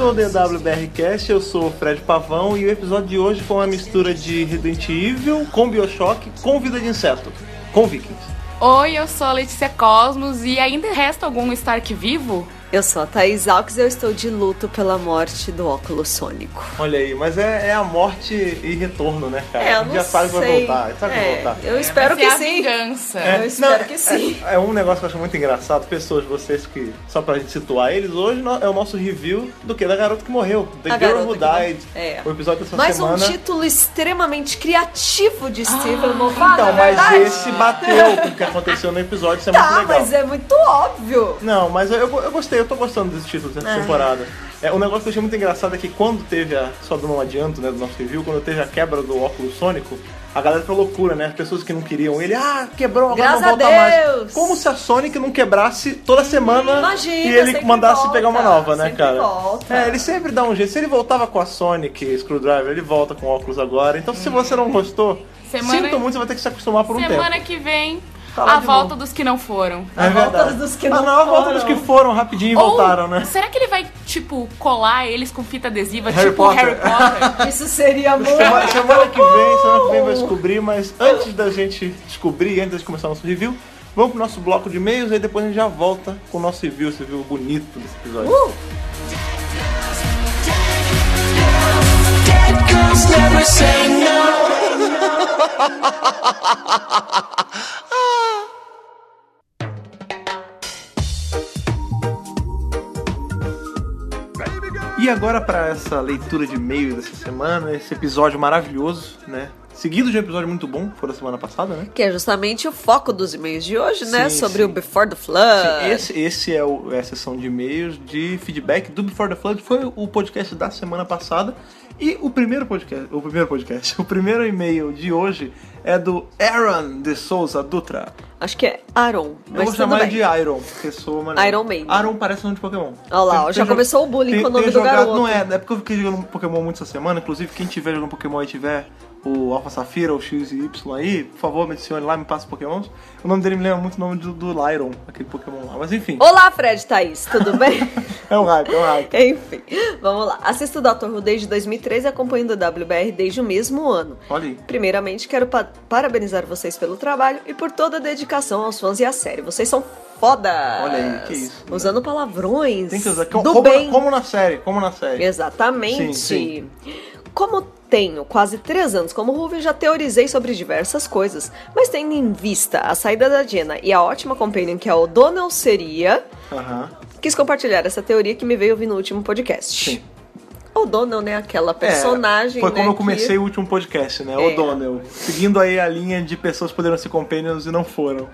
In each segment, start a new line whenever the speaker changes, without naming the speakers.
ao DWBRCast, eu sou o Fred Pavão e o episódio de hoje foi uma mistura de Resident Evil com Bioshock com Vida de Inseto, com Vikings.
Oi, eu sou a Letícia Cosmos e ainda resta algum Stark vivo?
Eu sou a Thaís Alves e eu estou de luto pela morte do óculos sônico.
Olha aí, mas é, é a morte e retorno, né, cara?
É, eu
A gente
não
já sabe que vai
sei.
voltar, sabe que vai
É,
voltar.
Eu espero
Vai
que
ser a
sim.
vingança.
É. Eu espero que
é-
sim.
É, um negócio que eu acho muito engraçado, pessoas, vocês que, só pra gente situar eles, hoje no- é o nosso review do que? Da garota que morreu, The
A
Girl
garota
Who
que morreu.
Died.
É.
O episódio dessa
Mais
semana.
um título extremamente criativo de Steven Moffat,
então,
na
mas
verdade.
esse bateu com o que aconteceu no episódio, isso é muito
Tá,
legal.
mas é muito óbvio.
Não, mas eu, eu gostei, eu tô gostando desse título dessa temporada. É, um negócio que eu achei muito engraçado é que quando teve a. Só dando um adianto né, do nosso review, quando teve a quebra do óculos sônico, a galera foi loucura, né? As pessoas que não queriam ele, ah, quebrou, agora
Graças
não
a
volta mais.
Deus. Hum,
Como se a Sonic não quebrasse toda semana
Imagina,
e ele
sempre
mandasse
volta,
pegar uma nova, né,
sempre
cara?
volta.
É, ele sempre dá um jeito. Se ele voltava com a Sonic Screwdriver, ele volta com o óculos agora. Então
Hum.
se você não gostou,
Semana-
é-
sinto muito, você vai ter que se acostumar por um tempo.
Semana que vem,
Tá lá
a
de
volta
novo.
dos que não foram.
é- A volta
verdade.
dos que
Ah,
não
a volta
foram.
dos que foram rapidinho e voltaram, né?
Será que ele vai, tipo, colar eles com fita adesiva,
Harry
tipo
Potter.
Harry Potter?
Isso seria muito.
Semana, semana que vem, semana que vem vai descobrir, mas antes da gente descobrir, antes de começar o nosso review, vamos pro nosso bloco de e-mails e depois a gente já volta com o nosso review, esse review bonito desse episódio.
Uh!
Dead girls never say no.
E agora para essa leitura de e-mails dessa semana, esse episódio maravilhoso, né? Seguido de um episódio muito bom, que foi da semana passada, né?
Que é justamente o foco dos e-mails de hoje, né?
Sim,
Sobre
sim.
o Before the Flood.
Sim, esse, esse é, o- é a sessão de e-mails de feedback do Before the Flood. Foi o podcast da semana passada. E o primeiro podcast, o primeiro podcast, o primeiro e-mail de hoje é do Aaron de Souza Dutra.
Acho que é Aaron,
Eu
mas
vou
tudo
chamar
bem.
ele de Iron, porque sou maneiro.
Iron Maiden.
Iron parece um nome de Pokémon.
Olha lá, ó, já
jo-
começou o bullying
tem-
com o nome
tem
do
jogado-
garoto.
Não é, é porque eu fiquei jogando Pokémon muito essa semana. Inclusive, quem tiver jogando Pokémon e tiver o Alpha Safira, o X e Y aí, por favor, me adicione lá, me passa os Pokémons. O nome dele me lembra muito o nome do, do Lyron, aquele Pokémon lá. Mas enfim,
Olá, Fred Thaís, tudo bem?
é um hype, é um hype.
Enfim, vamos lá. Assisto o Doctor Who desde 2003 e acompanho o WBR desde o mesmo ano.
Olha aí.
Primeiramente, quero pa- parabenizar vocês pelo trabalho e por toda a dedicação aos fãs e à série. Vocês são fodas!
Olha aí, que isso. né?
Usando palavrões
Tem que usar.
do
Como, como
bem.
na, como na série, como na série.
Exatamente.
Sim,
Como tenho quase três anos como Ruven, já teorizei sobre diversas coisas, mas tendo em vista a saída da Jenna e a ótima companion que a O'Donnell seria,
Aham.
quis compartilhar essa teoria que me veio ouvir no último podcast.
Sim.
O'Donnell, né? Aquela personagem.
É, foi
né,
como eu comecei
que-
o último podcast, né?
É.
O'Donnell. Seguindo aí a linha de pessoas que poderiam ser companions e não foram.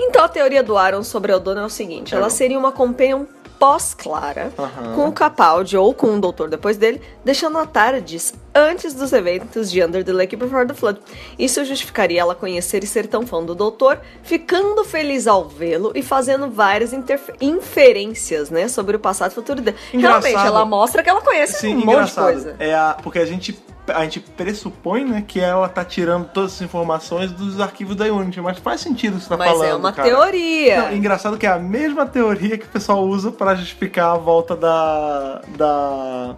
Então a teoria do Aaron sobre a O'Donnell é o seguinte:
É.
ela seria uma companion pós-Clara,
Aham.
com o Capaldi ou com um doutor depois dele, deixando a Tardis antes dos eventos de Under the Lake Before the Flood. Isso justificaria ela conhecer e ser tão fã do doutor, ficando feliz ao vê-lo e fazendo várias interfe- inferências, né, sobre o passado e futuro dele.
Engraçado.
Realmente, ela mostra que ela conhece
Sim,
um monte de
engraçado.
coisa.
É a, porque a gente, a gente pressupõe, né, que ela tá tirando todas as informações dos arquivos da Unity, mas faz sentido o que você tá
Mas
falando.
é uma
cara.
teoria.
Não, engraçado que é a mesma teoria que o pessoal usa pra justificar a volta da. da.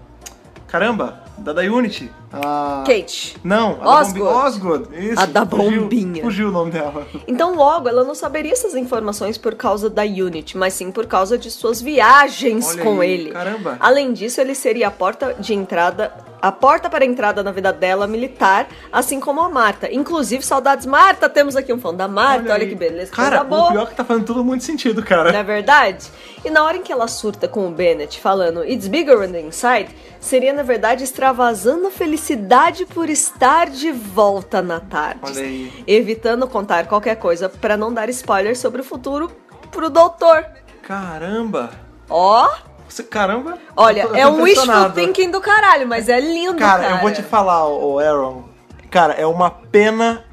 Caramba! Da, da Unity. A...
Kate.
Não, a
Osgood.
da bombi- Osgood. Isso,
A da
fugiu-
bombinha.
Fugiu o nome dela.
Então, logo, ela não saberia essas informações por causa da Unity, mas sim por causa de suas viagens
Olha
com
aí,
ele.
caramba.
Além disso, ele seria a porta de entrada, a porta para a entrada na vida dela militar, assim como a Marta. Inclusive, saudades Marta, temos aqui um fã da Marta, olha,
aí.
que beleza,
Cara,
coisa boa.
o pior é que tá fazendo tudo muito sentido, cara.
Não é verdade? E na hora em que ela surta com o Bennett falando It's bigger on the inside, seria na verdade extravasando a felicidade por estar de volta na tarde.
Olha aí.
Evitando contar qualquer coisa pra não dar spoiler sobre o futuro pro doutor.
Caramba!
Ó,
Você, caramba!
olha,
eu tô- eu
é
tô
um wishful
impressionado.
thinking do caralho, mas é lindo, cara.
Cara, eu vou te falar, o Aaron. Cara, é uma pena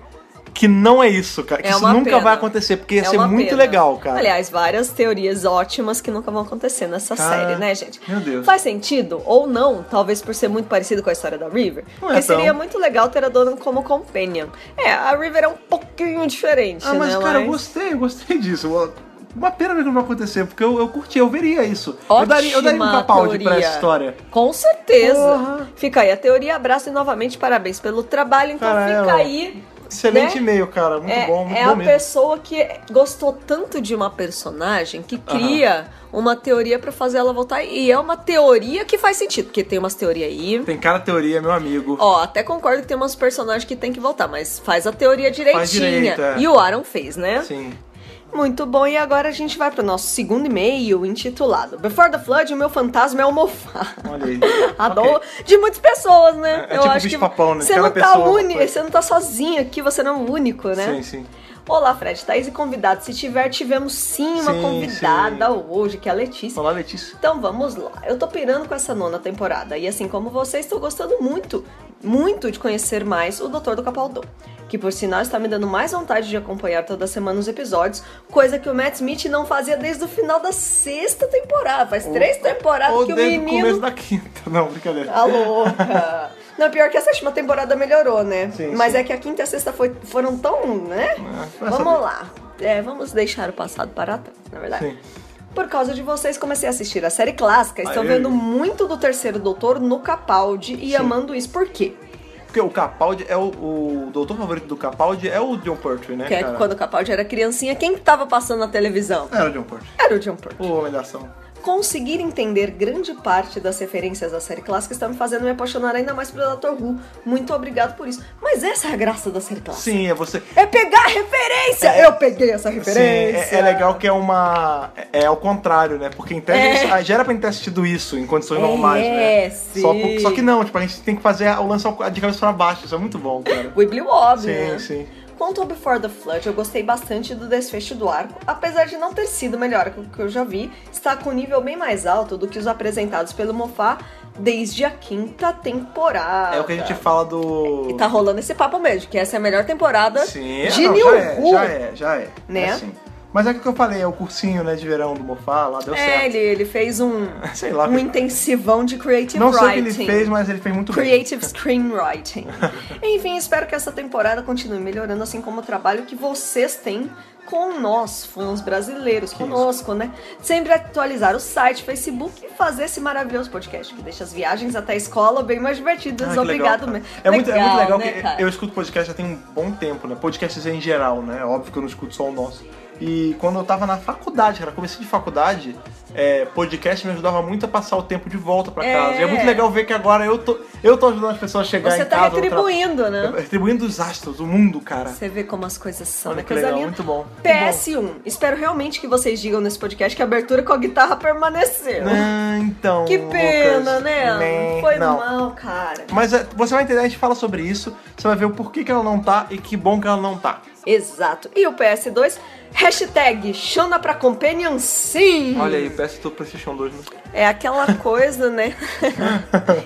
que não é isso, cara. Que
É
isso
uma
nunca
pena.
vai acontecer, porque ia
É
ser
uma
muito
pena.
legal, cara.
Aliás, várias teorias ótimas que nunca vão acontecer nessa
Cara,
série, né, gente?
meu Deus.
Faz sentido ou não, talvez por ser muito parecido com a história da River.
Não é
porque seria
tão.
muito legal ter a Dona como companion. É, a River é um pouquinho diferente,
ah, mas,
né?
cara, eu gostei, eu gostei disso. Eu- Uma pena mesmo que não vai acontecer, porque eu, eu curti, eu veria isso. eu
Ótima
daria, eu daria um Capaldi pra
teoria.
essa história.
Com certeza.
Porra.
Fica aí a teoria, abraço e novamente parabéns pelo trabalho. Então
Caramba.
fica aí.
é Excelente
Né?
e-mail, cara. Muito
é
bom, muito
é
bom
a
mesmo.
pessoa que gostou tanto de uma personagem que cria uma teoria pra fazer ela voltar. E é uma teoria que faz sentido, porque tem umas teorias aí.
Tem cara teoria, meu amigo.
Ó, até concordo que tem umas personagens que tem que voltar, mas faz a teoria direitinha.
direito, é.
E o Aaron fez, né?
Sim.
Muito bom, e agora a gente vai pro nosso segundo e-mail intitulado Before the Flood, o meu fantasma é o Mofá.
Olha aí.
A
Ok.
dor de muitas pessoas, né?
É, é tipo bicho-papão, né?
Você
Cada
não tá
pessoa é uma
único,
coisa.
você não tá sozinho aqui, você não é o único, né?
Sim, sim.
Olá, Fred, Thaís e convidado. Se tiver, tivemos sim uma
Sim,
convidada
sim.
hoje, que é a Letícia.
Olá, Letícia.
Então vamos lá. Eu tô pirando com essa nona temporada e assim como vocês, estou gostando muito, muito de conhecer mais o Doutor do Capaldão, que por sinal está me dando mais vontade de acompanhar toda semana os episódios, coisa que o Matt Smith não fazia desde o final da sexta temporada. Faz três temporadas
Ou
que o
desde o começo
menino
da quinta. Não, brincadeira.
Tá louca. Não, pior que a sétima temporada melhorou, né?
Sim, É,
Mas
sim.
é que a quinta e a sexta foi- foram tão, né?
vai
vamos
saber.
lá. É, vamos deixar o passado para trás, na verdade.
Sim.
Por causa de vocês, comecei a assistir a série clássica. Estou
Aê.
vendo muito do Terceiro Doutor no Capaldi e
Sim. É,
amando isso. Por quê?
Porque o Capaldi é o, o doutor favorito do Capaldi é o John Pertwee, né?
Porque
cara?
quando o Capaldi era criancinha, quem que tava passando na televisão?
Era o John Pertwee.
Era o John Pertwee.
O homem da ação.
Conseguir entender grande parte das referências da série clássica está me fazendo me apaixonar ainda mais pelo Dr. Who. Muito obrigado por isso. Mas essa é a graça da série clássica.
Sim, é você.
É pegar a referência! Eu peguei essa
É. Sim,
referência!
é, é legal que é uma. É, é ao contrário, né? Porque em tese,
É.
ah, já era pra gente ter assistido isso em condições
É,
normais, né?
sim.
Só, por- só que não, tipo, a gente tem que fazer a- o lance ao- de cabeça pra baixo. Isso é muito bom, cara.
Wibbly Wobbly,
Sim,
né?
sim.
Quanto ao Before the Flood, eu gostei bastante do desfecho do arco, apesar de não ter sido melhor que o que eu já vi, está com um nível bem mais alto do que os apresentados pelo Mofá desde a quinta temporada.
É o que a gente fala do.
Ah, E tá rolando esse papo mesmo, que essa é a melhor temporada
Sim,
de
não,
New
já é,
Who.
já é, já é.
Né?
É assim. Mas é o que eu falei, é o cursinho né, de verão do Mofá, lá deu
É,
certo.
ele, ele fez um,
Sei lá.
um intensivão de creative
Não sei o que
writing.
ele fez, mas ele fez muito bem.
Creative Screenwriting. Enfim, espero que essa temporada continue melhorando, assim como o trabalho que vocês têm com nós, fãs brasileiros, conosco, né? Sempre atualizar o site, Facebook e fazer esse maravilhoso podcast que deixa as viagens até a escola bem mais
Ah,
divertidas.
que
Obrigado,
legal,
mesmo.
cara. é, muito, é muito legal
né,
que
cara?
eu escuto podcast já tem um bom tempo, né? Podcasts em geral, né? Óbvio que eu não escuto só o nosso. E quando eu tava na faculdade, cara, comecei de faculdade, é, podcast me ajudava muito a passar o tempo de volta pra
É.
casa. E é muito legal ver que agora eu tô, eu tô ajudando as pessoas a chegar
Você
em
tá
casa. no tra-
retribuindo, né?
Retribuindo os astros, o mundo, cara.
Você vê como as coisas são,
Olha
né?
que
Coisa
legal,
linda.
muito bom.
PS1. Espero realmente que vocês digam nesse podcast que a abertura com a guitarra permaneceu.
Ah, então.
Que pena,
Lucas,
né?
nem-
Foi
não.
mal, cara.
Mas é, você vai entender, a gente fala sobre isso, você vai ver o porquê que ela não tá e que bom que ela não tá.
Exato. E o PS2, hashtag Xana pra Companion sim!
Olha aí, peço do Playstation 2, né?
É aquela coisa, né?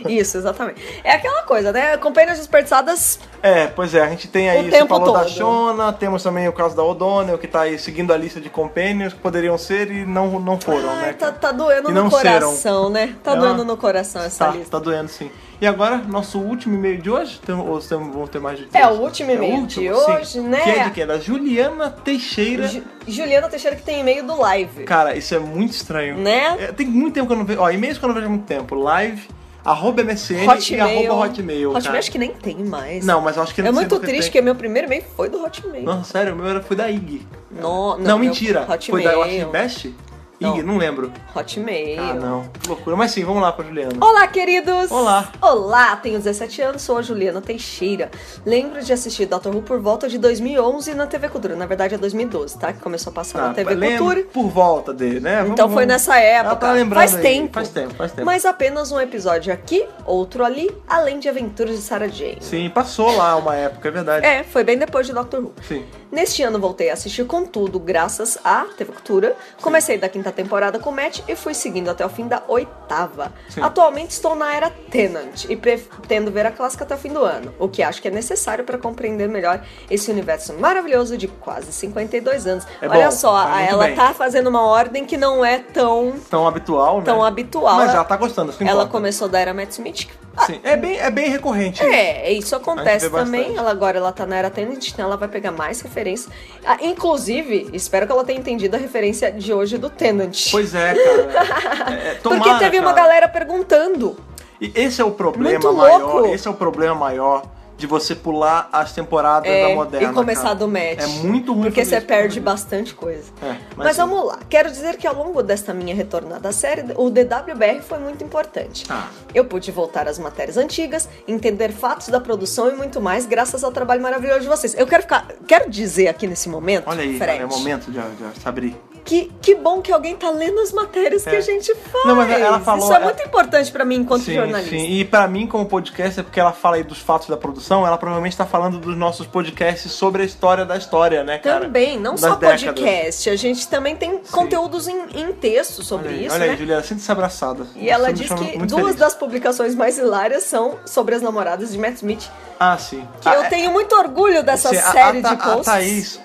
Isso, exatamente. É aquela coisa, né? Companions desperdiçadas,
É, pois é, a gente tem
O
aí, você
tempo
falou da
todo.
Shona, temos também o caso da O'Donnell, que tá aí seguindo a lista de companions que poderiam ser e não, não foram,
ai,
né?
tá,
cara?
tá doendo
E
no
não
coração,
serão.
né? Tá
É uma-
doendo no coração essa
Tá,
lista.
tá doendo sim. E agora, nosso último e-mail de hoje? Tem, um, ou tem, vamos ter mais de
É,
três?
o último e-mail
o
de
sim.
hoje, né?
Que é de quem? Da Juliana Teixeira.
Ju- Juliana Teixeira que tem e-mail do live.
Cara, isso é muito estranho.
Né?
É, tem muito tempo que eu não vejo. Ó, e-mails que eu não vejo há muito tempo. Live, arroba MSN e
Hotmail.
arroba Hotmail.
Hotmail
cara.
acho que nem tem mais.
Não, mas eu acho que
É muito triste,
que.
porque meu primeiro e-mail foi do Hotmail.
Não, sério, o meu era, foi da IG.
No-
Não,
meu-
mentira. Foi da eu acho,
Hotmail.
Best? IG,
Não.
não lembro.
Hotmail.
Ah, não. Que loucura. Mas sim, vamos lá pra Juliana.
Olá, queridos!
Olá.
Olá, tenho 17 anos, sou a Juliana Teixeira. Lembro de assistir Doctor Who por volta de 2011 na TV Cultura. Na verdade, é 2012, tá? Que começou a passar na TV
Ah, lembro
Cultura.
Por volta dele, né? Vamos-
Então foi
vamos-
nessa época.
Ela tá lembrando
faz
aí.
tempo.
Faz tempo, faz tempo.
Mas apenas um episódio aqui, outro ali, além de Aventuras de Sarah Jane.
Sim, passou lá uma época, é verdade.
É, foi bem depois de Doctor Who.
Sim.
Neste ano voltei a assistir com tudo, graças à TV Cultura. Comecei da quinta temporada com Matt e fui seguindo até o fim da oitava.
Sim.
Atualmente estou na era Tenant e pretendo ver a clássica até o fim do ano, o que acho que é necessário para compreender melhor esse universo maravilhoso de quase 52 anos.
É
Olha
bom,
só,
tá muito
ela
bem.
tá fazendo uma ordem que não é tão
Tão habitual, né?
Tão habitual.
Mas ela tá gostando, isso que
ela
importa.
começou da era Matt Smith,
Sim, é bem, é bem recorrente.
É, isso acontece
A gente vê
também.
bastante.
Ela agora ela tá na era Tenet, então ela vai pegar mais referência. Ah, inclusive, espero que ela tenha entendido a referência de hoje do Tenant.
Pois é, cara. É, é,
Porque
tomara,
teve uma
cara.
galera perguntando.
E esse é o problema
Muito
maior.
louco.
Esse é o problema maior de você pular as temporadas
É,
da moderna.
e começar
cara.
do match.
É muito ruim.
Porque
fazer
você
isso,
perde
cara.
bastante coisa.
É, mas
mas
sim.
vamos lá. Quero dizer que ao longo desta minha retornada à série, o DWBR foi muito importante.
Ah.
Eu pude voltar às matérias antigas, entender fatos da produção e muito mais, graças ao trabalho maravilhoso de vocês. Eu quero ficar. Quero dizer aqui nesse momento,
Olha aí,
Fred,
olha, é o momento de, de se abrir.
que, que bom que alguém tá lendo as matérias que
É.
a gente faz.
Não, mas ela falou-
Isso é
ela-
muito importante pra mim enquanto jornalista.
sim. E pra mim, como podcaster, porque ela fala aí dos fatos da produção, ela provavelmente tá falando dos nossos podcasts sobre a história da história, né, cara?
Também, não
Das
só
décadas.
podcast, a gente também tem conteúdos em, em texto sobre
Olha aí,
isso,
olha aí,
né?
Juliana, sinta-se abraçada.
E
Isso
ela
me
diz
chama
que
muito
duas
feliz.
das publicações mais hilárias são sobre as namoradas de Matt Smith.
Ah, sim.
Que
Ah,
eu
é-
tenho muito orgulho dessa
Sim, a-
série
a, Tha-
de posts.
A Thaís,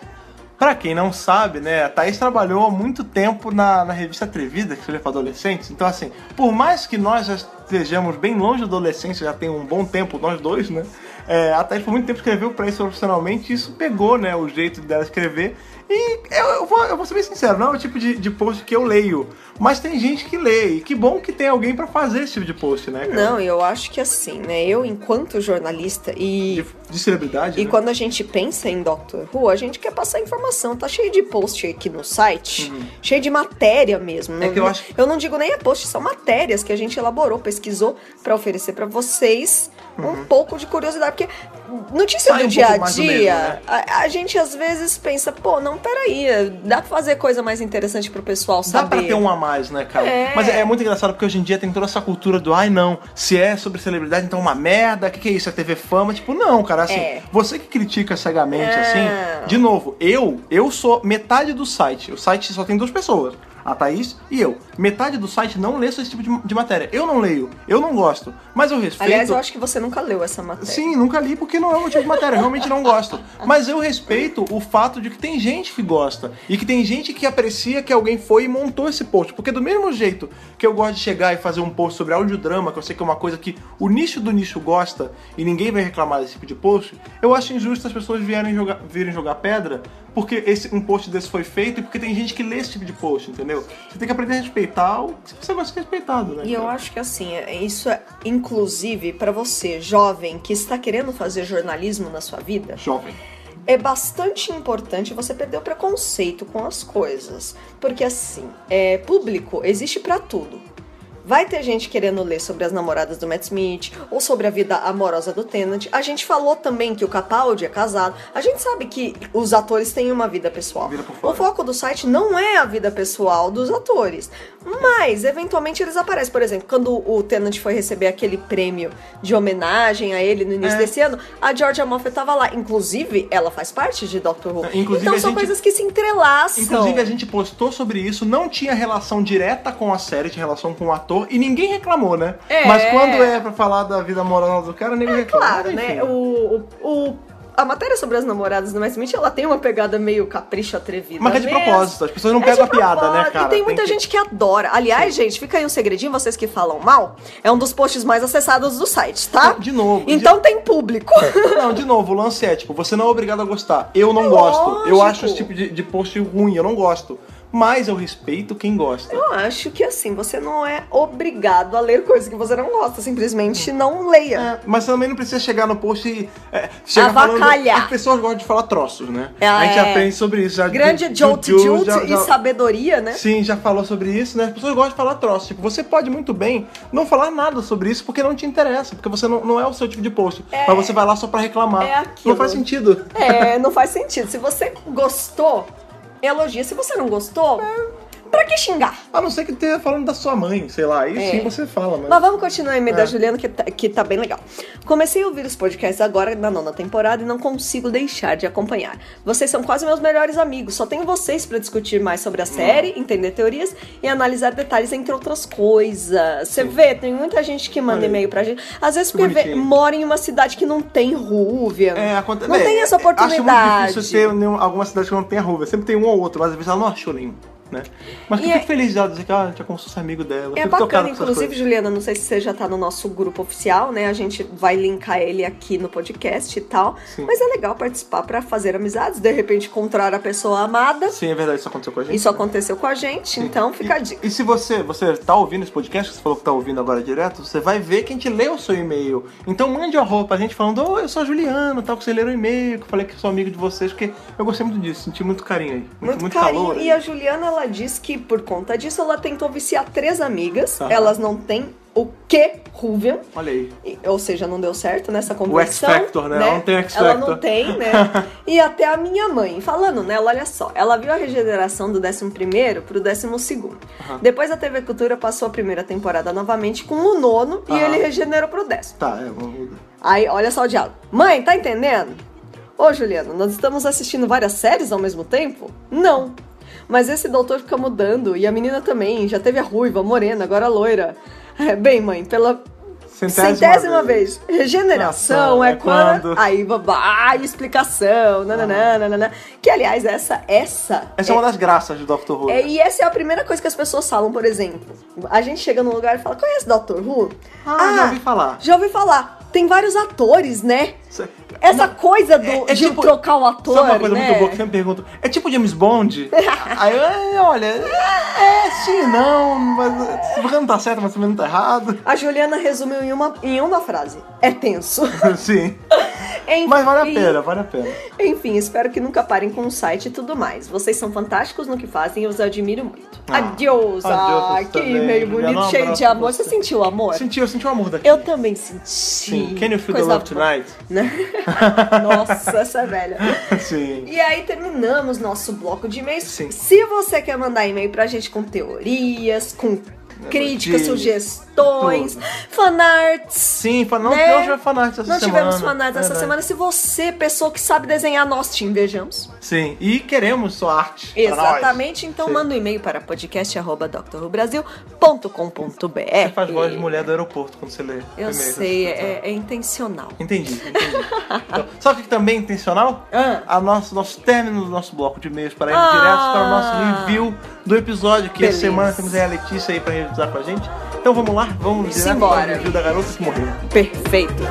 pra quem não sabe, né, a Thaís trabalhou há muito tempo na, na revista Atrevida, que seja para adolescentes. Então, assim, por mais que nós já estejamos bem longe da adolescência, já tem um bom tempo, nós dois, né? é, a Thaís por muito tempo escreveu pra isso profissionalmente e isso pegou, né, o jeito dela escrever. E eu, eu vou, eu vou ser bem sincero, não é o tipo de, de post que eu leio. Mas tem gente que lê, e que bom que tem alguém pra fazer esse tipo de post, né, cara?
Não, eu acho que assim, né? Eu, enquanto jornalista e.
De, de celebridade,
E
né?
quando a gente pensa em Doctor Who, a gente quer passar informação. Tá cheio de post aqui no site, cheio de matéria mesmo.
Uhum. É que eu
Não-
acho-
eu não digo nem é post, são matérias que a gente elaborou, pesquisou pra oferecer pra vocês um pouco de curiosidade. Porque notícia
Uhum. Sai
do
um
dia a
pouco mais do
dia,
mesmo, né?
a, a gente às vezes pensa, pô, não, peraí, dá pra fazer coisa mais interessante pro pessoal
Dá
saber.
pra ter um a mais, né, cara?
É.
Mas é, é muito engraçado porque hoje em dia tem toda essa cultura do ai não, se é sobre celebridade, então é uma merda, o que, que é isso? É TV fama? Tipo, não, cara, assim,
É.
você que critica cegamente,
Não.
assim, de novo, eu, eu sou metade do site. O site só tem duas pessoas. A Thaís e eu. Metade do site não lê esse tipo de, de matéria. Eu não leio, eu não gosto. Mas eu respeito.
Aliás, eu acho que você nunca leu essa matéria.
Sim, nunca li porque não é o meu tipo de matéria, eu realmente não gosto. Mas eu respeito o fato de que tem gente que gosta e que tem gente que aprecia que alguém foi e montou esse post. Porque do mesmo jeito que eu gosto de chegar e fazer um post sobre audiodrama, que eu sei que é uma coisa que o nicho do nicho gosta e ninguém vai reclamar desse tipo de post, eu acho injusto as pessoas vierem jogar, virem jogar pedra porque esse, um post desse foi feito e porque tem gente que lê esse tipo de post, entendeu? Você tem que aprender a respeitar o que você gosta de ser respeitado, né?
E eu
cara?
acho que assim, é- isso é inclusive pra você, jovem, que está querendo fazer jornalismo na sua vida,
Jovem.
é bastante importante você perder o preconceito com as coisas. Porque assim, é, público existe pra tudo. Vai ter gente querendo ler sobre as namoradas do Matt Smith ou sobre a vida amorosa do Tennant. A gente falou também que o Capaldi é casado. A gente sabe que os atores têm uma vida pessoal.
Vira por fora.
O foco do site não é a vida pessoal dos atores. Mas, eventualmente, eles aparecem. Por exemplo, quando o Tennant foi receber aquele prêmio de homenagem a ele no início
É.
desse ano, a Georgia Moffat estava lá. Inclusive, ela faz parte de Doctor Who.
É, Inclusive,
então
a
são
gente-
coisas que se entrelaçam.
Inclusive, a gente postou sobre isso, não tinha relação direta com a série, tinha relação com o ator, e ninguém reclamou, né?
É.
Mas quando é pra falar da vida amorosa do cara, ninguém reclama.
Claro,
Mas, enfim.
né? O, o- o- a matéria sobre as namoradas do Matt Smith, ela tem uma pegada meio capricho atrevida.
Mas é de
mesmo.
propósito, as pessoas não
É
pegam
de
a piada, né,
propósito,
cara?
E tem muita
que-
gente que adora. Aliás, gente, fica aí um segredinho, vocês que falam mal, é um dos posts mais acessados do site, tá?
De novo, de-
Então tem público.
Não, de novo, o lance é, tipo, você não é obrigado a gostar. Eu não
É
gosto. Eu
lógico.
acho esse tipo de, de post ruim, eu não gosto. Mas eu respeito quem gosta.
Eu acho que assim, você não é obrigado a ler coisas que você não gosta, simplesmente não leia.
É, mas também não precisa chegar no post e. É, chegar falando-
Avacalhar.
As pessoas gostam de falar troços, né?
É.
A gente aprende sobre isso. Já,
Grande
Ju-
jolt
Ju-
jolt
já-
e
já-
sabedoria, né?
Sim, já falou sobre isso, né? As pessoas gostam de falar troço. Tipo, você pode muito bem não falar nada sobre isso porque não te interessa, porque você não, não é o seu tipo de post. Mas você vai lá só pra reclamar.
é aquilo.
não faz sentido.
É, não faz sentido. Se você gostou, elogia. Se você não gostou, pra que xingar?
A não ser que esteja falando da sua mãe, sei lá. Aí
É.
sim você fala, mas.
Mas vamos continuar em meio da
É.
Juliana, que tá, que tá bem legal. Comecei a ouvir os podcasts agora na nona temporada e não consigo deixar de acompanhar. Vocês são quase meus melhores amigos, só tenho vocês pra discutir mais sobre
Hum.
a série, entender teorias e analisar detalhes, entre outras coisas. Você vê, tem muita gente que manda
Olha aí.
e-mail pra gente. Às vezes porque vê,
Bonitinho.
mora em uma cidade que não tem rúvia.
É, acontece.
Não
é,
tem essa
Acho muito
oportunidade.
difícil ter nenhum- alguma cidade que não tenha rua. Sempre tem um ou outro, mas às vezes ela não achou nenhum. né? Mas que
E
eu
é-
fico feliz dela dizer que ah, tinha como se fosse amigo dela. Eu
É
fico tocado
bacana,
com essas
inclusive,
coisas.
Juliana, não sei se você já tá no nosso grupo oficial, né? A gente vai linkar ele aqui no podcast e tal.
Sim.
Mas é legal participar pra fazer amizades, de repente encontrar a pessoa amada.
Sim, é verdade, isso aconteceu com a gente.
Isso aconteceu com a gente, então fica a dica.
E, e se você, você tá ouvindo esse podcast, que você falou que tá ouvindo agora direto, você vai ver que a gente lê o seu e-mail. Então mande uma roupa pra gente falando, ô, eu sou a Juliana, tal, que você leram o e-mail, que eu falei que sou amigo de vocês, porque eu gostei muito disso, senti muito carinho aí. Muito,
Muito,
muito
carinho.
calor.
e a Juliana, ela diz que por conta disso, ela tentou viciar três amigas.
Tá.
Elas não têm o que Ruvian.
Olha aí.
E- Ou seja, não deu certo nessa conversão.
X-Factor, né? Ela não tem X-Factor.
Ela não tem, né? e até a minha mãe. Falando nela, olha só. Ela viu a regeneração do 11 pro 12.
Aham.
Depois a TV Cultura passou a primeira temporada novamente com o nono e
Aham.
ele regenerou pro décimo.
Tá, é, vamos-
Aí, olha só o diálogo. Mãe, tá entendendo? Ô, Juliana, nós estamos assistindo várias séries ao mesmo tempo? Não. Mas esse doutor fica mudando e a menina também. Já teve a ruiva, a morena, agora a loira. É, bem, mãe, pela
Centésima,
vez. Regeneração
Nossa,
é
é
quando...
quando? Ah.
Aí, babá, explicação, nananã, nananã. Que, aliás, essa, essa...
Essa é uma das graças do Dr. Who.
É, e essa é a primeira coisa que as pessoas falam, por exemplo. A gente chega num lugar e fala, conhece Dr. Who?
Ah, já ouvi falar.
Já ouvi falar. Tem vários atores, né?
Isso-
Essa coisa do,
É- é
de
tipo-
trocar o ator,
Sabe uma coisa
né?
muito boa que sempre perguntam? É tipo James Bond? Aí eu, olha, é, sim, não, mas você não tá certo, mas também não tá errado.
A Juliana resumiu em uma, em uma frase. É tenso.
sim.
Enfim,
Mas vale a pena, vale a pena.
Enfim, espero que nunca parem com o site e tudo mais. Vocês são fantásticos no que fazem e eu os admiro muito.
Ah, adeus
adeus. Ah,
também,
que meio
Juliana.
bonito,
Um
cheio
abraço
de amor.
pra
Você
você.
sentiu o amor?
Senti, eu senti o amor daqui.
Eu também senti.
Sim. Can you feel the
Coisa
love
boa.
tonight?
Né? Nossa, essa é velha.
Sim.
E aí terminamos nosso bloco de e-mails.
Sim.
Se você quer mandar e-mail pra gente com teorias, com críticas,
Notícias,
sugestões,
tudo.
fanarts.
Sim, fa- não,
Né?
não tivemos fanart essa
Não
semana. É
tivemos fanarts essa
Verdade.
semana. Se você, pessoa que sabe desenhar, nós te invejamos.
Sim, e queremos sua arte. pra
Exatamente. Então
Sim.
manda um e-mail para podcast.drrubrasil.com.br.
nós. Você faz voz de mulher do aeroporto quando você lê.
É. Eu
e-mail.
sei, é, é intencional.
Entendi, entendi. Então, sabe o que também é intencional?
Ah.
A nosso, nosso término do nosso bloco de e-mails para ir
Ah.
direto para o nosso review do episódio, que
Beleza.
essa semana temos aí a Letícia aí para revisar com a gente. Então vamos lá, vamos direto para
Simbora.
o review da garota que morreu.
Perfeito.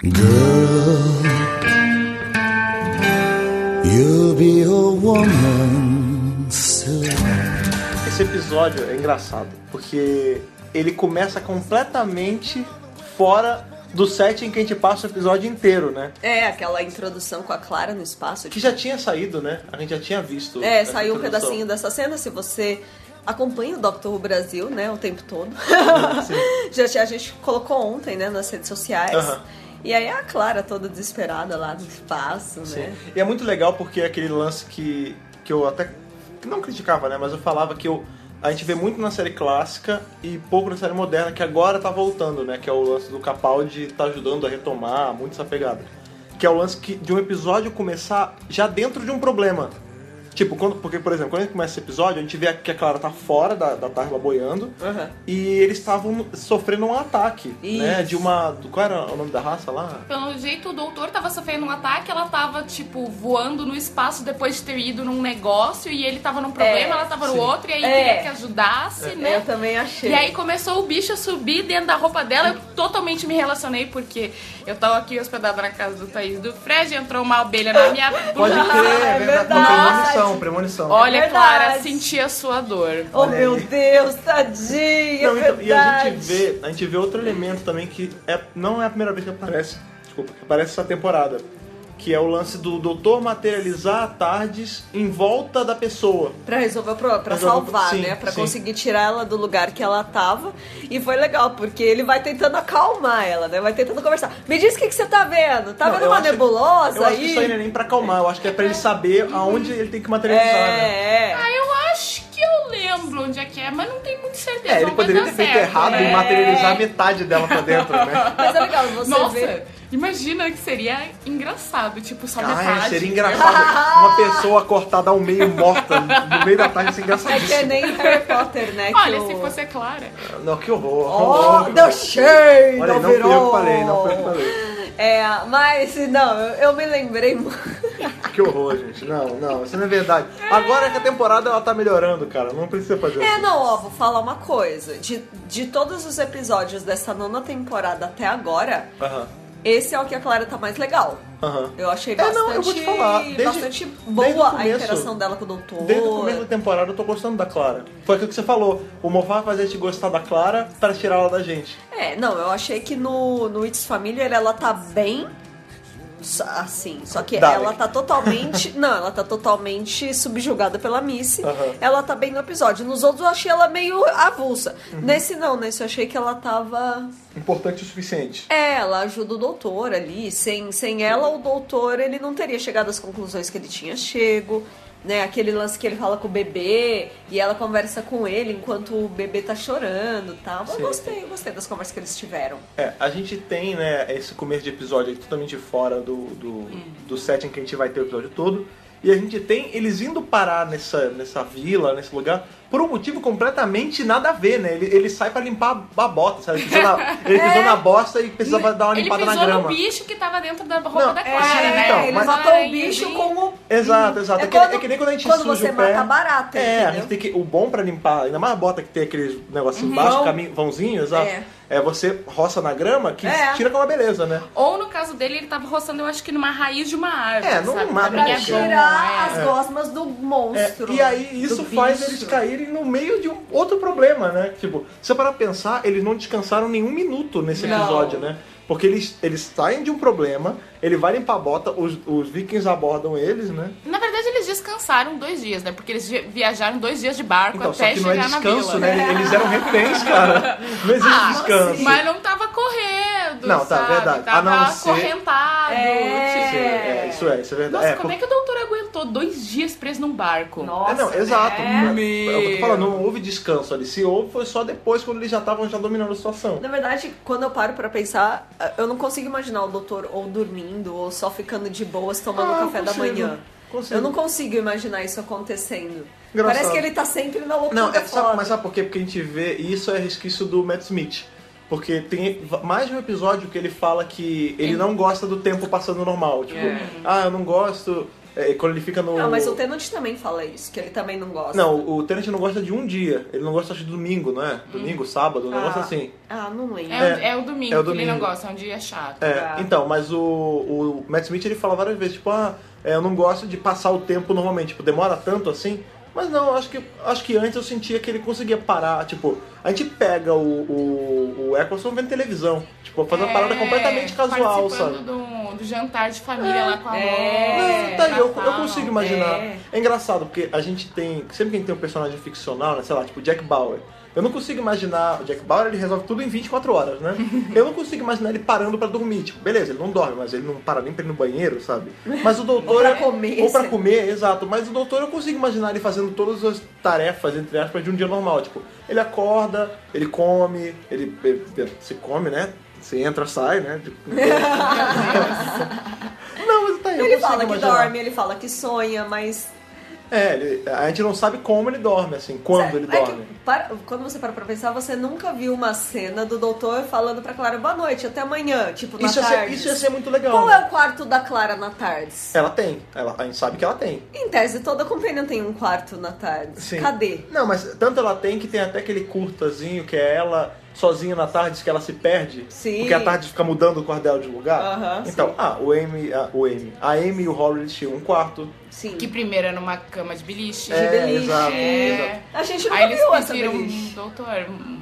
Girl, you'll be a woman soon.
Esse episódio é engraçado, porque ele começa completamente fora do set em que a gente passa o episódio inteiro, né?
É, aquela introdução com a Clara no espaço.
Que já tinha saído, né? A gente já tinha visto.
É,
essa
saiu um
introdução.
pedacinho dessa cena. Se você acompanha o Doctor Who Brasil, né, o tempo todo. Já tinha- a gente colocou ontem, né, nas redes sociais.
Aham.
E aí a Clara toda desesperada lá no espaço,
Sim.
né?
E é muito legal porque é aquele lance que, que eu até que não criticava, né? Mas eu falava que eu, a gente vê muito na série clássica e pouco na série moderna, que agora tá voltando, né? Que é o lance do Capaldi tá ajudando a retomar muito essa pegada. Que é o lance que, de um episódio começar já dentro de um problema. Tipo, quando, porque, por exemplo, quando a gente começa esse episódio, a gente vê que a Clara tá fora da, da Tarla boiando
Aham.
e eles estavam sofrendo um ataque, né?
Isso.
De uma. do- Qual era o nome da raça lá?
Pelo jeito, o doutor tava sofrendo um ataque, ela tava, tipo, voando no espaço depois de ter ido num negócio e ele tava num problema, ela tava
sim.
no outro, e aí
É.
queria que ajudasse, né?
Eu também achei.
E aí começou o bicho a subir dentro da roupa dela. Eu totalmente me relacionei porque eu tava aqui hospedada na casa do Thaís do Fred, entrou uma abelha na minha
Pode
bunda.
crer, é verdade. Não,
verdade.
Premonição, premonição.
Ah, Olha,
É
Clara,
verdade.
senti a sua dor.
Oh,
Olha
meu
aí.
Deus, tadinha,
Não,
é
então,
verdade.
e a gente vê, a gente vê outro elemento também que é, não é a primeira vez que aparece, desculpa, que aparece essa temporada, que é o lance do doutor materializar tardes em volta da pessoa.
Pra resolver o problema, pra
Mas eu vou-
salvar,
sim,
né? Pra
sim.
conseguir tirar ela do lugar que ela tava. E foi legal, porque ele vai tentando acalmar ela, né? Vai tentando conversar. Me diz o que, que você tá vendo. Tá
Não,
vendo
eu
uma
acho-
nebulosa
Eu acho que
aí?
isso aí não é nem pra acalmar, eu acho que é pra ele saber aonde ele tem que materializar, né?
é, é.
Ah, eu acho que eu lembro onde é que é, mas não tenho muita certeza.
É, ele
mas
poderia
dá
ter feito
certo,
errado
né?
e materializar metade dela pra dentro, né?
Mas é legal você
Nossa,
ver.
Imagina que seria engraçado, tipo, só
Ah,
metade.
seria engraçado uma pessoa cortada ao meio morta no meio da tarde, isso é
É que é
engraçadíssimo.
nem Harry Potter, né?
Olha,
que
se
o-
fosse a Clara.
Não, que horror.
Oh, the shade
Olha,
of
não fui
it
eu que
all.
falei, não fui eu que falei.
É, mas não, eu- eu me lembrei muito.
Que horror, gente. Não, não, isso não é verdade. Agora é que a temporada ela tá melhorando, cara. Não precisa fazer
É,
assim.
não, ó, vou falar uma coisa. De, de todos os episódios dessa nona temporada até agora,
Aham,
esse é o que a Clara tá mais legal.
aham.
Eu achei
É,
bastante,
não, eu vou te falar. Desde- desde
bastante
o
boa a
começo-
interação dela com o doutor.
Desde o começo da temporada eu tô gostando da Clara. Foi aquilo que você falou. O Mofar faz a gente gostar da Clara pra tirar ela da gente.
É, não, eu achei que no, no It's Familiar ela tá bem só- assim, só que
Dalek.
ela tá totalmente, não, ela tá totalmente subjugada pela Missy.
Aham.
Ela tá bem no episódio. Nos outros eu achei ela meio avulsa.
Uhum.
Nesse não, nesse eu achei que ela tava
Importante o suficiente.
é, ela ajuda o doutor ali. Sem, sem ela, o doutor ele não teria chegado às conclusões que ele tinha chego. Né, aquele lance que ele fala com o bebê e ela conversa com ele enquanto o bebê tá chorando e tal. Eu
Sim.
gostei, eu gostei das conversas que eles tiveram.
É, a gente tem, né, esse começo de episódio aqui totalmente fora do, do,
É.
do setting que a gente vai ter o episódio todo. E a gente tem eles indo parar nessa, nessa vila, nesse lugar, por um motivo completamente nada a ver, né? Ele, ele sai pra limpar a bota, sabe? Ele pisou na, ele pisou na bosta e precisava dar uma
É. Ele
Tá limpada
pisou
na
no
grama.
bicho que tava dentro da roupa
Não,
da
é,
Clara, né?
então,
ele
mas-
matou o bicho com o.
Exato, exato.
É
É, que, é
quando-
que nem quando a gente
quando
suja
você
o pé.
mata a barata,
É, a
entendeu? Uhum.
gente tem que. O bom pra limpar, ainda mais a bota que tem aqueles negocinho embaixo,
Vão.
caminho, vãozinho, exato.
É.
É. você roça na grama que
É.
tira com uma beleza, né?
Ou no caso dele, ele tava roçando, eu acho que numa raiz de uma árvore.
É, não
sabe?
mata
Pra mim é
você.
bom,
Tirar
é.
as gosmas do
É,
monstro.
e aí isso
do
faz
bicho.
eles caírem no meio de um outro problema, né? Tipo, se você parar pra pensar, eles não descansaram nenhum minuto nesse
Não.
episódio, né? Porque eles, eles saem de um problema, ele vai limpar a bota, os, os vikings abordam eles, né?
Na verdade, eles descansaram dois dias, né? Porque eles vi- viajaram dois dias de barco
Então, só
até
que não
chegar
é
na
descanso,
vila.
né? Eles eram reféns, cara. Não existe
Ah,
descanso.
Mas não tava correndo,
Não, tá,
sabe?
verdade. A
Tava
não ser-
acorrentado.
É.
Isso é, é, isso é, isso é
tipo-
verdade.
Nossa,
é,
como é que o doutor aguentou dois dias preso num barco?
Nossa,
É, não, exato.
né?
Eu tô falando, não houve descanso ali. Se houve, foi só depois, quando eles já estavam já dominando a situação.
Na verdade, quando eu paro pra pensar, eh, eu não consigo imaginar o doutor ou dormindo ou só ficando de boas tomando
Ah, eu
café da
consigo.
manhã.
Consigo.
Eu não consigo imaginar isso acontecendo.
Engraçado.
Parece que ele tá sempre na loucura.
Não, é,
foda.
sabe, mas sabe por quê? Porque a gente vê, e isso é resquício do Matt Smith. Porque tem va- mais de um episódio que ele fala que ele não gosta do tempo passando normal. Tipo, ah, eu não gosto. é, quando ele fica no.
Ah, mas o Tenant também fala isso, que ele também não gosta.
Não, o Tenant não gosta de um dia. Ele não gosta de domingo, não é? Domingo, sábado, um negócio
Ah.
assim.
Ah, não lembro.
É, o-
É.
é o domingo,
É o
que ele não
domingo.
gosta, é um dia chato.
É,
Tá.
então, mas o, o Matt Smith ele fala várias vezes, tipo, ah, é, eu não gosto de passar o tempo normalmente, tipo, demora tanto assim. Mas não, acho que, acho que antes eu sentia que ele conseguia parar, tipo, a gente pega o, o, o Eccleston vendo televisão, tipo, faz uma parada
É,
completamente casual,
participando
sabe?
Do, do jantar de família lá com a
é,
mãe.
Não, tá aí, eu, eu consigo imaginar.
é.
É. engraçado, porque a gente tem. Sempre que a gente tem um personagem ficcional, né? Sei lá, tipo Jack Bauer. Eu não consigo imaginar. O Jack Bauer ele resolve tudo em 24 horas, né? Eu não consigo imaginar ele parando pra dormir. Tipo, beleza, ele não dorme, mas ele não para nem pra ir no banheiro, sabe? Mas o doutor.
Ou pra
é-
comer,
Ou pra
sei lá.
comer, exato. Mas o doutor eu consigo imaginar ele fazendo todas as tarefas, entre aspas, de um dia normal. Tipo, ele acorda, ele come, ele, ele- ele se come, né? Você entra, sai, né? Tipo, não, mas tá aí. eu
Ele
consigo
fala que
imaginar.
dorme, ele fala que sonha, mas.
É, ele- a gente não sabe como ele dorme, assim, quando ele
É que
dorme.
para- quando você para pra pensar, você nunca viu uma cena do doutor falando pra Clara boa noite, até amanhã, tipo, na
Isso ia, ser,
tarde.
isso ia ser muito legal.
Qual é o quarto da Clara na tarde?
Ela tem, ela, a gente sabe que ela tem.
Em tese, toda companhia tem um quarto na tarde.
Sim.
Cadê?
Não, mas tanto ela tem que tem até aquele curtazinho que é ela sozinha na tarde, que ela se perde.
Sim.
Porque a tarde fica mudando o quarto dela de lugar.
Aham,
então,
sim.
ah, o Amy, a, o Amy, a Amy e o Horridge tinham um quarto.
Sim.
Que primeiro era numa cama de beliche.
É,
beliche.
exato,
É.
exato.
A gente nunca
Aí eles
viu essa
pediram, um
beliche.
doutor,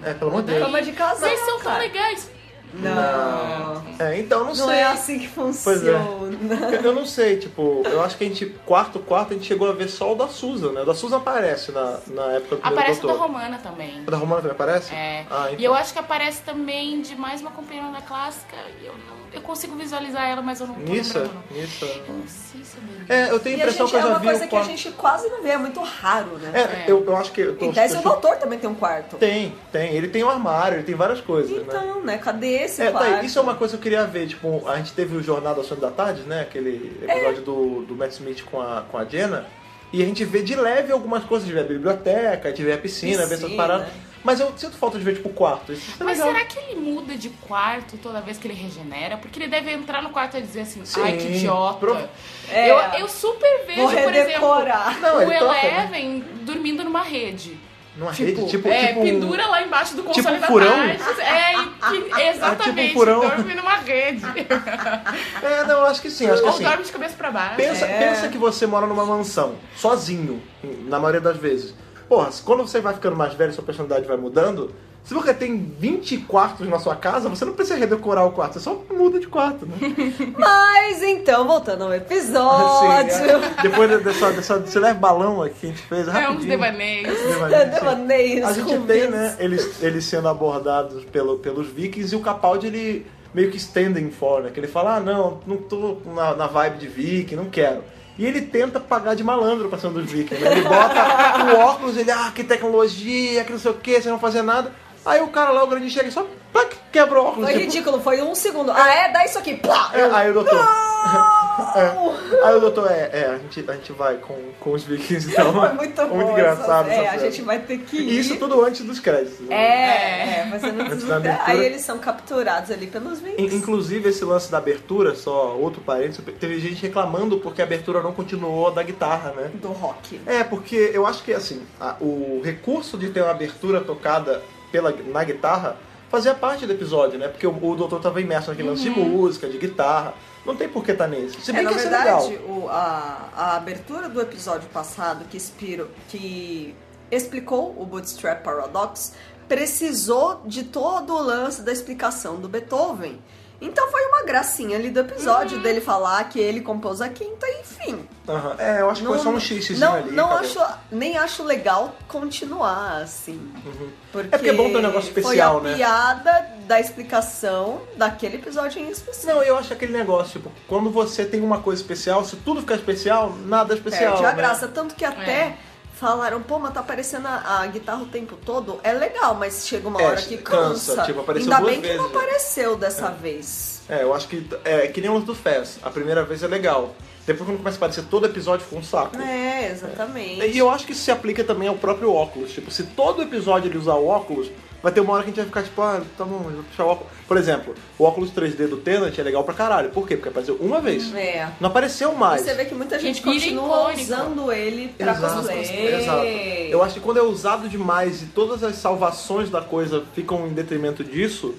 É, pelo amor de Deus.
Cama de casal.
vocês são é tão
cara.
legais.
Não.
É, então, não,
Não
sei.
é assim que
Pois é.
funciona.
Eu não sei, tipo, eu acho que a gente, quarto, quarto, a gente chegou a ver só o da Susan, né? O da Susan aparece na, na época do primeiro
Aparece o
doutor.
da Romana também.
O da Romana também aparece?
É.
Ah,
E eu acho que aparece também de mais uma companheira da clássica. E eu, não, eu consigo visualizar ela, mas eu não tô
Nissa,
lembrando. não.
Nissa.
Eu não sei se eu lembro.
É, eu
E
tenho a
a
impressão
gente,
que eu
é
já
uma
vi
coisa
o
que a
quarto.
gente quase não vê, é muito raro, né?
É, eu, eu acho que. Eu tô,
Em tese,
eu
o
tô-
doutor também tem um quarto.
Tem, tem. Ele tem um armário, ele tem várias coisas, né?
Então, né? Cadê esse
É, tá aí.
fato.
Isso é uma coisa que eu queria ver. Tipo, a gente teve o Jornal da Sônia da Tarde, né? Aquele episódio do, do Matt Smith com a, com a Jenna. E a gente vê de leve algumas coisas. Tiver a biblioteca, tiver a piscina, vê essas
Piscina.
paradas. Mas eu sinto falta de ver, tipo, o quarto. Isso é
Mas
legal.
será que ele muda de quarto toda vez que ele regenera? Porque ele deve entrar no quarto e dizer assim, ai, que
Sim.
idiota.
Pro-
É.
Eu, eu super vejo,
Vou
por exemplo,
redecorar.
Não,
o
ele toca, né?
Eleven dormindo numa rede.
Numa rede, tipo,
é,
tipo um-
pendura lá embaixo do console
tipo um
da
furão? um
tarde. É,
Ah,
e
tipo
que- exatamente,
furão.
dorme numa rede.
É, não, acho que sim, acho que
Ou
assim,
sim.
dorme de cabeça pra baixo.
Pensa, pensa que você mora numa mansão, sozinho, na maioria das vezes. Porra, se- quando você vai ficando mais velho, sua personalidade vai mudando. Se você tem 20 quartos na sua casa, você não precisa redecorar o quarto, você só muda de quarto, né?
Mas então, voltando ao episódio.
Assim, é. Depois de- dessa, dessa, desse leve balão aqui que a gente fez
É
rapidinho.
uns devaneios.
É um
Devaneio, sim.
Devaneios,
é. A gente tem,
rumores.
né, eles, eles sendo abordados pelo, pelos vikings e o Capaldi, ele meio que standing for, né? Que ele fala, ah, não, não tô na, na vibe de viking, não quero. E ele tenta pagar de malandro pra cima dos vikings, né? Ele bota o óculos, ele, ah, que tecnologia, que não sei o que, vocês não fazer nada. Aí o cara lá, o grande chega e só plac, quebra o óculos.
Foi
tipo,
ridículo, foi um segundo. Ah, é? Dá isso aqui. Plá!
é, aí o doutor. É. Aí o doutor, é, é, a gente, a gente vai com, com os vikings então.
Foi É muito bom.
Muito engraçado.
essa- É,
essa
a
cena.
gente vai ter que
E
ir.
isso tudo antes dos créditos. né?
É, é, mas eu não
Antes
preciso-
da abertura.
Aí eles são capturados ali pelos
In-
Vinks.
Inclusive, esse lance da abertura, só outro parênteses, teve gente reclamando porque a abertura não continuou da guitarra, né?
Do rock.
É, porque eu acho que, assim, a- o recurso de ter uma abertura tocada pela, na guitarra fazia parte do episódio, né? Porque o, o doutor tava imerso naquele lance de música, de guitarra. Não tem por que tá nesse. Se
É,
bem
na
que ia ser
verdade,
legal.
o- a, a abertura do episódio passado que, expiro, que explicou o Bootstrap Paradox precisou de todo o lance da explicação do Beethoven. Então foi uma gracinha ali do episódio dele falar que ele compôs a quinta, enfim.
Aham. É, eu acho que foi só um xixizinho
não,
ali.
não
acabou.
acho, nem acho legal continuar assim. Porque
É porque é bom ter um negócio especial,
foi a
né?
piada da explicação daquele episódio em específico.
Não, é eu acho aquele negócio, tipo, quando você tem uma coisa especial, se tudo ficar especial, nada é especial.
Perde a
né?
graça. Tanto que até falaram, pô, mas tá aparecendo a, a guitarra o tempo todo. É legal, mas chega uma
É,
hora que
cansa,
cansa.
tipo, apareceu
Ainda
duas
bem que não
vezes já.
apareceu dessa vez.
É, eu acho que é que nem o lance do Fez. A primeira vez é legal. Depois quando começa a aparecer todo episódio fica um saco.
É, exatamente.
E eu acho que isso se aplica também ao próprio óculos. Tipo, se todo episódio ele usar o óculos, vai ter uma hora que a gente vai ficar tipo, ah, tá bom, eu vou puxar o óculos. Por exemplo, o óculos 3D do Tenant é legal pra caralho. Por quê? Porque apareceu uma vez.
É.
Não apareceu mais.
Você vê que muita gente
vira
continua
icônico.
usando ele pra cosplay.
exato. Eu acho que quando é usado demais e todas as salvações da coisa ficam em detrimento disso,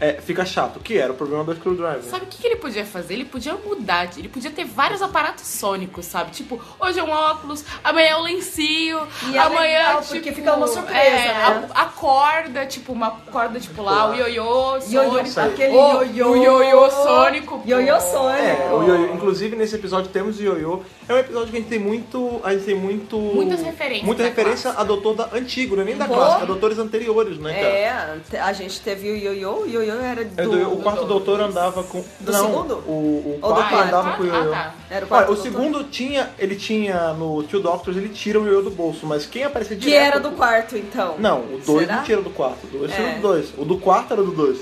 é, fica chato. Que era o problema do Screwdriver.
Sabe o que, que ele podia fazer? Ele podia mudar, de- ele podia ter vários aparatos sônicos, sabe? Tipo, hoje é um óculos, amanhã é um lencinho,
E é
amanhã
legal,
tipo,
porque fica uma surpresa,
é,
né?
a, a corda, tipo uma corda tipo lá, o ioiô,
Ioiô,
sônico.
Isso aí.
aquele
O-
ioiô.
o ioiô sônico, pô.
Ioiô sônico.
É, o ioiô. Inclusive, nesse episódio temos o ioiô. É um episódio que a gente tem muito. A gente tem muito.
Muitas referências
Muita
da
referência
clássica.
a doutor da, antigo, não é nem da
Pô.
clássica, a doutores anteriores, né, cara?
É, a gente teve o ioiô. O ioiô era do...
É do- o quarto doutor andava com.
Do
não,
segundo?
O, o
Ou do
quarto
quarto?
andava com o ioiô.
Ah, tá.
Era
Olha,
o quarto
o
doutor.
segundo tinha. Ele tinha no Tio Doctors, ele tira o ioiô do bolso, mas quem aparecia
Que
direto.
era do quarto, então.
Não, o dois
Será?
não tira do quarto. O dois tira
É.
do dois. O do quarto era do dois.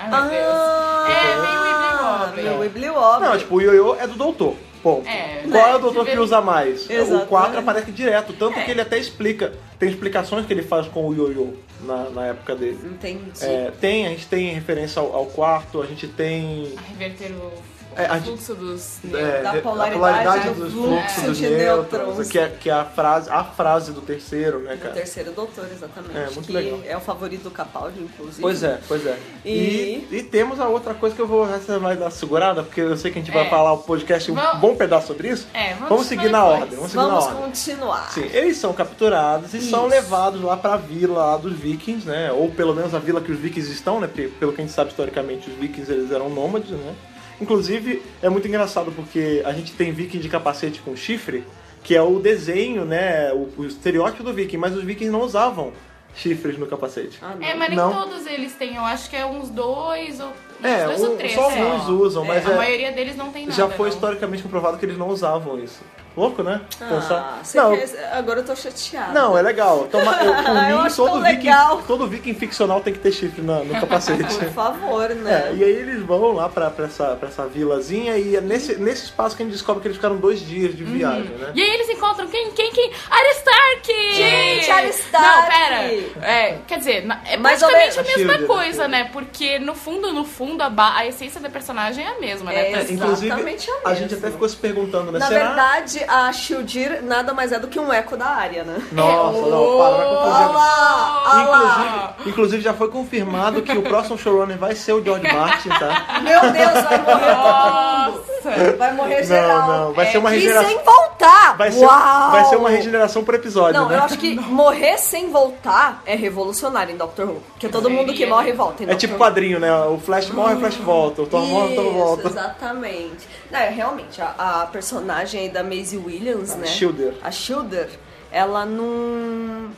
Ai, meu Deus.
Ah,
É, meio Wibbly Wobbly.
meio Wibbly Wobbly.
Não, tipo, o ioiô é do doutor. Ponto.
É,
Qual é
né,
o doutor
de
que
ver-
usa mais?
Exato,
O 4
né?
aparece direto, tanto
É.
que ele até explica. Tem explicações que ele faz com o ioiô na, na época dele.
Entendi.
É, tem, a gente tem referência ao, ao quarto, a gente tem.
Ah.
A Reverter o, o
É, a
fluxo dos...
é,
da
re-
polaridade do
dos
fluxo
fluxos dos
de
nêutrons,
nêutrons.
que é, que é a, frase, a frase do terceiro, né,
Do
cara?
terceiro doutor, exatamente.
É, muito
que
legal.
é o favorito do Capaldi, inclusive.
Pois é, pois é. E...
E-
E, temos a outra coisa que eu vou. Essa vai dar segurada, porque eu sei que a gente vai
É.
falar o podcast um
Vamos-
bom pedaço sobre isso.
É, vamos
seguir
falar
na
depois.
ordem. Vamos seguir na
Vamos
ordem.
continuar.
Sim, eles são capturados e são
Isso.
levados lá pra vila lá dos vikings, né? Ou pelo menos a vila que os vikings estão, né? Porque, pelo que a gente sabe historicamente, os vikings eles eram nômades, né? Inclusive, é muito engraçado porque a gente tem viking de capacete com chifre, que é o desenho, né? O, o estereótipo do viking, mas os vikings não usavam chifres no capacete.
Ah, não.
É, mas nem
Não.
todos eles têm, eu acho que é uns dois ou... Uns
É,
dois
um-
ou três,
só
é.
alguns usam, mas
a
é-
maioria deles não tem nada,
Já foi
não.
historicamente comprovado que eles não usavam isso. Louco, né?
Ah, você
Não,
quer- Agora eu tô chateada.
não, é legal. Toma, eu, por
Ah, eu
mim,
acho
todo
tão
viking,
legal.
todo viking ficcional tem que ter chifre na- no capacete.
Por favor, né?
É, e aí eles vão lá pra, pra, essa, pra essa vilazinha e é nesse, nesse espaço que a gente descobre que eles ficaram dois dias
Uhum.
de viagem, né?
E aí eles encontram quem? Quem? Quem? Aristark!
Gente,
Não,
Aristark!
pera. É, quer dizer, na- é
Mais ou
praticamente a
menos.
mesma
Shield,
coisa,
né?
né? Porque no fundo, no fundo, a, ba- a essência da personagem é a mesma, né?
É,
Tanto-
exato.
Inclusive,
Exatamente a
a gente
mesma.
até ficou se perguntando, né?
Na
será?
verdade, a Shieldir nada mais é do que um eco da área, né?
Nossa, não, para, vai
Olha
confundir.
lá! Olha lá!
Inclusive, inclusive, já foi confirmado que o próximo showrunner vai ser o George Martin, tá?
Meu Deus, vai morrer todo mundo!
Nossa!
Vai morrer
Não,
geral.
não, vai ser uma
E
regeneração.
sem voltar!
Vai ser,
Uau!
vai ser uma regeneração por episódio,
Não,
né?
eu acho que morrer sem voltar é revolucionário em Doctor Who. Porque todo mundo que
Seria,
morre volta. Em
É
Doctor
tipo
Who.
quadrinho, né? O Flash morre, o Flash volta. O Thor morre, o Thor
Isso,
volta.
Exatamente. Não, é, realmente, a, a personagem aí da Maisie Williams, né?
Shielder.
A Shielder, ela não.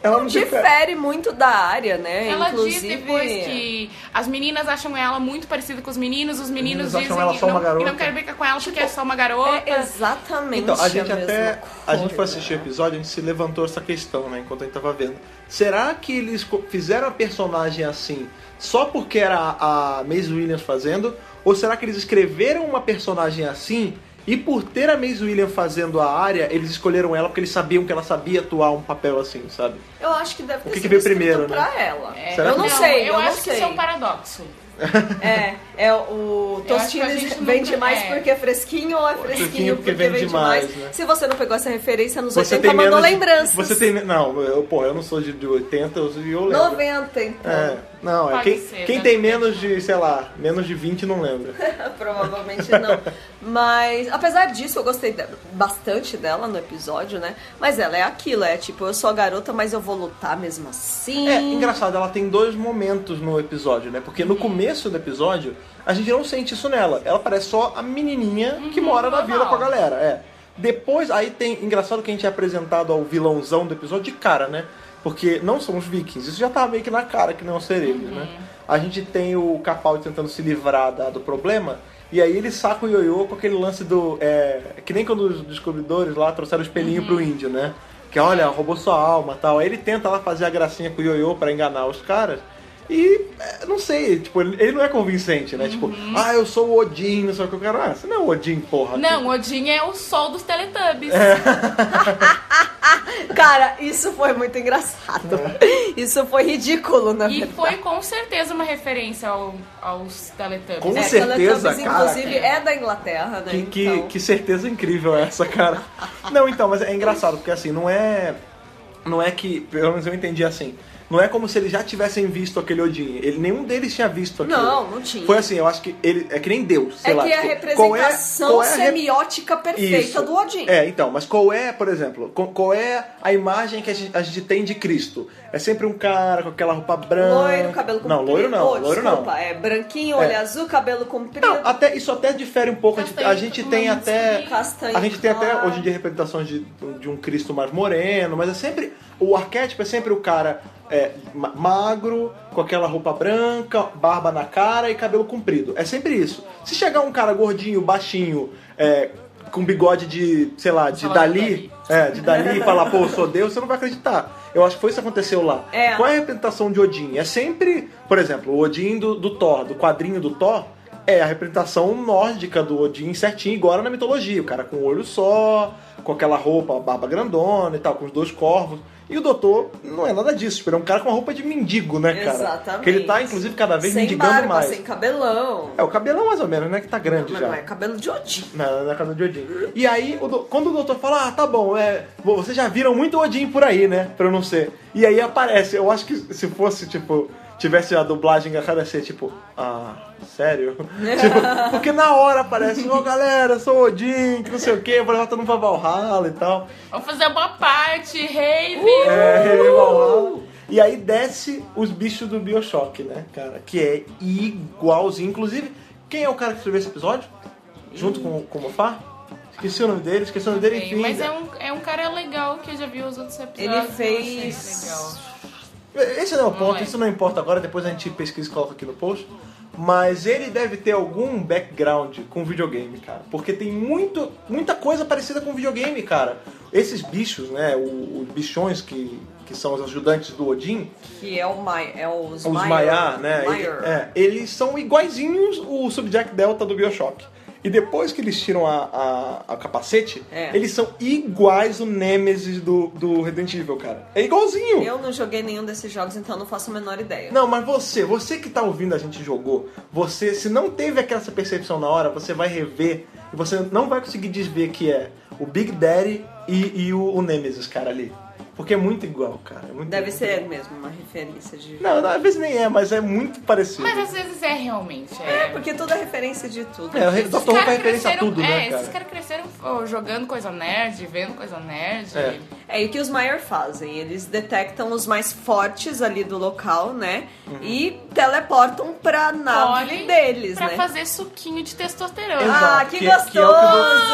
Ela
não
tem
difere muito da área, né?
Ela
Inclusive,
diz depois que as meninas acham ela muito parecida com os meninos, os meninos
Meninos
dizem
acham ela
que,
só
não,
uma garota.
que não querem brincar com ela porque é só uma garota.
É exatamente
Então, a gente
mesma
até. A gente foi
coisa.
assistir o episódio, a gente se levantou essa questão, né? Enquanto a gente tava vendo. Será que eles co- fizeram a personagem assim só porque era a a Maisie Williams fazendo? Ou será que eles escreveram uma personagem assim e por ter a Maisie Williams fazendo a área, eles escolheram ela porque eles sabiam que ela sabia atuar um papel assim, sabe?
Eu acho que deve ter
que que
sido
veio
escrito
primeiro, né?
pra ela.
É,
Será
eu
que-
não, sei,
Eu,
eu,
acho
não
que
sei.
isso é um paradoxo.
É, é o
Eu acho que a
Tostines
gente não-
vende mais
é.
porque é fresquinho ou é fresquinho porque, vende, mais.
né?
Se você não pegou essa referência nos 80, mandou lembranças.
Você tem. Não, eu, pô, eu não sou de, de 80, eu, sou- eu lembro.
90, então.
É, não, é.
Pode
Quem,
ser,
quem
né?
tem menos de, sei lá, menos de 20 não lembra.
Provavelmente não. Mas, apesar disso, eu gostei de- bastante dela no episódio, né? Mas ela é aquilo, é tipo, eu sou a garota, mas eu vou lutar mesmo assim.
É engraçado, ela tem dois momentos no episódio, né? Porque no começo do episódio, a gente não sente isso nela. Ela parece só a menininha que mora na
normal.
vila com a galera, é. Depois, aí tem. Engraçado que a gente é apresentado ao vilãozão do episódio de cara, né? Porque não são os vikings, isso já tá meio que na cara que não ser eles, né? A gente tem o Capaldi tentando se livrar da- do problema, e aí ele saca o ioiô com aquele lance do. É, que nem quando os descobridores lá trouxeram o espelhinho pro índio, né? Que olha, roubou sua alma e tal. Aí ele tenta lá fazer a gracinha com o ioiô pra enganar os caras. E é, não sei, tipo, ele, ele não é convincente, né? Tipo, ah, eu sou o Odin, não sei o que eu quero. Ah, você não é o Odin, porra.
Não, Odin é o sol dos Teletubbies.
É.
Ah, Cara, isso foi muito engraçado.
É.
Isso foi ridículo, na
E
verdade.
foi com certeza uma referência ao- aos Teletubbies.
Com
É,
certeza,
Teletubbies,
cara.
Inclusive, é da Inglaterra, né?
Que, que,
então...
que certeza incrível é essa, cara. Não, então, mas é engraçado, porque assim, não é. Não é que. Pelo menos eu entendi assim. Não é como se eles já tivessem visto aquele Odin. Ele, nenhum deles tinha visto aquilo.
Não, não tinha.
Foi assim, eu acho que ele. É que nem Deus. Sei
é
lá,
que é a
tipo, qual é,
representação
qual é a rep-
semiótica perfeita
Isso.
do Odin.
É, então, mas qual é, por exemplo, qual, qual é a imagem que a gente, a gente tem de Cristo? É sempre um cara com aquela roupa branca.
Loiro, cabelo comprido.
Não, loiro não,
Oh,
loiro
desculpa,
não.
É branquinho,
É.
olho azul, cabelo comprido.
Não, até, isso até difere um pouco. A gente, a gente tem até.
Castanho
A gente tem até
claro.
hoje em dia representações de, de um Cristo mais moreno, mas é sempre. O arquétipo é sempre o cara é, ma- magro, com aquela roupa branca, barba na cara e cabelo comprido. É sempre isso. Se chegar um cara gordinho, baixinho, é, com bigode de, sei lá, de
Fala
Dali, é, de Dali e falar, pô, eu sou Deus, você não vai acreditar. Eu acho que foi isso que aconteceu lá.
É.
Qual é a representação de Odin? É sempre, por exemplo, o Odin do, do Thor, do quadrinho do Thor, é a representação nórdica do Odin certinho, igual era na mitologia. O cara com o olho só, com aquela roupa, a barba grandona e tal, com os dois corvos. E o doutor não é nada disso, tipo, ele é um cara com uma roupa de mendigo, né, cara?
Exatamente.
Que ele tá, inclusive, cada vez
sem
mendigando
barba,
mais.
Sem cabelão.
É, o cabelão mais ou menos, né, que tá grande
Mas
já
não é cabelo de Odin.
na, na casa de Odin. E aí, o do- quando o doutor fala, ah, tá bom, é, vo- vocês já viram muito Odin por aí, né? Pra eu não ser. E aí aparece, eu acho que se fosse, tipo, tivesse a dublagem engraçada, ia ser tipo, ah, sério? tipo, porque na hora aparece, ô galera, eu sou Odin, que não sei o quê, vou levar todo mundo pra Valhalla e tal.
Vamos fazer uma parte, rave.
É, ele Valhalla. E aí desce os bichos do Bioshock, né, cara? Que é igualzinho. Inclusive, quem é o cara que escreveu esse episódio? Junto com, com o Mofá? Esqueci o nome dele, esqueci o nome dele, enfim.
Mas é um, é um cara legal que eu já vi os outros episódios. eu achei
fez-
Legal.
Esse não é o ponto,
é.
isso não importa agora, depois a gente pesquisa e coloca aqui no post. Mas ele deve ter algum background com videogame, cara. Porque tem muito, muita coisa parecida com videogame, cara. Esses bichos, né? o- Os bichões que, que são os ajudantes do Odin,
Que é o Mai, é os,
os
Maiar,
Maiar, né?
Maiar.
é, eles são iguaizinhos o Subjack Delta do Bioshock. E depois que eles tiram a, a, a capacete,
É.
eles são iguais o Nemesis do, do Resident Evil, cara. É igualzinho!
Eu não joguei nenhum desses jogos, então não faço a menor ideia.
Não, mas você, você que tá ouvindo a gente jogou, você, se não teve aquela essa percepção na hora, você vai rever e você não vai conseguir desver que é o Big Daddy e, e o, o Nemesis, cara, ali. Porque é muito igual, cara. É muito,
Deve
muito
ser
igual.
mesmo uma referência de.
Não, não, às vezes nem é, mas é muito parecido.
Mas às vezes é realmente.
É, porque tudo é referência de tudo.
É, o Re-
Esses
Dr. Who
caras
faz referência a
cresceram-
tudo,
é,
né,
Esses
cara?
caras cresceram ó, jogando coisa nerd, vendo coisa nerd.
É.
É, e o que os Maior fazem? Eles detectam os mais fortes ali do local, né?
Uhum.
E teleportam pra
Ah,
nave
Colhem
deles,
pra
né?
fazer suquinho de testosterona.
Ah,
Exato,
que,
que- que é o
gostoso!
que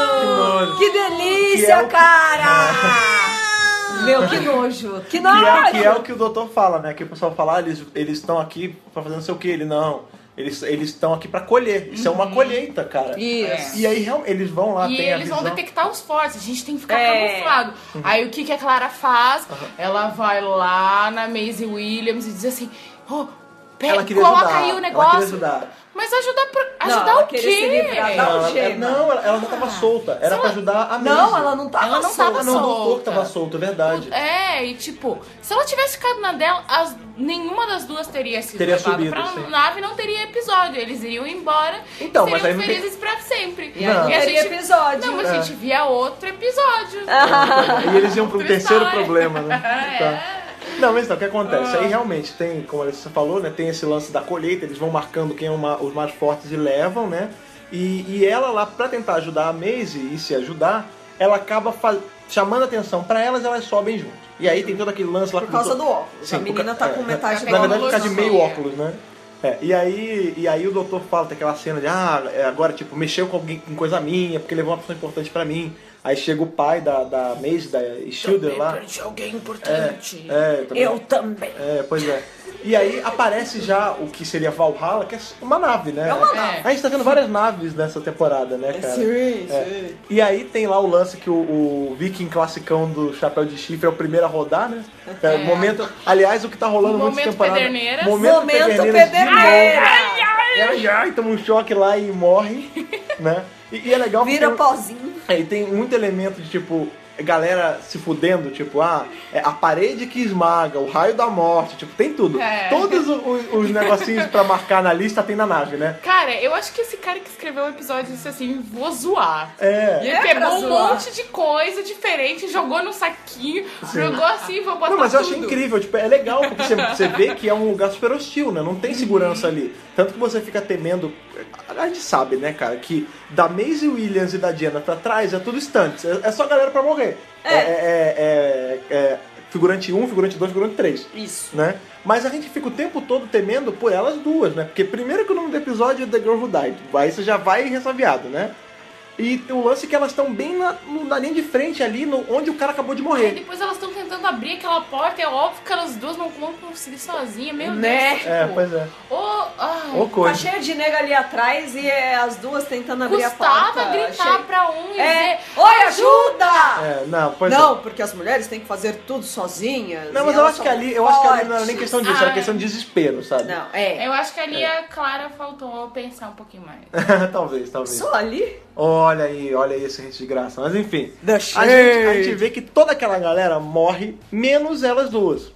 eu-
Que,
que que
delícia,
é o que-
cara! Meu, que nojo! Que nojo!
Que é, que é o que o doutor fala, né? Que o pessoal fala, ah, eles eles estão aqui pra fazer não sei o que. Ele, não. Eles eles estão aqui pra colher. Isso é uma colheita, cara.
Isso.
E aí, realmente, eles vão lá,
E
tem a
eles
visão. Uhum.
vão detectar os fortes, a gente tem que ficar
É.
camuflado. Aí o que, que a Clara faz? Ela vai lá na Maisie Williams e diz assim: oh, pe-
Ela queria
coloca
ajudar,
aí
ela
o negócio.
queria ajudar.
Mas ajudar pra-
Não,
ajudar
ela
o quê?
queria se livrar da-
Não, ela- é,
algema.
não, ela, ela não tava solta. Era pra ajudar a mesa.
Não, ela não tava
Ela não
solta.
tava
Ah, não, o doutor que
solta.
tava solto, é verdade.
É, e tipo, se ela tivesse ficado na dela, as- nenhuma das duas teria sido
Teria
levada
subido,
pra
sim.
nave não teria episódio. Eles iriam embora
Então,
e
mas aí
seriam
não tem-
felizes pra sempre.
E aí não
a
teria episódio.
Não, mas a
É.
gente via outro episódio.
E eles iam pro
Outra
terceiro
história.
problema, né?
É.
Tá. Não, mas então, o que acontece? Aí realmente tem, como você falou, né? Tem esse lance da colheita, eles vão marcando quem é uma- os mais fortes e levam, né? E, e ela lá, pra tentar ajudar a Maisie e se ajudar, ela acaba fa- chamando atenção pra elas elas sobem junto. E aí tem todo aquele lance lá
Por
com-
causa do óculos. a
Sim,
menina
por
tá
ca-
com
é,
metade
é,
do
Na verdade, por causa de
Tecnologia.
meio óculos, né? É, e, aí, e aí o doutor fala, tem aquela cena de, ah, é, agora, tipo, mexeu com alguém com coisa minha, porque levou uma pessoa importante pra mim. Aí chega o pai da, da Maze, da Schilder lá.
Perdi alguém importante.
É, também.
Eu também.
É, pois é. E aí aparece já o que seria Valhalla, que é uma nave, né?
É uma
nave.
A gente tá vendo várias naves nessa temporada, né, cara?
Sim,
É.
sim.
E aí tem lá o lance que o, o Viking classicão do Chapéu de Chifre é o primeiro a rodar, né? É, Momento, aliás, o que tá rolando muito
Momento
essa temporada.
Pederneiras.
Momento
Pederneiras de novo.
Pederneiras.
Ai, ai, ai, toma um choque lá e morre, né? E, e é legal
Vira
porque-
pozinho.
é, e tem muito elemento de tipo. Galera se fudendo, tipo, ah, é a parede que esmaga, o raio da morte, tipo, tem tudo.
É.
Todos o- o- os, negocinhos pra marcar na lista tem na nave, né?
Cara, eu acho que esse cara que escreveu o episódio disse assim: vou zoar.
É.
E
É
ele pegou
pra
um
zoar.
monte de coisa diferente, jogou no saquinho, jogou assim, vou botar
Não, mas eu achei
tudo.
incrível, tipo, é legal, porque você, você vê que é um lugar super hostil, né? Não tem segurança ali. Tanto que você fica temendo. A gente sabe, né, cara, que da Maisie Williams e da Diana pra trás é tudo stunts. É, é só galera pra morrer. É. é- é- é- é figurante 1, figurante 2, figurante 3.
Isso.
né? Mas a gente fica o tempo todo temendo por elas duas, né? Porque primeiro que o nome do episódio é The Girl Who Died, aí você já vai ressabiado, né? E o lance é que elas estão bem na, no- na linha de frente ali, no, onde o cara acabou de
Aí
morrer.
depois elas estão tentando abrir aquela porta, é óbvio que elas duas não vão conseguir sozinhas, meu
Né?
Deus. tipo,
É, pois é.
Ô, ai,
Ô
Tá
coisa.
cheia de nega ali atrás e é, as duas tentando abrir a porta.
custava gritar
Achei-
pra um e
É.
dizer...
Oi, ajuda!
É, não, pois é.
não, porque as mulheres têm que fazer tudo sozinhas.
Não,
e
mas eu
elas
acho
são
que ali, eu acho que ali não era
fortes.
nem questão disso, era
Ah.
questão de desespero, sabe?
Não, é.
Eu acho que ali a Clara faltou pensar um pouquinho mais.
talvez, talvez.
Só ali?
Olha aí, olha aí esse gente de graça. Mas enfim.
Da
a gente, a gente vê que toda aquela galera morre, menos elas duas.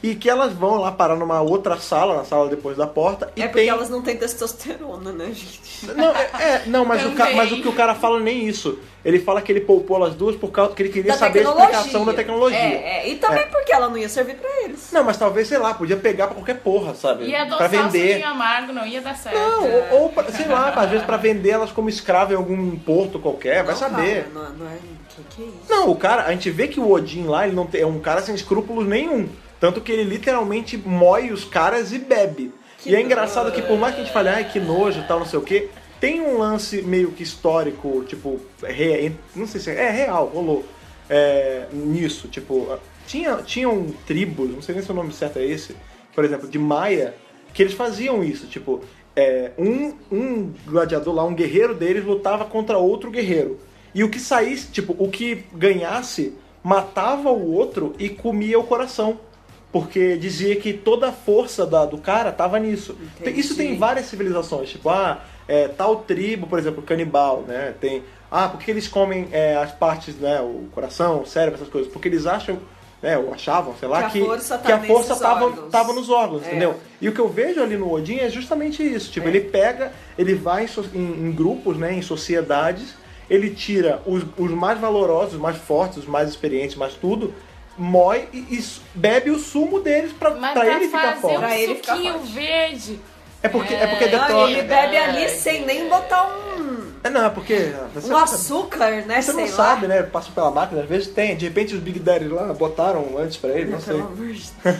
E que elas vão lá parar numa outra sala, na sala depois da porta, e
é porque
tem.
elas não têm testosterona, né, gente?
Não, é, é, não mas, o ca-
Também.
mas o que o cara fala nem isso. Ele fala que ele poupou elas duas por causa que ele queria saber a explicação da tecnologia.
É, é. E também porque ela não ia servir pra eles.
Não, mas talvez, sei lá, podia pegar pra qualquer porra, sabe?
E
pra
adoçar o
vender.
suquinho amargo não ia dar certo.
Não, ou, ou pra- sei lá, às vezes pra vender elas como escrava em algum porto qualquer, É, vai
Não,
saber.
cara, não, não é. Que que é isso?
Não, o cara, a gente vê que o Odin lá, ele não tem, é um cara sem escrúpulos nenhum. Tanto que ele literalmente moe os caras e bebe.
Que
e é engraçado que por mais que a gente fale, ai, que nojo, tal, não sei o quê, tem um lance meio que histórico, tipo, re- não sei se é, é real, rolou é, nisso. Tipo, tinha, um tinham tribos, não sei nem se o nome certo é esse, por exemplo, de Maia, que eles faziam isso, tipo, é, um, um gladiador lá, um guerreiro deles, lutava contra outro guerreiro. E o que saísse, tipo, o que ganhasse, matava o outro e comia o coração. Porque dizia que toda a força da- do cara tava nisso. Tem- Isso tem várias civilizações, tipo, ah, é, tal tribo, por exemplo, canibal, né? Tem. Ah, por que eles comem é, as partes, né? O coração, o cérebro, essas coisas? Porque eles acham, né? Ou achavam, sei lá,
Que a
que,
força tá
que a
nesses
força tava,
órgãos.
tava nos órgãos,
É.
entendeu? E o que eu vejo ali no Odin é justamente isso. Tipo, ele pega, ele vai em, so- em- em grupos, né, em sociedades, ele tira os, os mais valorosos, os mais fortes, os mais experientes, mais tudo, mói e, e s- bebe o sumo deles pra,
Mas
pra ele
fazer
ficar forte.
Pra ele
um
ficar
suquinho
forte.
verde.
É porque é porque
Não, ele
detona.
bebe
É.
ali sem nem botar um,
É, não, é porque você,
um açúcar, né?
você
sei
não
lá.
sabe, né? Passa pela máquina, às vezes tem, de repente os Big Daddy lá botaram antes pra ele, não sei.
Pelo amor de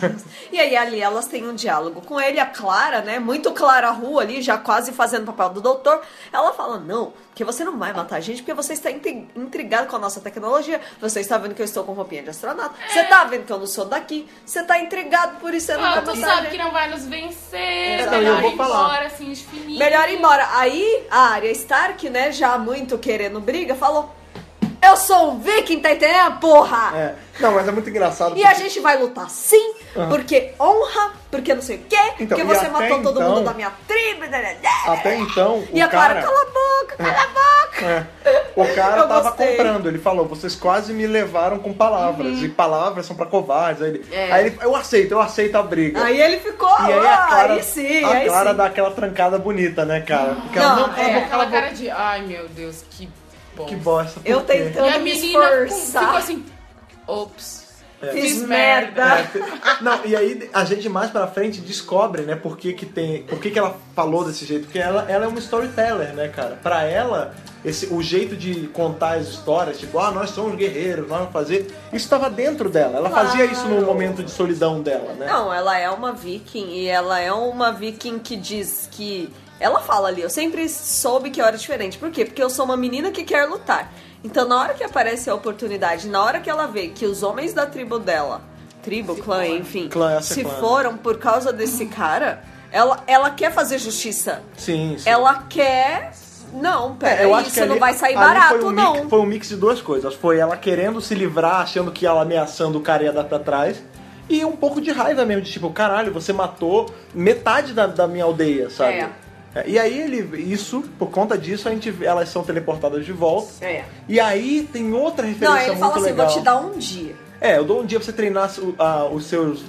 Deus. E aí ali elas têm um diálogo com ele, a Clara, né? Muito Clara Rua ali, já quase fazendo o papel do doutor. Ela fala: não, porque você não vai matar a gente, porque você está intri- intrigado com a nossa tecnologia. Você está vendo que eu estou com roupinha de astronauta. Você está vendo que eu não sou daqui. Você está intrigado por isso, você
Ah,
nunca
tu
vai
sabe que não vai nos
Exato.
vencer. melhor
Então, Eu vou
ir
falar.
embora, assim, de fininho.
Melhor ir embora. Aí a Arya Stark, né, já muito querendo briga, falou: eu sou um viking, tá entendendo, porra?
É. Não, mas é muito engraçado.
E a
porque-
gente vai lutar sim, porque honra, porque não sei o quê,
Então,
porque
e
você
até
matou todo
então-
mundo da minha tribo. né, né, né.
Até então,
E
o
a Clara,
cara...
cala a boca, cala a boca.
É. O cara
Eu
tava
gostei. Uhum.
comprando, ele falou, vocês quase me levaram com palavras, e palavras são pra covardes. Aí ele,
É.
aí ele, eu aceito, eu aceito a briga.
Aí ele ficou,
e aí
ah,
a Clara,
aí sim,
a
aí
Clara
sim.
dá aquela trancada bonita, né, cara? Porque ela,
Não,
não, cala a
É,
boca, cala a
aquela
boca.
cara de, ai meu Deus, que bom.
Que bosta. por
Eu
quê?
tentando
E a
me
menina com- ficou
esforçar,
assim, ops.
É.
fiz merda.
Não, e aí a gente mais pra frente descobre, né, por que que tem, por que que ela falou desse jeito, porque ela, ela é uma storyteller, né, cara? Pra ela, esse, o jeito de contar as histórias, tipo, ah, nós somos guerreiros, nós vamos fazer, isso tava dentro dela, ela fazia isso no momento de solidão dela, né?
Não, ela é uma viking e ela é uma viking que diz que. Ela fala ali, eu sempre soube que eu era diferente. Por quê? Porque eu sou uma menina que quer lutar. Então, na hora que aparece a oportunidade, na hora que ela vê que os homens da tribo dela, tribo, clã, enfim,
Clã, essa
se
clã, né?
foram por causa desse cara, ela, ela quer fazer justiça.
Sim, sim.
Ela quer. Não, pera,
É, eu acho
É isso
que ali-
não vai sair
ali
barato,
foi um
não.
Mix, foi um mix de duas coisas. Foi ela querendo se livrar, achando que ela ameaçando o cara ia dar pra trás. E um pouco de raiva mesmo, de tipo, caralho, você matou metade da, da minha aldeia, sabe?
É.
É, E aí ele. Isso, por conta disso, a gente, elas são teleportadas de volta.
É.
E aí tem outra
Não,
referência
aí ele
muito
fala assim:
legal.
vou te dar um dia.
É, eu dou um dia pra você treinar o- a- os seus.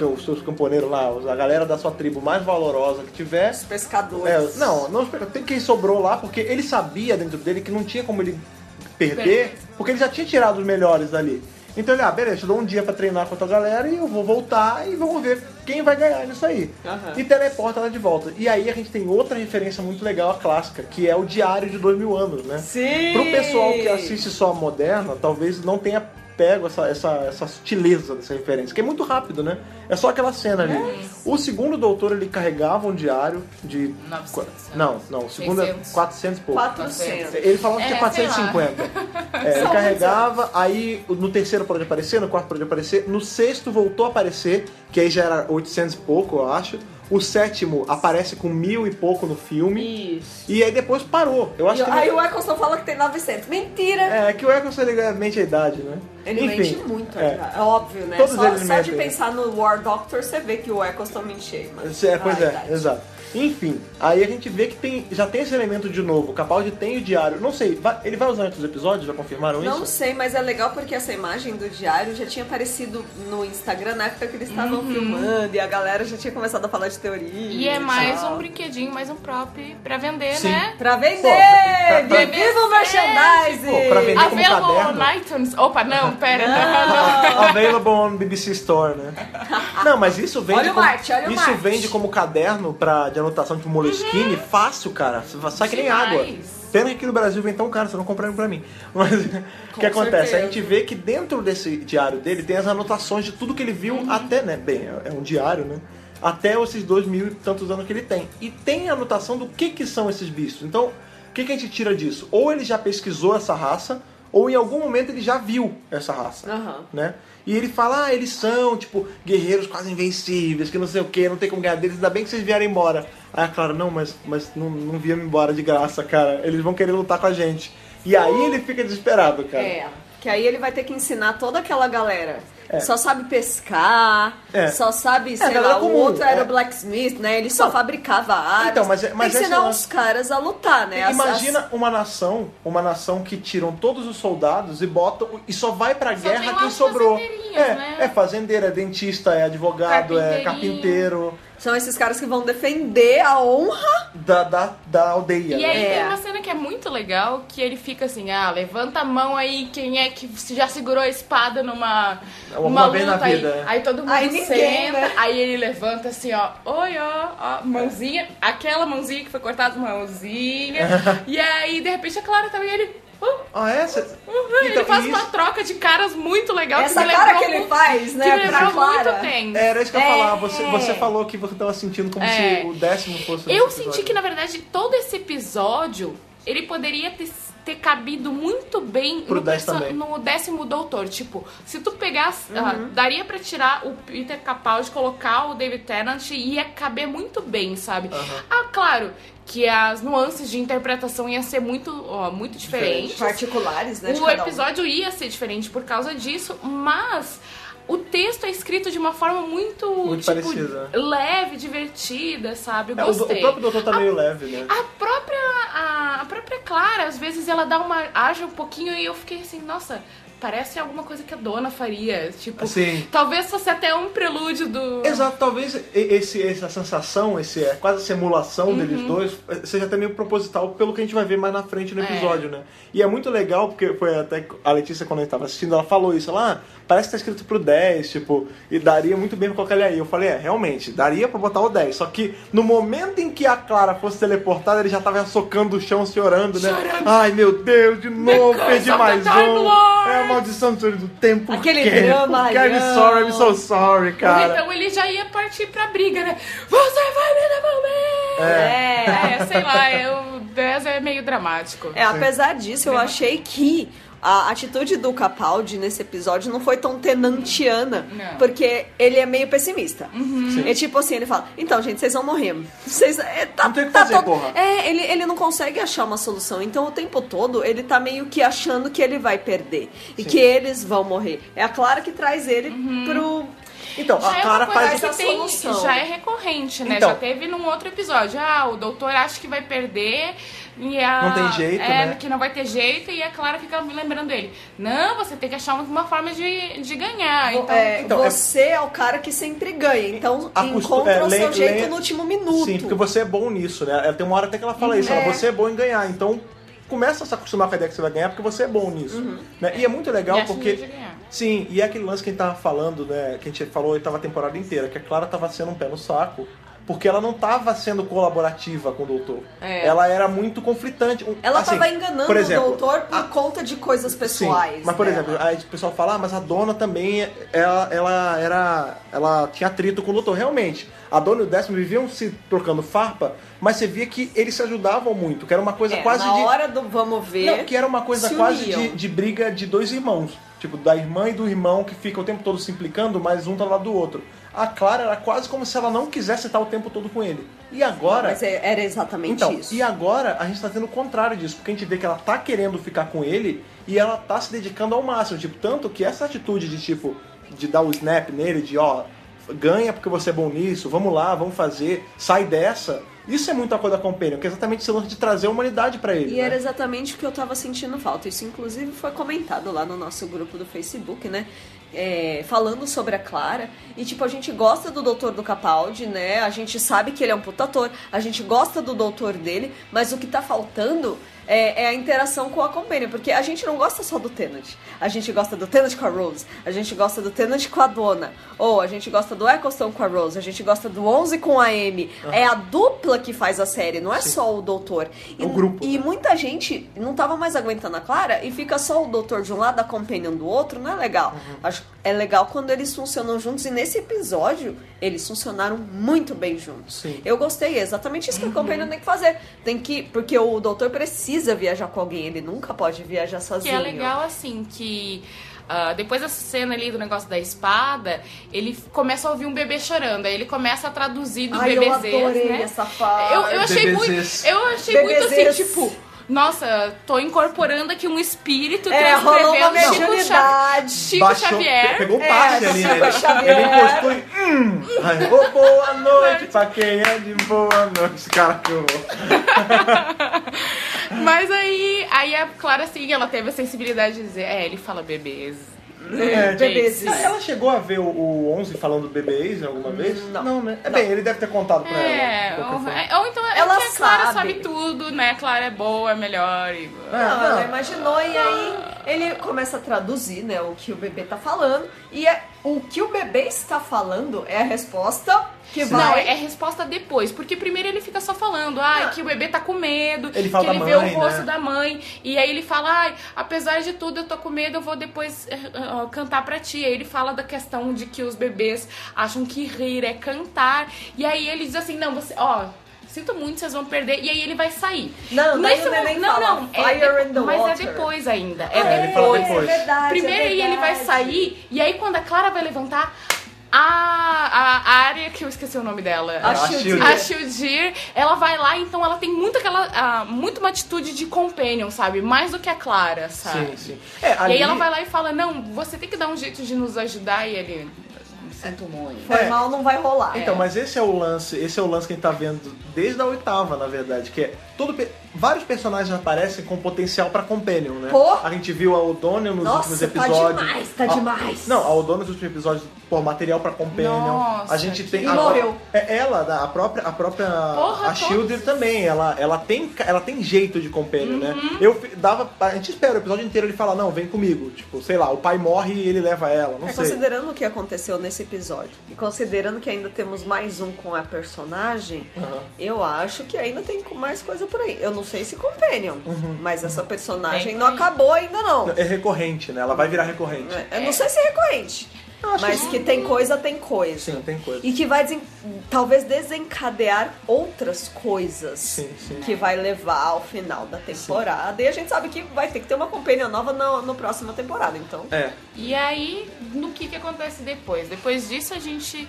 Os seus camponeiros lá, os- a galera da sua tribo mais valorosa que tiver.
Os pescadores.
É, não, não espera- tem quem sobrou lá, porque ele sabia dentro dele que não tinha como ele perder, porque ele já tinha tirado os melhores ali. Então ele, ah, beleza, eu dou um dia pra treinar com outra galera e eu vou voltar e vamos ver quem vai ganhar nisso aí. E teleporta ela de volta. E aí a gente tem outra referência muito legal, a clássica, que é o Diário de Dois Mil Anos, né?
Sim!
Pro pessoal que assiste só a moderna, talvez não tenha pego essa, essa, essa sutileza dessa referência, que é muito rápido, né? É só aquela cena ali. O segundo doutor, ele carregava um diário de...
900.
Não, não, o segundo é
600.
400 e pouco.
400.
Ele falava que
É,
tinha
sei
450. É, ele
São
carregava, aí no terceiro parou de aparecer, no quarto parou de aparecer, no sexto voltou a aparecer, que aí já era 800 e pouco, eu acho. O sétimo aparece com mil e pouco no filme.
Isso.
E aí depois parou. Eu acho que ele-
aí o Eccleston fala que tem 900. Mentira!
É, é que o Eccleston ele mente a idade, né?
Ele
Enfim,
mente muito,
é.
é. é óbvio, né?
Todos
só
eles
só
mentem.
de pensar no War Doctor, você vê que o Eccleston mentia. Mas...
É, pois
Ah,
é,
idade.
exato. Enfim, aí a gente vê que tem, já tem esse elemento de novo. O Capaldi tem o diário. Não sei, vai- ele vai usar em outros episódios? Já confirmaram
Não
isso?
sei, mas é legal porque essa imagem do diário já tinha aparecido no Instagram na época que eles estavam filmando e a galera já tinha começado a falar de teoria.
Uhum. E é mais
tal.
um brinquedinho, mais um prop pra vender,
Sim.
né?
Pra
Pô, pra-
vender!
pra-
Viva o merchandise!
Pô, pra vender. Tem
A
como
Available
caderno?
on iTunes. Opa, não, pera. Não.
Available on BBC Store, né? Não, mas isso vende
Olha o
como,
Marte, olha o
isso
Marte. Uhum.
vende como caderno pra, de anotação de Moleskine fácil, cara. Você Sai que nem
Demais.
água. Pena que aqui no Brasil vem tão caro, você não compraram pra mim. Mas o que acontece?
certeza.
A gente vê que dentro desse diário dele tem as anotações de tudo que ele viu
Uhum.
até, né? Bem, é- é um diário, né? Até esses dois mil e tantos anos que ele tem. E tem a anotação do que, que são esses bichos. Então, o que, que a gente tira disso? Ou ele já pesquisou essa raça, Ou em algum momento ele já viu essa raça,
Aham.
né? E ele fala, ah, eles são, tipo, guerreiros quase invencíveis, que não sei o que, não tem como ganhar deles, ainda bem que vocês vieram embora. Aí a Clara, não, mas, mas não, não viemos embora de graça, cara. Eles vão querer lutar com a gente. E aí ele fica desesperado, cara.
É. Que aí ele vai ter que ensinar toda aquela galera. Só sabe pescar,
É.
só sabe, sei
galera
lá, o
comum,
outro era
é.
o blacksmith, né? Ele só fabricava armas.
Então, mas é- mas
Tem
essa é
que ensinar
uma-
os caras a lutar, né? As-
Imagina uma nação, uma nação que tiram todos os soldados e botam e só vai pra
tem
guerra
lá
quem
os
sobrou.
fazendeirinhos,
É,
né?
é fazendeiro, é dentista, é advogado, é
Carpinteirinho.
carpinteiro
as- São esses caras que vão defender a honra.
da, da, da aldeia.
E
né?
aí
É.
tem uma cena que é muito legal, que ele fica assim, ah, levanta a mão aí, quem é que já segurou a espada numa
Alguma
numa
vez na
luta aí.
vida, né?
Aí todo mundo
Aí ninguém,
senta,
né?
aí ele levanta assim, ó, oi, ó, ó, mãozinha, aquela mãozinha que foi cortada, mãozinha. e aí, de repente, a Clara também, ele... "Uh,
Ah, é? Cê-
Uhum, ele
Então,
faz
e
uma
isso-
troca de caras muito legal.
Essa
que me
cara
lembrou
que ele
muito-
faz, né,
Que me
pra
lembrou
Clara.
muito tempo.
Era isso que eu ia
É.
falar. Você, você falou que você tava sentindo como
É.
se o décimo fosse. o
Eu
décimo
senti
episódio.
que, na verdade, todo esse episódio, ele poderia ter, ter cabido muito bem
Pro
no,
dez
perso-
também.
no décimo doutor. Tipo, se tu pegasse... ah, daria pra tirar o Peter Capaldi, colocar o David Tennant e ia caber muito bem, sabe? Ah, claro que as nuances de interpretação iam ser muito, ó, muito
Diferente.
diferentes.
Particulares, né? de
O
cada um.
episódio ia ser diferente por causa disso, mas o texto é escrito de uma forma muito,
Muito
tipo,
parecida.
leve, divertida, sabe?
É, o, do- o
Gostei. Ah,
próprio doutor tá meio leve, né?
A própria a, a própria Clara, às vezes ela dá uma age um pouquinho e eu fiquei assim, nossa, parece alguma coisa que a dona faria, tipo,
Sim.
talvez fosse até um prelúdio do
Exato, talvez e- esse, essa sensação, esse, é, quase essa emulação
Uhum.
deles dois, eh, seja até meio proposital pelo que a gente vai ver mais na frente
É.
no episódio, né? E é muito legal, porque foi até que a Letícia, quando a gente tava assistindo, ela falou isso, ela, ah, parece que tá escrito pro 10, tipo, e daria muito bem pra colocar ele aí. Eu falei, é, realmente, daria pra botar o 10, só que no momento em que a Clara fosse teleportada, ele já tava socando o chão, chorando, né? Ai, meu Deus, de novo,
Because
perdi
of the
mais um.
Time Lord.
É a maldição do Senhor do tempo.
Aquele
Por quê?
drama,
Por quê? I'm
não.
sorry, I'm so sorry,
Ou
cara.
Então ele já ia partir pra briga, né? Você vai me devolver!
É.
É, sei lá, é, o 10 é meio dramático.
É, apesar disso, eu achei que a atitude do Capaldi nesse episódio não foi tão tenantiana,
Não.
porque ele é meio pessimista.
Uhum. Sim.
É tipo assim, ele fala, então, gente, vocês vão morrer. Vocês, é, tá,
Não tem o que
tá
fazer,
todo-
porra.
É, ele, ele não consegue achar uma solução, então o tempo todo ele tá meio que achando que ele vai perder e que eles vão morrer. É a Clara que traz ele pro...
Uhum. Então,
Já
a
é
Clara
uma coisa
faz
que
essa
tem-
solução.
Já é recorrente, né?
Então.
já teve num outro episódio. Ah, o doutor acha que vai perder e a...
Não tem jeito,
é,
né?
que não vai ter jeito e a Clara fica me lembrando ele. Não, você tem que achar uma forma de, de ganhar. Então,
É,
então, é-
você é... o cara que sempre ganha, então
A custo-
encontra
é,
o seu
le-
jeito
le-
no último minuto.
Sim, porque você é bom nisso, né? Ela- Tem uma hora até que ela fala isso, ela,
É.
você é bom em ganhar, então começa a se acostumar com a ideia que você vai ganhar porque você é bom nisso.
Uhum.
Né? E é muito legal
E acha
porque.
meio de ganhar.
Sim, e é aquele lance que a gente tava falando, né? Que a gente falou a oitava temporada inteira, que a Clara tava sendo um pé no saco. Porque ela não tava sendo colaborativa com o doutor.
É.
Ela era muito conflitante. Um-
Ela
assim,
tava enganando
por exemplo,
o doutor por
a-
conta de coisas
Sim,
pessoais. né?
mas por
dela.
exemplo, aí o pessoal fala, ah, mas a dona também, ela, ela era, ela tinha atrito com o doutor. Realmente, a dona e o décimo viviam se trocando farpa, mas você via que eles se ajudavam muito, que era uma coisa
É,
quase
na
de...
hora do vamos ver.
Não, que era uma coisa
se
quase
uniam.
de, de briga de dois irmãos. Tipo, da irmã e do irmão que fica o tempo todo se implicando, mas um tá lá do outro. A Clara era quase como se ela não quisesse estar o tempo todo com ele. E agora...
Mas é- era exatamente
Então,
isso.
e agora a gente tá tendo o contrário disso, porque a gente vê que ela tá querendo ficar com ele e ela tá se dedicando ao máximo. Tipo, tanto que essa atitude de tipo, de dar o snap nele, de ó, ganha porque você é bom nisso, vamos lá, vamos fazer, sai dessa. Isso é muita coisa da Companion, que é exatamente esse lance de trazer a humanidade pra ele.
E
né?
era exatamente o que eu tava sentindo falta. Isso, inclusive, foi comentado lá no nosso grupo do Facebook, né? É, falando sobre a Clara. E, tipo, a gente gosta do doutor do Capaldi, né? A gente sabe que ele é um puta ator. A gente gosta do doutor dele. Mas o que tá faltando é, é a interação com a Companion. Porque a gente não gosta só do Tenant. A gente gosta do Tenant com a Rose. A gente gosta do Tenant com a Dona. Ou a gente gosta do Eccleston com a Rose. A gente gosta do 11 com a Amy. É a dupla que faz a série. Não é só o doutor. E,
É o grupo.
e muita gente não tava mais aguentando a Clara e fica só o doutor de um lado, a companion do outro, não é legal. Acho é legal quando eles funcionam juntos e nesse episódio eles funcionaram muito bem juntos.
Sim.
Uhum. Eu gostei, é exatamente isso que a companion tem que fazer. Tem que, porque o doutor precisa precisa viajar com alguém, ele nunca pode viajar
que
sozinho.
é legal assim que ah, depois dessa cena ali do negócio da espada, ele f- começa a ouvir um bebê chorando, aí ele começa a traduzir do
Ai, eu
bebezês,
adorei
né?
essa fala.
Eu, eu achei
Bebezês.
muito, eu achei muito assim,
Bebezês.
tipo, nossa, tô incorporando aqui um espírito
É, rolou uma
transcrevendo Chico, Cha
mediunidade.
Chico Xavier.
Pegou o passe
É,
ali,
Chico
né? Ele-
Xavier.
Ele encostou e. Hum! Aí, ô, boa noite pra quem é de boa noite. Cara, que horror.
Mas aí, aí a Clara assim, ela teve a sensibilidade de dizer, é, ele fala bebês. Né,
É,
bebês.
Ela chegou a ver o, o 11 falando bebês alguma vez?
Não.
né? É, Bem, ele deve ter contado pra ela.
É,
de qualquer
ou,
forma.
é, ou então é
Ela
que a Clara
sabe.
sabe tudo, né? A Clara é boa, é melhor. E...
Não,
É,
ela
não.
imaginou e aí ele começa a traduzir, né, o que o bebê tá falando e é- o que o bebê está falando é a resposta que
Não,
vai
é resposta depois, porque primeiro ele fica só falando, ai, que o bebê tá com medo,
Ele fala
que
da
ele vê
mãe,
o rosto
né?
da mãe, e aí ele fala, ai, apesar de tudo, eu tô com medo, eu vou depois eh, eh, cantar pra ti. Aí ele fala da questão de que os bebês acham que rir é cantar, e aí ele diz assim, não, você, ó, sinto muito, vocês vão perder, e aí ele vai sair.
Não, daí o neném
não,
fala,
não,
"Fire
é,
in the
de- mas é
water."
depois ainda, é
Ah, ele fala
depois.
depois.
É verdade,
Primeiro
é
aí ele vai
verdade.
sair, e aí quando a Clara vai levantar, a, a, a área que eu esqueci o nome dela.
A
A
Shield.
A Shieldir, ela vai lá, então ela tem muito aquela. ah, muito uma atitude de companion, sabe? Mais do que a Clara,
Sim,
sabe?
sim. É,
Tá. E
ali-
aí ela vai lá e fala: Não, você tem que dar um jeito de nos ajudar, e ele. "Me Sinto muito.
Foi
É.
mal, não vai rolar.
Então, mas esse é o lance, esse é o lance que a gente tá vendo desde a oitava, na verdade, que é todo pe- vários personagens aparecem com potencial pra companion, né?
Pô!
A gente viu a O'Donnell nos
Nossa,
últimos
tá
episódios.
demais, tá
A-
demais.
Não, a O'Donnell nos últimos episódios por material pra companion.
Nossa,
a gente
que-
tem
E
agora-
morreu.
É ela, a própria a própria
Porra,
a Shielder
todos.
também, ela ela tem ca- ela tem jeito de companion, né?
Uhum.
Eu fi- dava a gente espera o episódio inteiro ele fala: "Não, vem comigo". Tipo, sei lá, o pai morre e ele leva ela, não
É,
sei.
considerando o que aconteceu nesse episódio e considerando que ainda temos mais um com a personagem, eu acho que ainda tem co- mais coisa por aí. Eu não sei se Companion,
Uhum.
mas essa personagem
Tem
não
ainda.
acabou ainda não.
É recorrente, né? Ela vai virar recorrente.
Eu não sei se é recorrente, mas que tem coisa, tem coisa.
Sim, tem coisa.
E que vai desen- talvez desencadear outras coisas
Sim, sim.
que vai levar ao final da temporada. E a gente sabe que vai ter que ter uma Companion nova na no próxima temporada, então...
É.
E aí, no que que acontece depois? Depois disso, a gente.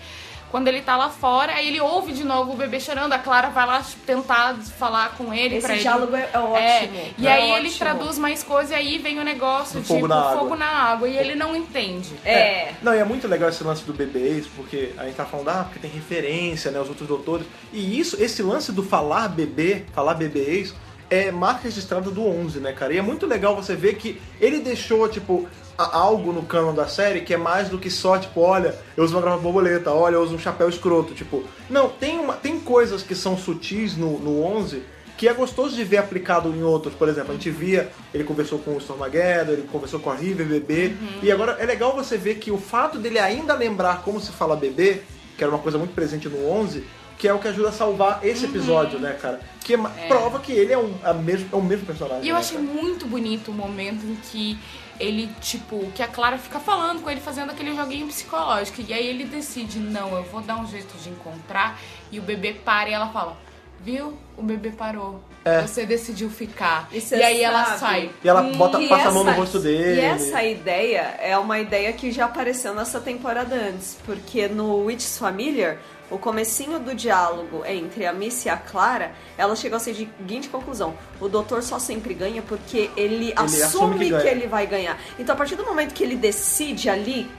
Quando ele tá lá fora, aí ele ouve de novo o bebê chorando, a Clara vai lá tentar falar com ele
Esse
pra ele.
diálogo é- é ótimo.
É, e
É
aí ele
ótimo.
traduz mais coisa e aí vem o negócio
Do
tipo
fogo na água.
fogo na água e ele não entende.
É.
Não, e é muito legal esse lance do bebês, porque a gente tá falando, ah, porque tem referência, né, os outros doutores. E isso, esse lance do falar bebê, falar bebês, é marca registrada do 11, né, cara? E é muito legal você ver que ele deixou, tipo, a- algo no cano da série que é mais do que só, tipo, olha, eu uso uma grava borboleta, olha, eu uso um chapéu escroto, tipo. Não, tem, uma, tem coisas que são sutis no, no 11 que é gostoso de ver aplicado em outros. Por exemplo, a gente via, ele conversou com o Stormageddon, ele conversou com a River Bebê.
Uhum.
E agora é legal você ver que o fato dele ainda lembrar como se fala bebê, que era uma coisa muito presente no 11, que é o que ajuda a salvar esse
Uhum.
episódio, né, cara? Que é ma- prova que ele é, um, a mesmo, é o mesmo personagem.
E eu
né,
achei
cara?
muito bonito o momento em que ele, tipo, que a Clara fica falando com ele, fazendo aquele joguinho psicológico. E aí ele decide, não, eu vou dar um jeito de encontrar. E o bebê para e ela fala, viu? O bebê parou.
É.
Você decidiu ficar.
E
E,
você
aí ela
sabe.
sai.
E ela bota,
E
passa a mão no
essa-
rosto dele.
E essa ideia é uma ideia que já apareceu nessa temporada antes, porque no Witch's Familiar, o comecinho do diálogo entre a Miss e a Clara, ela chegou à seguinte conclusão: o doutor só sempre ganha porque ele, assume,
assume que
que,
ganha.
ele vai ganhar. Então a partir do momento que ele decide ali,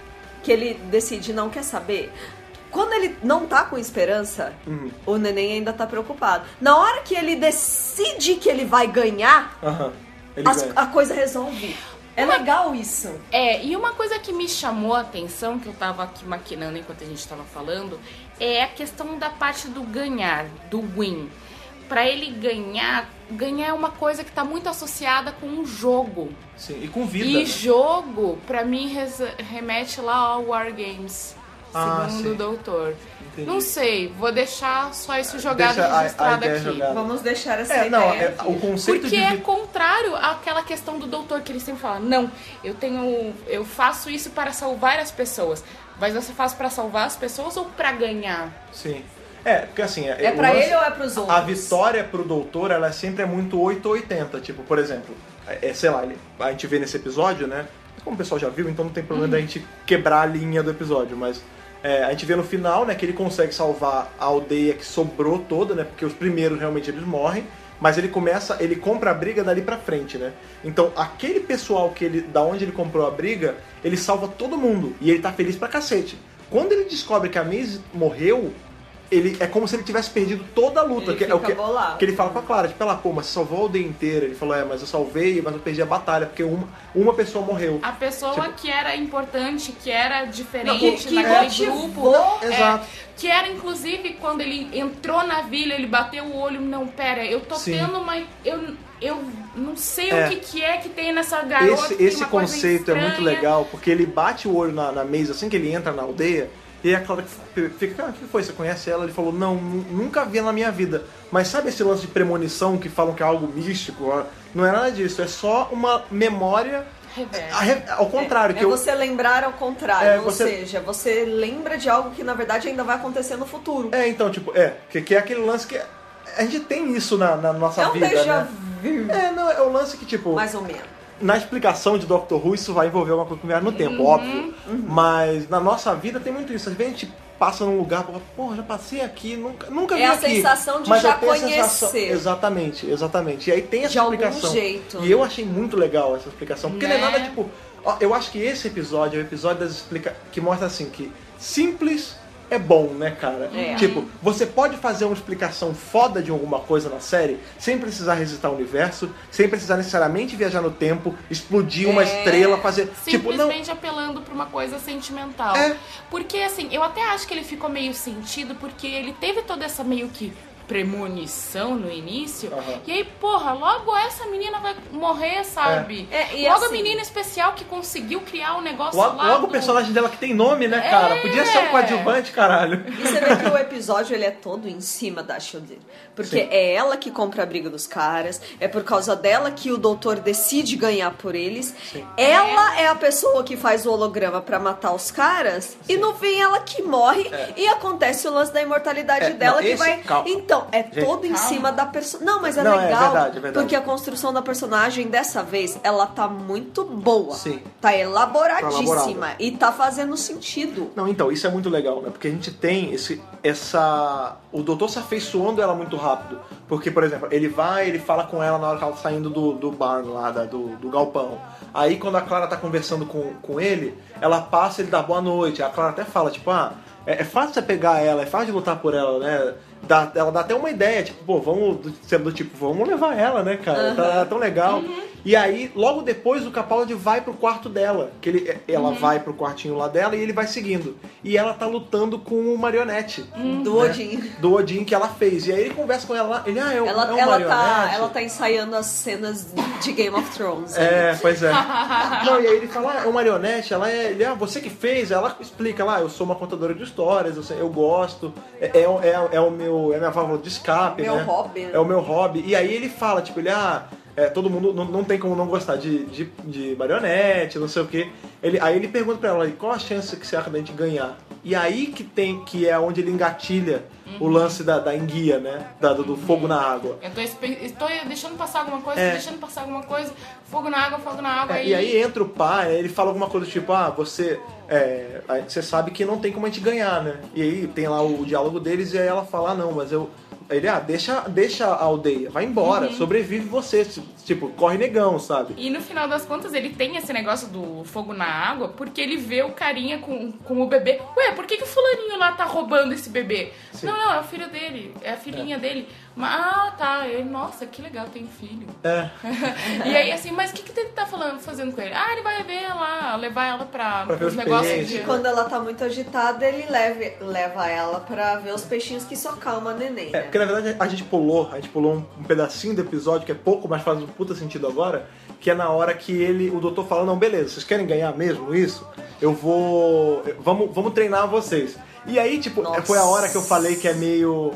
que ele decide não quer saber, quando ele não tá com esperança,
Hum.
o neném ainda tá preocupado. Na hora que ele decide que ele vai ganhar,
Aham. Ele
as-
ganha.
a coisa resolve. É legal isso.
É, e uma coisa que me chamou a atenção, que eu tava aqui maquinando enquanto a gente tava falando, é a questão da parte do ganhar, do win. Pra ele ganhar, ganhar é uma coisa que tá muito associada com um jogo.
Sim, e com vida.
E
né?
jogo, pra mim, res- remete lá ao War Games,
Ah,
segundo
sim.
o doutor.
né? Entendi.
Não sei, vou deixar só isso jogado
Deixa a- a
registrado
ideia
aqui.
jogada.
Vamos deixar essa
É,
ideia.
não, é-
aqui.
o conceito
Porque
de
é
vi-
contrário àquela questão do doutor que ele sempre fala: não, eu tenho. eu faço isso para salvar as pessoas. Mas você faz pra salvar as pessoas ou pra ganhar?
Sim. É, porque assim.
É
o
pra
lance-
ele ou é pros outros?
A vitória pro doutor, ela sempre é muito 880. Tipo, por exemplo, é, é, sei lá, ele- a gente vê nesse episódio, né? Como o pessoal já viu, então não tem problema da gente quebrar a linha do episódio, mas. é, a gente vê no final, né, que ele consegue salvar a aldeia que sobrou toda, né? Porque os primeiros realmente eles morrem, mas ele começa, ele compra a briga dali pra frente, né? Então, aquele pessoal que ele, da onde ele comprou a briga, ele salva todo mundo e ele tá feliz pra cacete. Quando ele descobre que a Maze morreu, ele é como se ele tivesse perdido toda a luta,
Ele
que é o
fica
que
bolado.
que ele fala com a Clara, tipo, ela, pô, mas você salvou a aldeia inteira. Ele falou, é, mas eu salvei, mas eu perdi a batalha, porque uma, uma pessoa morreu.
A pessoa
Tipo-
que era importante, que era diferente
Que, que
naquele
motivou
grupo. É,
Exato.
que era inclusive quando ele entrou na vila, ele bateu o olho, não, pera, eu tô
Sim.
tendo uma. Eu, eu não sei
É.
o que, que é que tem nessa garota.
esse
tem
esse
uma coisa
conceito é muito
estranha.
legal, porque ele bate o olho na, na mesa assim que ele entra na aldeia, e a Clara fica, ah, o que foi? Você conhece ela? Ele falou, não, nu- nunca vi ela na minha vida. Mas sabe esse lance de premonição que falam que é algo místico? Ó, Não é nada disso, é só uma memória.
Reversa.
a re- Ao contrário,
É
que eu.
você lembrar ao contrário,
É,
ou
você-
seja, você lembra de algo que na verdade ainda vai acontecer no futuro.
É, então, tipo, é, que, que é aquele lance que. A gente tem isso na, na nossa
É um
vida.
déjà
né?
vu,
É, não, é o lance que, tipo,
mais ou menos.
na explicação de Doctor Who, isso vai envolver uma coisa que viagem no
Uhum.
tempo, óbvio. Mas na nossa vida tem muito isso. Às vezes a gente passa num lugar, fala, porra, já passei aqui, nunca, nunca
É
vi
a
aqui.
sensação de
Mas
já
eu tenho a sensação-
conhecer.
Exatamente, exatamente. E aí tem essa
De algum
explicação.
jeito, né?
E eu achei muito legal essa explicação, porque não é
Né?
nada tipo... ó, Eu acho que esse episódio é o episódio das explica que mostra assim, que simples é bom, né, cara?
É.
Tipo, você pode fazer uma explicação foda de alguma coisa na série sem precisar resitar o universo, sem precisar necessariamente viajar no tempo, explodir uma estrela, fazer. Tipo, não.
Simplesmente apelando pra uma coisa sentimental.
É.
Porque, assim, eu até acho que ele ficou meio sentido, porque ele teve toda essa meio que premonição no início.
Aham.
E aí, porra, logo essa menina vai morrer, sabe?
É, e
logo
assim-
a menina especial que conseguiu criar um negócio
Logo,
lá.
logo o
do-
personagem dela que tem nome, né, cara? Podia ser um coadjuvante, caralho.
E você vê que o episódio ele é todo em cima da Shield. Porque
Sim.
é ela que compra a briga dos caras, é por causa dela que o doutor decide ganhar por eles. Ela é. a pessoa que faz o holograma pra matar os caras, e no fim ela que morre e acontece o lance da imortalidade
É,
dela
não,
que
esse-
vai.
calma.
Então, é
Gente,
todo em
calma.
cima da pessoa. Não, mas é
Não, é
legal.
verdade, é verdade.
Porque a construção da personagem dessa vez, ela tá muito boa.
Sim.
Tá elaboradíssima
elaborada.
e tá fazendo sentido.
Não, então, isso é muito legal, né? Porque a gente tem esse, essa... O doutor se afeiçoando ela muito rápido. Porque, por exemplo, ele vai, ele fala com ela na hora que ela tá saindo do, do bar lá, da- do, do galpão. Aí, quando a Clara tá conversando com, com ele, ela passa, ele dá boa noite. A Clara até fala, tipo, ah, é, é fácil você pegar ela, é fácil de lutar por ela, né? Dá, ela dá até uma ideia, tipo, pô, vamos, do, sendo do tipo, vamos levar ela, né, cara? Tá, ela é tão legal.
Uhum.
E aí, logo depois, o Capaldi vai pro quarto dela. Que ele, é,
Uhum.
ela vai pro quartinho lá dela e ele vai seguindo. E ela tá lutando com o marionete.
Do
É.
Odin.
Do Odin que ela fez. E aí ele conversa com ela lá. Ele, ah, é um,
Ela,
é um
ela, tá,
marionete.
ela tá ensaiando as cenas de Game of Thrones. né?
É, pois é. Não, e aí ele fala, ah, é uma marionete, ela é. Ele, ah, você que fez, ela explica lá, eu sou uma contadora de histórias, eu, sei- eu gosto, é, é, o- é, é o meu. É a minha válvula de escape.
Meu
né?
hobby, né?
É o meu hobby. E aí ele fala, tipo, ele, ah. é, todo mundo não, não tem como não gostar de, de, de marionete, não sei o quê. Ele, aí ele pergunta pra ela, qual a chance que você acha da gente ganhar? E aí que tem, que é onde ele engatilha
Uhum.
o lance da, da enguia, né? Da- do, do fogo na água.
Eu tô, espe- estou deixando passar alguma coisa,
É.
tô deixando passar alguma coisa. Fogo na água, fogo na água.
É, e aí entra o pai, ele fala alguma coisa tipo, ah, você. é, aí você sabe que não tem como a gente ganhar, né? E aí tem lá o, diálogo deles e aí ela fala, ah, não, mas eu. Ele, ah, deixa, deixa a aldeia, vai embora, sobrevive você. Tipo, corre negão, sabe?
E no final das contas, ele tem esse negócio do fogo na água porque ele vê o carinha com, com o bebê. Ué, por que, que o fulaninho lá tá roubando esse bebê?
Sim.
Não, não, é o filho dele, é a filhinha dele. Mas, ah, tá. Ele, Nossa, que legal, tem filho.
É,
e aí, assim, mas o que, que ele tá falando, fazendo com ele? Ah, ele vai ver lá, levar ela pra,
Pra ver
os
os
negócios
peixes.
de.
E quando ela tá muito agitada, ele leve, leva ela pra ver os peixinhos que só calma a neném.
é,
né?
porque na verdade a gente pulou, a gente pulou um, um pedacinho do episódio que é pouco, mas faz um puta sentido agora, que é na hora que ele, o doutor fala, não, beleza, vocês querem ganhar mesmo isso? Eu vou. Vamos, vamos treinar vocês. E aí, tipo,
Nossa.
foi a hora que eu falei que é meio.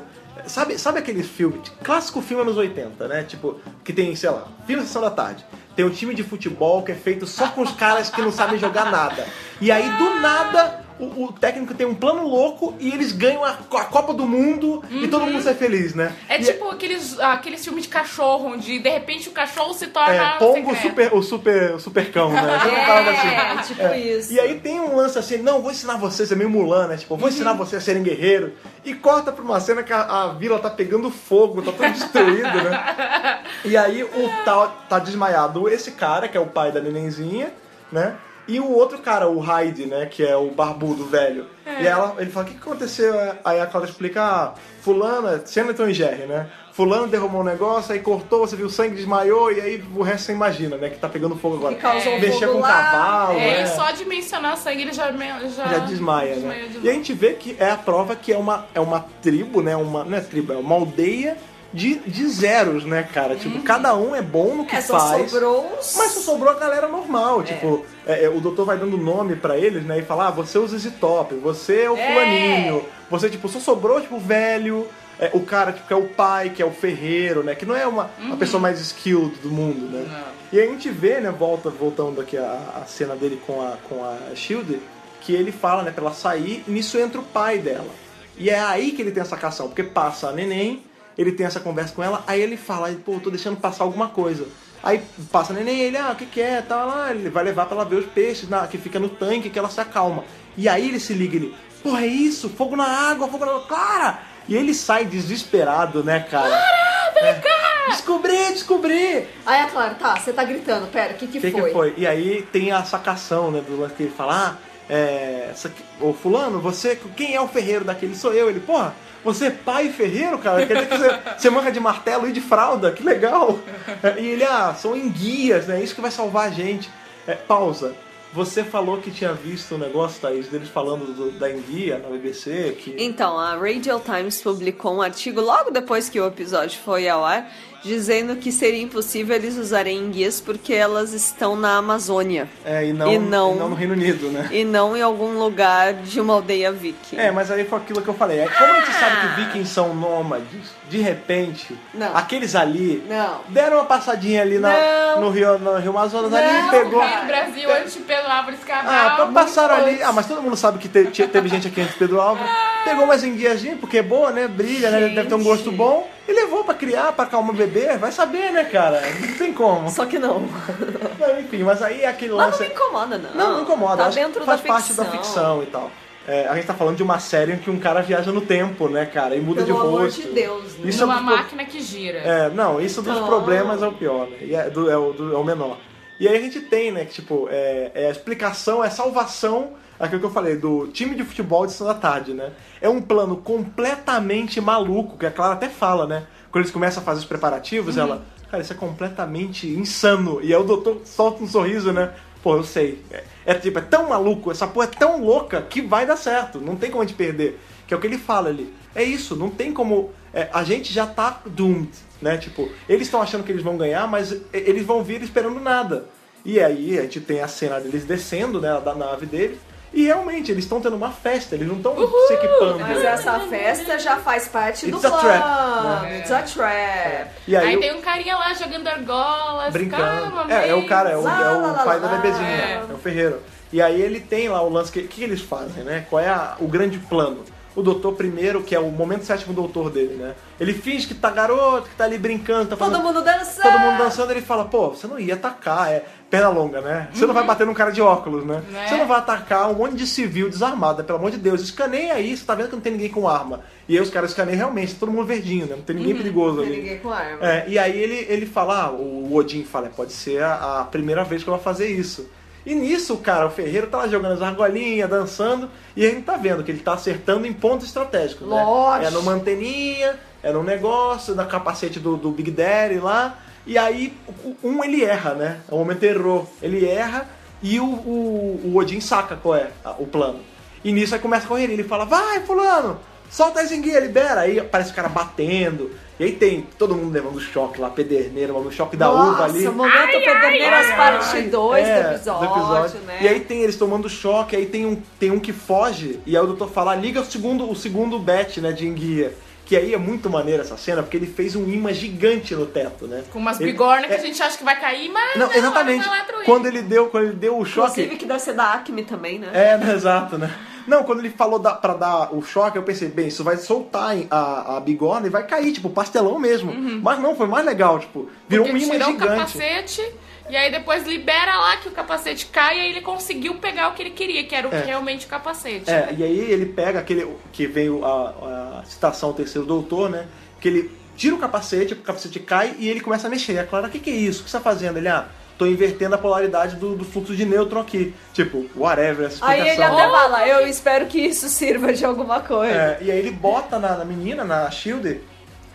Sabe, sabe aquele filme, tipo, clássico filme anos 80, né? Tipo, que tem, sei lá, fim da sessão da tarde. Tem um time de futebol que é feito só com os caras que não sabem jogar nada. E aí, do nada, o, o técnico tem um plano louco e eles ganham a, co- a Copa do Mundo e todo mundo sai feliz, né?
Uhum. É
E
tipo aqueles, aqueles filmes de cachorro, onde de repente o cachorro se torna.
É, Pongo
secreto.
super, o super, o supercão, né? Tipo um parada assim.
É, tipo isso.
E aí tem um lance assim, não, vou ensinar vocês, é meio Mulan, né? Tipo, vou
Uhum.
ensinar vocês a serem guerreiros. E corta pra uma cena que a, a vila tá pegando fogo, tá tudo destruído, né? E aí o tal tá desmaiado esse cara, que é o pai da nenenzinha, né? E o outro cara, o Hyde, né? Que é o barbudo velho.
É.
E ela, ele fala, o que que aconteceu? Aí a Clara explica, ah, fulana, Senator e Jerry, né? Fulano derrubou um negócio, aí cortou, você viu o sangue, desmaiou, e aí o resto você imagina, né? Que tá pegando fogo agora.
Que causou
Mexer
fogo
com o
lá.
cavalo, né?
É, e só de mencionar sangue ele já, me- já,
já desmaia, né?
desmaiou de
E a
novo.
gente vê que é a prova que é uma, é uma tribo, né? Uma, não é tribo, é uma aldeia de, de zeros, né, cara? Tipo,
Uhum.
cada um é bom no que
É, só
faz.
sobrou uns...
Mas só sobrou a galera normal, tipo, é, é, o doutor vai dando nome pra eles, né? E fala, ah, você é o ZZ Top, você é o
É.
fulaninho, você, tipo, só sobrou, tipo, o velho, é, o cara, tipo, que é o pai, que é o ferreiro, né? Que não é uma, a pessoa mais skilled do mundo, né? E a gente vê, né, volta, voltando aqui a, a cena dele com a, com a Shield, que ele fala, né, pra ela sair, e nisso entra o pai dela. E é aí que ele tem a sacação, porque passa a neném, ele tem essa conversa com ela, aí ele fala, pô, tô deixando passar alguma coisa. Aí passa a neném, ele, ah, o que que é, tá lá, ele vai levar pra ela ver os peixes na- que fica no tanque, que ela se acalma. E aí ele se liga, ele, porra, é isso, fogo na água, fogo na água, Clara! E ele sai desesperado, né, cara? Clara, vem cá! Descobri, descobri!
Aí é claro, tá, você tá gritando, pera, o que que,
que,
foi?
que foi? E aí tem a sacação, né, do lance que ele fala, ah, é, essa aqui- ô fulano, você, quem é o ferreiro daquele? Sou eu. Ele, porra, você é pai ferreiro, cara? Quer dizer que você, você manca de martelo e de fralda, que legal. É, E ele, ah, são enguias, né, isso que vai salvar a gente. É, pausa. Você falou que tinha visto o negócio, Thaís, deles falando do- da enguia na BBC, que...
Então, a Radio Times publicou um artigo logo depois que o episódio foi ao ar, dizendo que seria impossível eles usarem guias porque elas estão na Amazônia
É, e não,
E não-
e não no Reino Unido, né?
e não em algum lugar de uma aldeia viking.
É, mas aí foi aquilo que eu falei. É, Como a
Ah!
gente sabe que vikings são nômades, de repente,
Não.
aqueles ali
Não.
deram uma passadinha ali na,
Não.
no, Rio, no Rio Amazonas, ali
Não,
pegou. É.
Aí no Brasil, antes de Pedro Álvares
Ah,
Cabral.
pa- passaram
muito
ali. Ah, mas todo mundo sabe que te- tinha- teve gente aqui antes do Pedro Álvares.
Ah.
Pegou mais enguiazinha, porque é boa, né? Brilha, né? Deve ter um gosto bom. E levou pra criar, pra calmar o bebê. Vai saber, né, cara? Não tem como.
Só que não.
Não, Enfim, mas aí é aquele
Lá não
lance.
me incomoda, não.
Não, não incomoda.
Tá
acho que
dentro
faz
da
parte
ficção.
da ficção e tal. É, a gente tá falando de uma série em que um cara viaja no tempo, né, cara? E muda
Pelo
de
amor
rosto.
de Deus, né?
Isso é
Numa
um dos pro-
máquina que gira.
É, não, isso dos
Não.
problemas é o pior, né? E é, do- é o, do- é o menor. E aí a gente tem, né, que tipo, é, é a explicação, é a salvação, aquilo que eu falei, do time de futebol de sexta da tarde, né? É um plano completamente maluco, que a Clara até fala, né? Quando eles começam a fazer os preparativos, ela, cara, isso é completamente insano. E aí o doutor solta um sorriso, né? Pô, eu sei. É, é tipo, é tão maluco, essa porra é tão louca que vai dar certo. Não tem como a gente perder. Que é o que ele fala ali. É isso, não tem como. é, a gente já tá doomed, né? Tipo, eles estão achando que eles vão ganhar, mas e- eles vão vir esperando nada. E aí a gente tem a cena deles descendo, né, da nave deles. E realmente, eles estão tendo uma festa, eles não estão se equipando.
Mas é assim, essa festa já faz parte do
It's a
plano.
trap,
It's a trap.
E
Aí
o-
tem um carinha lá jogando argolas.
brincando.
Calma,
é, é o cara, é o,
Lá,
é o
lá, lá,
pai
lá.
da bebezinha,
É.
é. o ferreiro. E aí ele tem lá o lance, que, que eles fazem, né? Qual é a- o grande plano? O doutor primeiro, que é o momento sétimo doutor dele, né? Ele finge que tá garoto, que tá ali brincando, tá
Todo
fazendo...
mundo dançando.
Todo mundo dançando, ele fala, pô, você não ia atacar, é perna longa, né? Você
Uhum.
não vai bater num cara de óculos, né?
Né?
Você não vai atacar um monte de civil desarmado, pelo amor de Deus. Escaneia aí, você tá vendo que não tem ninguém com arma. E aí os caras escaneiam realmente, todo mundo verdinho, né? Não tem ninguém perigoso
Uhum. Tem
ali.
ninguém com arma.
É, e aí ele, ele fala, ah, o Odin fala, "É, pode ser a, a primeira vez que eu vou fazer isso. E nisso, cara, o Ferreiro tá lá jogando as argolinhas, dançando, e a gente tá vendo que ele tá acertando em pontos estratégicos, né?
Lógico.
É numa anteninha, é num negócio, na capacete do, do Big Daddy lá, e aí o- um ele erra, né? É o momento errou, ele erra, e o, o, o Odin saca qual é a- o plano. E nisso aí começa a correr, ele fala, vai fulano, solta a enguias, libera, aí aparece o cara batendo, e aí tem todo mundo levando choque lá, pederneiro, o choque da uva ali.
Nossa, momento Pederneiras parte 2
É,
do, episódio, né?
E aí tem eles tomando choque, aí tem um, tem um que foge, e aí o doutor fala, liga o segundo, o segundo bet, né, de enguia. Que aí é muito maneira essa cena, porque ele fez um imã gigante no teto, né?
Com umas
Ele-
bigorna que
é,
a gente acha que vai cair, mas.
Não, exatamente.
ela vai lá pro
Quando ele deu, quando ele deu o choque,
Inclusive que deve ser da Acme também, né?
é, né, exato, né? Não, quando ele falou da, pra dar o choque, eu pensei, bem, isso vai soltar a, a bigorna e vai cair, tipo, pastelão mesmo. Mas não, foi mais legal, tipo, virou
Uhum. Porque
um imã
tirou o
gigante.
capacete e aí depois libera lá que o capacete cai e aí ele conseguiu pegar o que ele queria, que era o
É.
realmente o capacete.
É, e aí ele pega aquele que veio a, a citação do terceiro doutor, né? Que ele tira o capacete, o capacete cai e ele começa a mexer. E a Clara, o que, que é isso? O que você tá fazendo? Ele, ah, tô invertendo a polaridade do, do fluxo de nêutron aqui. Tipo, whatever, essa
Aí ele
explicação.
até fala, eu espero que isso sirva de alguma coisa.
É, e aí ele bota na, na menina, na Shield,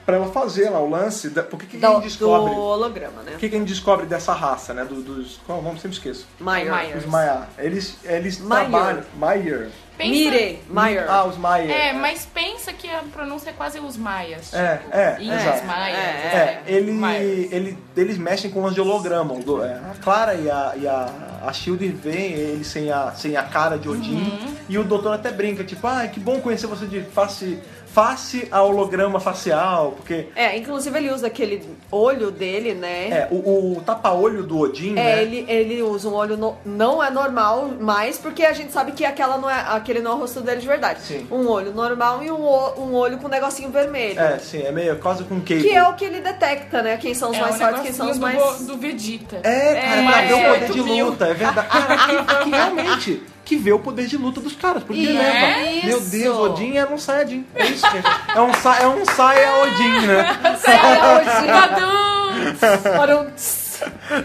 pra ela fazer lá o lance. Da, porque que, que a
Do,
gente descobre?
do holograma, né?
O que, que a gente descobre dessa raça, né? Do- dos. Qual é o nome? Sempre esqueço.
Maior.
Maior.
Os Maiar. Eles, eles
Maior.
trabalham. Maier.
Pensa-
Mirei, Maior.
Ah, os Maier.
É, mas pensa que a pronúncia é quase os maias.
É, é,
Índios,
exato.
maias.
É, ele,
Maias.
ele, eles mexem com o de holograma. O do- é, A Clara e a, e a, a Shield vê ele sem a, sem a cara de Odin.
Uhum.
E o doutor até brinca, tipo, ah, que bom conhecer você de face, face a holograma facial. Porque
É, inclusive ele usa aquele olho dele, né?
é, o, o tapa-olho do Odin,
É,
né?
ele, ele usa um olho no- não é normal mais, porque a gente sabe que aquela não é, aquele não é o rosto dele de verdade.
Sim.
Um olho normal e um, o- um olho com um negocinho vermelho.
É, sim, é meio quase com cable.
Que é o que ele detecta, né? Quem são os
É
mais
um
fortes, quem são
negocinho
os mais.
do, do Vegeta.
É, cara, pra
mas
ver o poder
oito
de
mil.
luta, é verdade. Cara, que, que realmente, que vê o poder de luta dos caras. Porque
Isso.
leva. Meu Deus, Odin era um Saiyajin. É isso, que é. É um, sa- é um Saia Odin, né?
Badum!
Foram.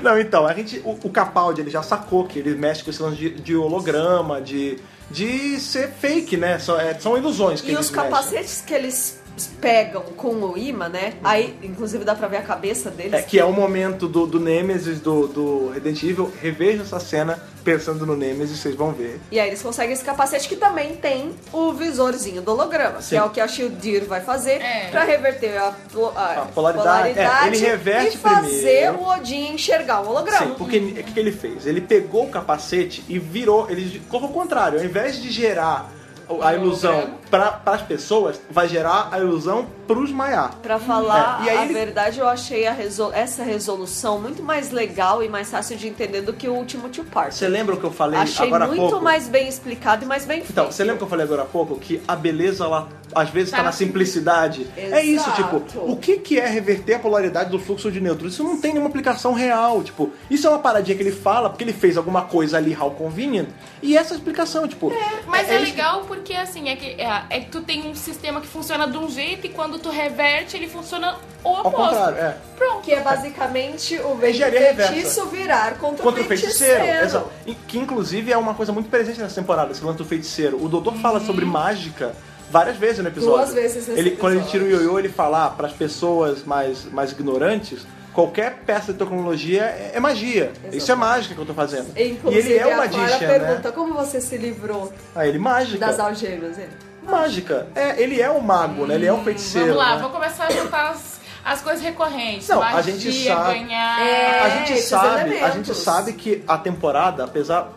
Não, então, a gente, o, o Capaldi, ele já sacou que ele mexe com esse lance de, de holograma, de, de ser fake, né? São, é, são ilusões que
E
eles
os
mexem.
capacetes que eles pegam com o imã, né? Aí, inclusive, dá pra ver a cabeça deles.
É, que é o momento do, do Nemesis, do, do Resident Evil. Reveja essa cena pensando no Nemesis, vocês vão ver.
E aí eles conseguem esse capacete que também tem o visorzinho do holograma,
Sim.
que é o que a Shieldir vai fazer
É.
pra reverter a, plo- a
A polaridade. É, ele reverte
e fazer
primeiro.
o Odin enxergar o holograma.
Sim, porque o que, que ele fez? Ele pegou o capacete e virou. Ele colocou o contrário. Ao invés de gerar
É
a ilusão para as pessoas, vai gerar a ilusão pros Maiar.
Pra falar
É, e aí
a
ele-
verdade, eu achei a resol- essa resolução muito mais legal e mais fácil de entender do que o último Tio Park.
Você lembra o que eu falei
Achei
agora
muito
há pouco?
mais bem explicado e mais bem feito.
Então, você lembra que eu falei agora há pouco que a beleza, ela às vezes tá,
Tá
na
na
simplicidade? É isso,
Exato.
tipo, o que que é reverter a polaridade do fluxo de nêutrons? Isso não tem nenhuma aplicação real, tipo, isso é uma paradinha que ele fala porque ele fez alguma coisa ali, how convenient, e essa é a explicação, tipo...
Mas é,
isso que-
legal porque, assim, é que, é, é que tu tem um sistema que funciona de um jeito e quando tu reverte, ele funciona o
Ao
oposto.
contrário, é.
Pronto.
Que é basicamente o
Engenharia reversa.
feitiço virar contra,
Contra
o
o feiticeiro, exato. E Que inclusive é uma coisa muito presente nessa temporada, esse lance do feiticeiro. O doutor fala sobre mágica várias vezes no episódio.
Uhum. Duas vezes nesse
ele, Quando ele tira
episódio.
o ioiô, ele fala para as pessoas mais, mais ignorantes, qualquer peça de tecnologia é, é magia. Isso é mágica que eu tô fazendo. e
Inclusive,
ele é o
a Clara
magician,
pergunta
né?
como você se livrou
Aí ele mágica.
das algemas. é. Ele,
Mágica. É, ele é o mago, né? Ele
Hum,
é o feiticeiro.
Vamos lá,
né?
vou começar a botar as, as coisas recorrentes.
Não, a
Magia,
gente sabe-
ganhar...
a
É,
gente
esses
sabe, a
elementos.
gente sabe que a temporada, apesar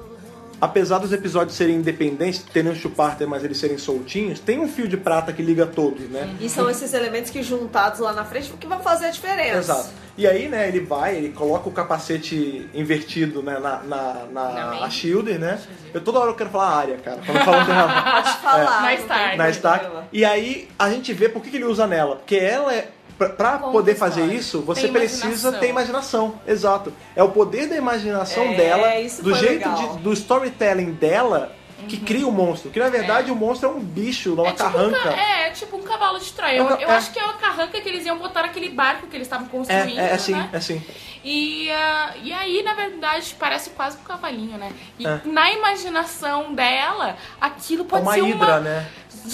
apesar dos episódios serem independentes, terem um chuparter, mas eles serem soltinhos, tem um fio de prata que liga todos, né?
E são esses elementos que juntados lá na frente que vão fazer a diferença.
Exato. E aí, né, ele vai, ele coloca o capacete invertido, né, na, na, na,
Na main.
a shield, né? Eu toda hora eu quero falar área, cara. Quando eu falo tem uma-
Pode falar.
Mais
não
tarde.
tem
na stack.
problema.
E aí a gente vê por que que ele usa nela. Porque ela é. Pra, pra
Conta
poder
a história.
fazer isso, você
Tem
precisa
imaginação.
ter imaginação. Exato. É o poder da imaginação
É,
dela,
isso
do
foi
jeito
legal.
de- do storytelling dela que cria o monstro. Que na verdade o monstro é um bicho, uma
Uhum. É tipo, um
carranca.
ca- é, é tipo um cavalo de Troia.
É um
Eu,
ca-
eu
é.
acho que é uma carranca que eles iam botar naquele barco que eles estavam
É,
construindo,
é, é assim,
né?
é assim.
E, ah, e aí, na verdade, parece quase um cavalinho, né? E
É.
na imaginação dela, aquilo
É
pode
uma
ser
hidra,
uma,
né?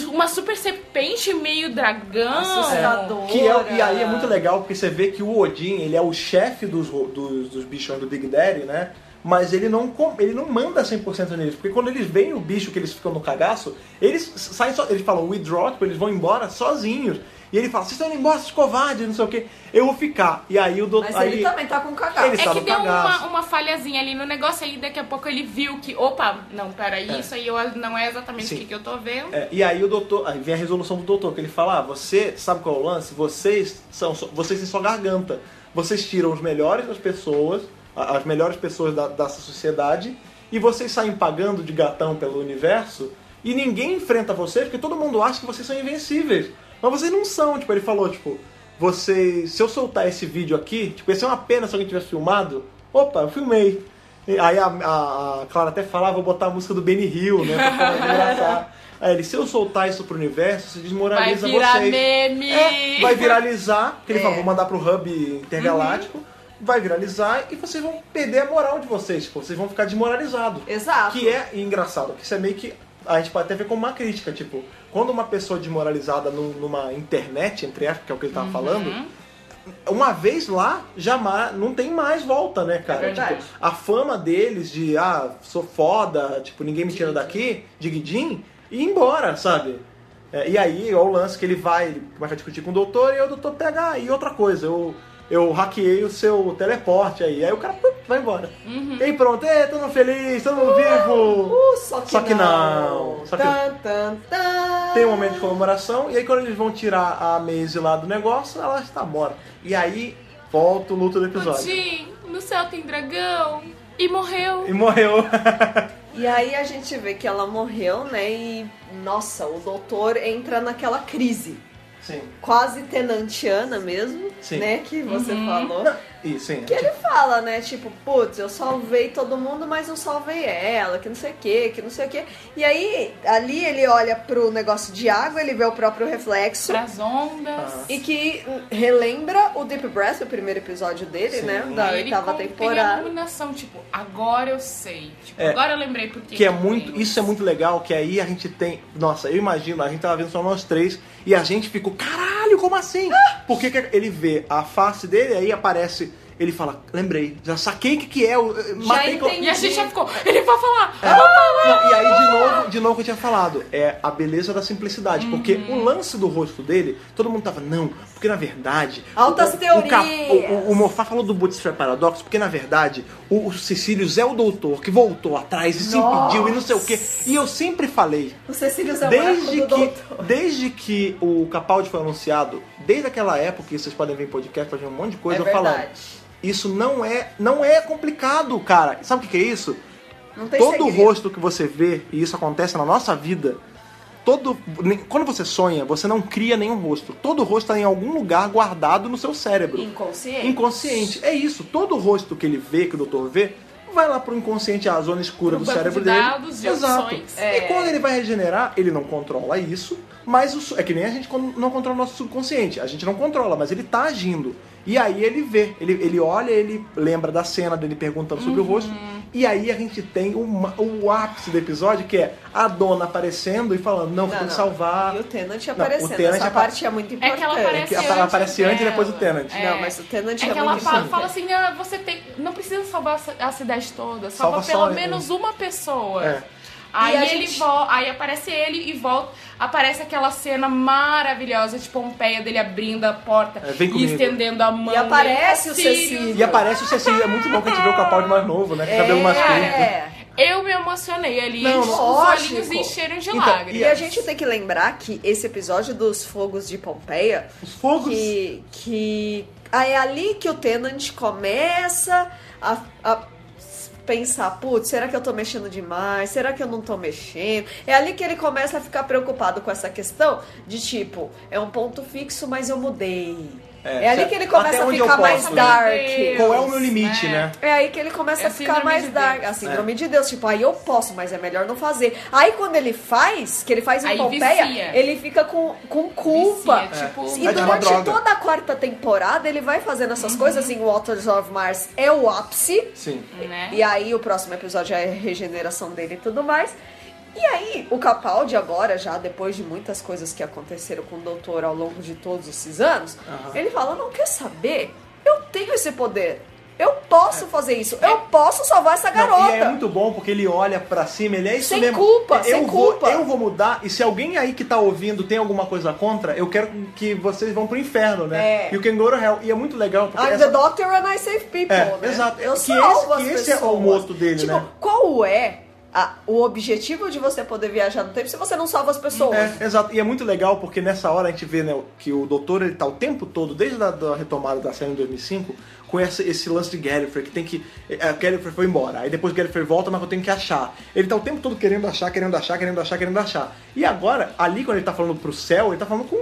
uma super serpente meio dragão.
Assustador.
Que é- e aí é muito legal porque você vê que o Odin, ele é o chefe dos, ro- dos, dos bichões do Big Daddy, né? Mas ele não, com- ele não manda 100% neles, porque quando eles veem o bicho que eles ficam no cagaço, eles s- saem só, eles falam withdraw, tipo, eles vão embora sozinhos. E ele fala, vocês estão indo embora, seus covardes, não sei o que, eu vou ficar. E aí o doutor.
Mas
Aí,
ele também tá com cacau.
Ele-
É
Só
que
no
deu
cagaço.
uma, uma falhazinha ali no negócio, aí daqui a pouco ele viu que, opa, não, peraí, isso aí eu- não é exatamente
Sim.
o que, que eu tô vendo.
é, e aí o doutor. Aí vem a resolução do doutor, que ele fala, ah, você sabe qual é o lance? Vocês são só- vocês têm só garganta. Vocês tiram os melhores das pessoas, a- as melhores pessoas da, dessa sociedade, e vocês saem pagando de gatão pelo universo. E ninguém enfrenta vocês, porque todo mundo acha que vocês são invencíveis. Mas vocês não são, tipo, ele falou, tipo, vocês. Se eu soltar esse vídeo aqui, tipo, ia ser uma pena se alguém tivesse filmado. Opa, eu filmei. E aí a, a- a Clara até falava, vou botar a música do Benny Hill, né? Pra falar, engraçar. Aí ele, se eu soltar isso pro universo, se
Vai
desmoraliza
virar
vocês.
meme.
É, vai viralizar, porque ele
É.
falou, vou mandar pro hub intergaláctico,
Uhum.
vai viralizar e vocês vão perder a moral de vocês, tipo, vocês vão ficar desmoralizados.
Exato.
Que é engraçado, que isso é meio que. A gente pode até ver como uma crítica, tipo, quando uma pessoa desmoralizada num- numa internet, entre aspas, que é o que ele tava
Uhum.
falando, uma vez lá, jamais, não tem mais volta, né, cara?
É verdade.
Tipo, a fama deles de, ah, sou foda, tipo, ninguém me tira daqui, diguidim, e ir embora, sabe? É, e aí, ó, o lance que ele vai, ele começa a discutir com o doutor, e aí o doutor pega, ah, e outra coisa, eu, eu hackeei o seu teleporte aí. Aí o cara pum, vai embora.
Uhum.
E aí pronto, é, todo mundo feliz, todo mundo vivo.
Uh, só que,
Só que não. Só que-
Tan, tan, tan.
Tem um momento de comemoração, e aí quando eles vão tirar a Maisie lá do negócio, ela está morta. E aí, volta o luto do episódio.
Pudim, no céu tem dragão. E morreu.
E morreu. um-
E aí a gente vê que ela morreu, né? E nossa, o doutor entra naquela crise.
Sim.
Quase tenantiana mesmo,
Sim.
né? Que você
Uhum.
falou.
E sim.
Que ele fala, né? Tipo, putz, eu salvei todo mundo, mas não salvei ela, que não sei o que, que não sei o que. E aí, ali ele olha pro negócio de água, ele vê o próprio reflexo.
Pras ondas.
Ah.
E que relembra o Deep Breath, o primeiro episódio dele,
Sim.
né? Da
E ele
oitava
com- tem a
temporada.
iluminação, tipo, agora eu sei. Tipo,
É.
agora eu lembrei porque.
Que é muito, isso é muito legal, que aí a gente tem, nossa, eu imagino, a gente tava vendo só nós três e a gente ficou, caralho, como assim?
Ah!
Porque que ele vê a face dele, aí aparece, ele fela, lembrei, já saquei o que que é, eu, eu matei que eu-"
E a gente já ficou, ele vai falar.
É. Não, e aí, de novo, de novo que eu tinha falado, é a beleza da simplicidade. Porque
Uhum.
o lance do rosto dele, todo mundo tava, não, porque na verdade.
Altas
o, o-
teorias.
O, Cap- o, o- o Mofá falou do Bootstrap Paradox, porque na verdade, o, o Cecílio é o doutor que voltou atrás e se impediu e não sei o quê. E eu sempre falei,
O Cecílio Zé
desde
Marco do
que,
doutor.
desde que o Capaldi foi anunciado, desde aquela época, e vocês podem ver em podcast, fazer um monte de coisa
É
eu falando.
verdade.
Isso não é, não é complicado, cara. Sabe o que que é isso?
Não tem
todo
segredo.
rosto que você vê, e isso acontece na nossa vida, todo nem- quando você sonha, você não cria nenhum rosto. Todo rosto está em algum lugar guardado no seu cérebro.
Inconsciente.
Inconsciente. É isso. Todo rosto que ele vê, que o doutor vê, vai lá pro inconsciente, a zona escura do
Pro banco
cérebro
de
dele.
dados, de
Exato.
opções. É.
E quando ele vai regenerar, ele não controla isso, mas o su- é que nem a gente con- não controla o nosso subconsciente. A gente não controla, mas ele tá agindo. E aí ele vê, ele, ele olha, ele lembra da cena dele perguntando
Uhum.
sobre o rosto. E aí a gente tem o, ma- o ápice do episódio, que é a dona aparecendo e falando, não,
Não,
tem que
não.
salvar.
E o Tenant
tá- Não,
aparecendo.
o Tenant
Essa
apa-
parte é muito
que ela
importante.
É
aparece
que ela
antes
aparece antes e depois o
dela.
Tenant.
É.
Não, mas o Tenant é,
É que ela
muito
fala,
importante.
fala assim, ah, você tem. Não precisa salvar a a cidade toda,
Salva
salva,
só,
pelo
né?
menos uma pessoa.
É.
Aí
E a
ele
gente-
vol- aí aparece ele e volta. Aparece aquela cena maravilhosa de Pompeia dele abrindo a porta
É, vem
e
comigo.
estendendo a mão.
E aparece
dele,
o
Sirius.
Cecílio.
E aparece o Cecílio, é muito bom que a gente vê o Capaldi mais novo, né? Com o cabelo mais curto.
É.
Eu me emocionei ali.
Não,
os
lógico.
olhinhos encheram de
Então,
E
lágrimas.
a gente tem que lembrar que esse episódio dos fogos de Pompeia,
Os fogos.
que, que ah, é ali que o Tenant começa a, a pensar, putz, será que eu tô mexendo demais? Será que eu não tô mexendo? É ali que ele começa a ficar preocupado com essa questão de tipo, é um ponto fixo, mas eu mudei. É, ali
se-
que ele começa
até
a
onde eu
ficar mais
posso, né?
dark.
Qual é o meu limite,
né?
né?
É aí que ele começa
É
a ficar
síndrome
mais
de
dark.
Deus.
A
É.
síndrome de Deus. Tipo, aí eu posso, mas é melhor não fazer. Aí quando ele faz, que ele faz em
Aí
Pompeia,
vicia.
ele fica com, com culpa.
Vicia, tipo,
É.
E
É de uma
durante
droga.
toda a quarta temporada, ele vai fazendo
Uhum.
essas coisas em Waters of Mars. É o ápice.
Sim.
né?
E aí o próximo episódio é a regeneração dele e tudo mais. E aí, o Capaldi agora, já depois de muitas coisas que aconteceram com o Doutor ao longo de todos esses anos, ele fala, não quer saber? Eu tenho esse poder. Eu posso fazer isso. Eu posso salvar essa
É. Não,
garota.
e é muito bom porque ele olha pra cima, ele é isso
Sem
mesmo.
culpa,
eu
sem
vou,
culpa.
Eu vou mudar, e se alguém aí que tá ouvindo tem alguma coisa contra, eu quero que vocês vão pro inferno, né?
É.
E o can go to hell. E é muito legal porque.
I'm
essa-
Ah, the doctor and I save people,
É,
né?
exato.
Eu
Que
salvo
esse-
as
que
pessoas.
esse é o moto dele,
tipo,
né?
qual é a- o objetivo de você poder viajar no tempo se você não salva as pessoas.
É, exato. E é muito legal porque nessa hora a gente vê né, que o doutor ele tá o tempo todo, desde a da retomada da série em 2005, com essa- esse lance de Gallifrey, que tem que. A Gallifrey foi embora, aí depois Gallifrey volta, mas eu tenho que achar. Ele tá o tempo todo querendo achar, querendo achar, querendo achar, querendo achar. E agora, ali quando ele tá falando pro céu, ele tá falando com.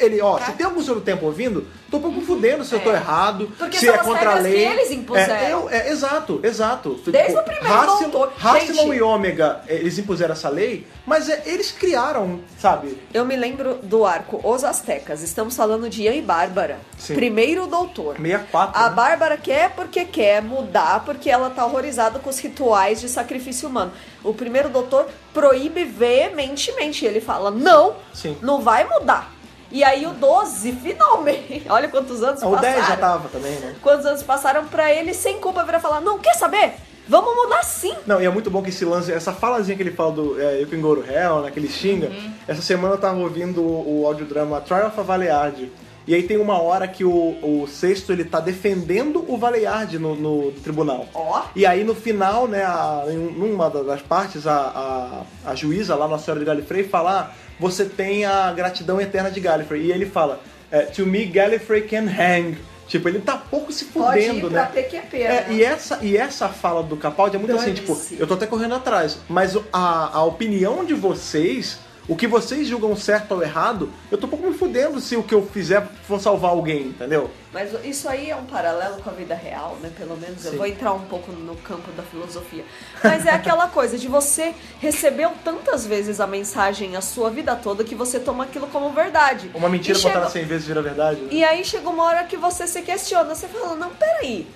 Ele, ó,
Tá.
se tem algum senhor do tempo ouvindo, tô um pouco fudendo se eu tô errado,
É. Porque
se
são
é
as
contra a
regras que
lei.
eles impuseram.
É, eu- é, exato, exato.
Desde o primeiro
Hasselon-
doutor.
Hasselon
Gente.
e Ômega, eh, eles impuseram essa lei, mas eh, eles criaram, sabe?
Eu me lembro do arco Os Aztecas. Estamos falando de Ian e Bárbara.
Sim.
Primeiro doutor.
64.
A
né?
Bárbara quer porque quer mudar, porque ela tá horrorizada com os rituais de sacrifício humano. O primeiro doutor proíbe veementemente. Ele fala: não,
Sim.
não vai mudar. E aí o 12, finalmente, olha quantos anos
Ah, o
passaram.
10 já tava também, né?
Quantos anos passaram pra ele sem culpa virar falar: não, quer saber? Vamos mudar sim.
Não, e é muito bom que esse lance, essa falazinha que ele fala do é, Eu Pingo Ouro Hell, né, que ele xinga.
Uhum.
Essa semana eu tava ouvindo o, o audiodrama Trial of a Valeyard. E aí tem uma hora que o, o sexto ele tá defendendo o Valeyard no, no tribunal.
Ó.
E aí no final, né, a- em uma da- das partes, a, a, a juíza lá, Nossa Senhora de Gallifrey, fala: "Ah, Você tem a gratidão eterna de Gallifrey. E ele fala: é, To me, Gallifrey can hang. Tipo, ele tá pouco se
Pode ir
fudendo,
pra
né?
PQP,
É,
né?
e essa, e essa fala do Capaldi é muito assim, tipo,
Dane-se.
eu tô até correndo atrás, mas o- a, a opinião de vocês, o que vocês julgam certo ou errado, eu tô um pouco me fudendo se o que eu fizer for salvar alguém, entendeu?
Mas isso aí é um paralelo com a vida real, né? Pelo menos eu
Sim.
vou entrar um pouco no campo da filosofia. Mas é aquela coisa de você recebeu tantas vezes a mensagem a sua vida toda que você toma aquilo como verdade.
Uma mentira
e chega-
contada 100 vezes vira verdade. né?
E aí chega uma hora que você se questiona, você fala, não, peraí.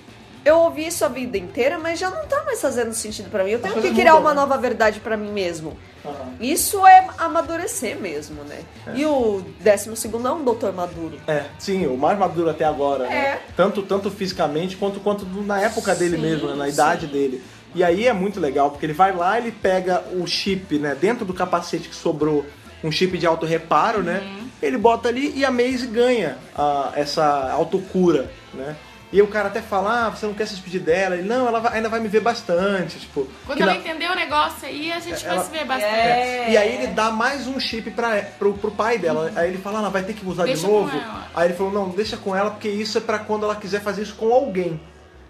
Eu ouvi isso a vida inteira, mas já não tá mais fazendo sentido pra mim. Eu tenho que
coisas
criar
mudam,
uma
né?
nova verdade pra mim mesmo.
Aham.
Isso é amadurecer mesmo, né? E o 12 segundo é um doutor maduro.
É, sim, o mais maduro até agora, né?
É.
Tanto, tanto fisicamente quanto, quanto na época dele
Sim,
mesmo, né? na
sim.
idade dele. E aí é muito legal, porque ele vai lá, ele pega o chip, né, dentro do capacete que sobrou, um chip de auto reparo, né?
Uhum.
Ele bota ali e a Maze ganha a- essa autocura, né? E o cara até fala, ah, você não quer se despedir dela? Ele, não, ela vai- ainda vai me ver bastante, tipo...
Quando
que
ela
na-
entender o negócio aí, a gente vai
Ela-
se ver bastante.
é. E aí ele dá mais um chip pra, pro, pro pai dela. Aí ele fala, ela vai ter que usar
Deixa
de novo.
com ela.
Aí ele falou, não, deixa com ela, porque isso é pra quando ela quiser fazer isso com alguém.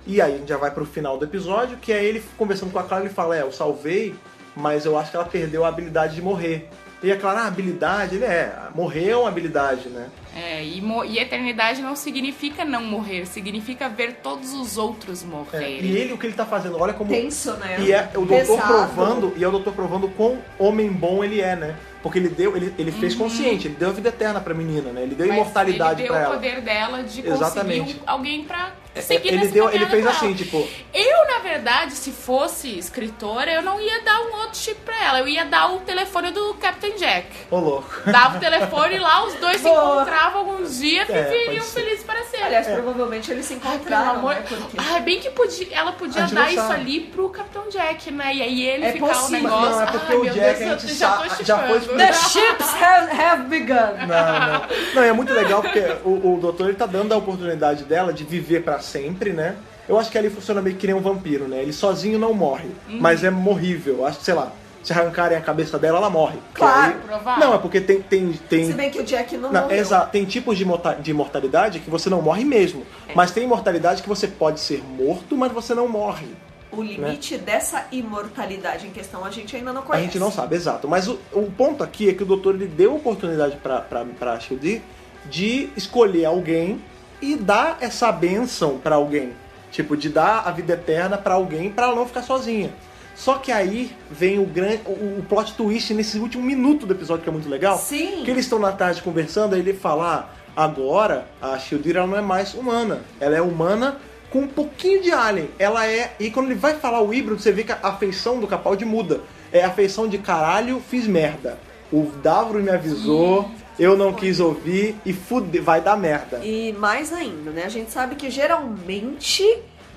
E aí a gente já vai pro final do episódio, que é ele conversando com a Clara, ele fala, é, eu salvei, mas eu acho que ela perdeu a habilidade de morrer. E a Clara, ah, habilidade, ele é, morrer é uma habilidade, né?
É, e, mo- e eternidade não significa não morrer, significa ver todos os outros
É,
morrerem.
E ele, o que ele tá fazendo, olha como...
Tenso, né?
E é o doutor
Pesado.
provando, e é o doutor provando quão homem bom ele é, né? Porque ele deu, ele, ele fez consciente, ele deu a vida eterna pra menina, né? Ele deu
Uhum. Mas
imortalidade
ele deu
pra
o
ela.
poder dela de conseguir
Exatamente. É,
um- alguém pra seguir
Ele
nessa
deu, ele
caminhada
fez
com ela.
assim, tipo,
Eu, na verdade, se fosse escritora, eu não ia dar um outro chip pra ela. Eu ia dar o telefone do Captain Jack.
ô louco.
Dava o telefone lá, os dois se
Boa.
encontravam algum dia e
É, pode
viveriam
ser.
felizes para sempre.
É.
Aliás, provavelmente eles se
Ai, pelo
encontraram,
amor.
né? Porque...
Ah, bem que podia, ela podia
Ah,
dar isso
divorciaram.
ali pro Capitão Jack, né? E aí ele
É
ficar
possível.
o negócio.
Não, é porque
Ai,
o
meu
Jack,
Deus,
a gente
eu já
sa-
tô
já foi
chipando.
The ships have, have begun.
Não, não. Não, e é muito legal porque o, o doutor ele tá dando a oportunidade dela de viver pra sempre, né? Eu acho que ali funciona meio que nem um vampiro, né? Ele sozinho não morre,
Uhum.
mas é morrível. Acho que, sei lá, se arrancarem a cabeça dela, ela morre. Porque
Claro,
aí-
provável.
Não, é porque tem. tem, tem
Se bem que o Jack não,
Não,
morreu.
exa- Tem tipos de, imorta- de imortalidade que você não morre mesmo. Mas tem imortalidade que você pode ser morto, mas você não morre.
O limite dessa imortalidade em questão a gente ainda não
A
conhece.
gente não sabe, exato. Mas o, o ponto aqui é que o doutor ele deu oportunidade pra, pra, pra Shield de escolher alguém e dar essa benção pra alguém. Tipo, de dar a vida eterna pra alguém pra ela não ficar sozinha. Só que aí vem o, grande, o, o plot twist nesse último minuto do episódio, que é muito legal.
Sim.
Que eles estão na tarde conversando, aí ele fala: "Ah, agora a Shieldira não é mais humana. Ela é humana com um pouquinho de alien. Ela é. E quando ele vai falar o híbrido, você vê que a afeição do Capaldi muda. É a afeição de caralho, fiz merda. O Davro me avisou, eu não quis ouvir e fude, vai dar merda.
E mais ainda, né? A gente sabe que geralmente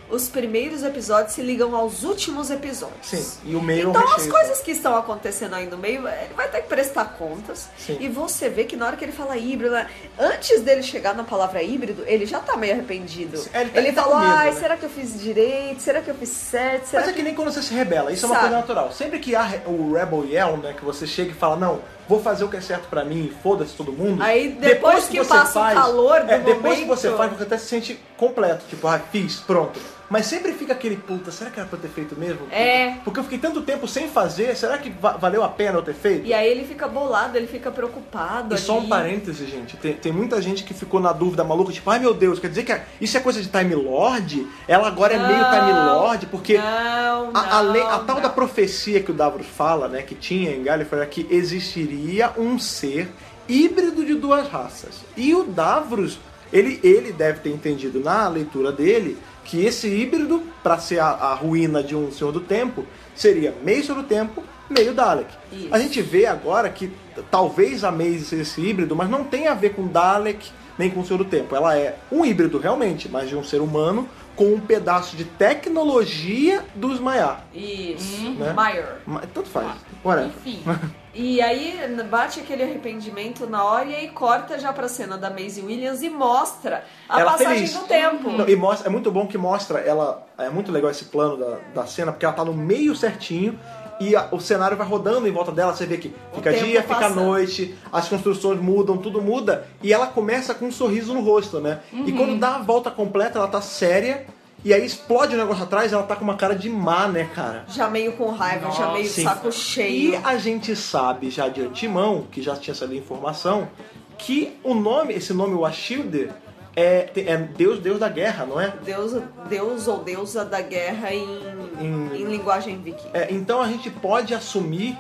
os primeiros episódios se ligam aos últimos episódios.
Sim, e o meio é um
Então as
recheio.
coisas que estão acontecendo aí no meio, eh, ele vai ter que prestar contas.
Sim.
E você vê que na hora que ele fala híbrido, né, antes dele chegar na palavra híbrido, ele já tá meio arrependido.
É, ele tá- ele tá
falou,
com medo,
ai,
né?"
será que eu fiz direito? Será que eu fiz certo? Será
Mas é que nem quando você se rebela, isso é uma
Sabe.
coisa natural. Sempre que há re- o Rebel Yell, né, que você chega e fala, não, vou fazer o que é certo pra mim, foda-se todo mundo.
Aí, depois que passa o calor do
é, Depois que
momento-
você faz, você até se sente completo, tipo, ah, fiz, pronto. Mas sempre fica aquele, puta, será que era pra eu ter feito mesmo?
É.
Porque eu fiquei tanto tempo sem fazer, será que va- valeu a pena eu ter feito?
E aí ele fica bolado, ele fica preocupado.
E só um
ali.
parêntese, gente. Tem, tem muita gente que ficou na dúvida maluca, tipo, ai meu Deus, quer dizer que a- isso é coisa de Time Lord? Ela agora é meio Time Lord? Porque
Não,
a, a
não,
lei- a tal
não.
da profecia que o Davros fala, né, que tinha em Gallifrey, é que existiria um ser híbrido de duas raças. E o Davros, ele, ele deve ter entendido na leitura dele que esse híbrido, para ser a, a ruína de um Senhor do Tempo, seria meio Senhor do Tempo, meio Dalek.
Isso.
A gente vê agora que t- talvez a Maze seja esse híbrido, mas não tem a ver com Dalek nem com o Senhor do Tempo. Ela é um híbrido realmente, mas de um ser humano com um pedaço de tecnologia dos Maiar.
Isso.
Né?
Maior.
Ma- Tanto faz. Whatever.
Enfim.
E aí bate aquele arrependimento na hora e aí corta já pra cena da Maisie Williams e mostra a
Ela
passagem
feliz.
do tempo.
Não, e mostra, é muito bom que mostra ela. É muito legal esse plano da, da cena, porque ela tá no meio certinho. E a- o cenário vai rodando em volta dela, você vê que
O
fica
tempo
dia, fica
passa.
noite, as construções mudam, tudo muda, e ela começa com um sorriso no rosto, né? E quando
Uhum.
dá a volta completa, ela tá séria, e aí explode o negócio atrás, ela tá com uma cara de má, né, cara?
Já meio com raiva, já meio
Sim.
saco
E
cheio.
a gente sabe já de antemão, que já tinha essa informação, que o nome, esse nome Washilder, é, é Deus, Deus da guerra, não é?
Deus, Deus ou deusa da guerra em,
Em-
em linguagem viking.
É, Então a gente pode assumir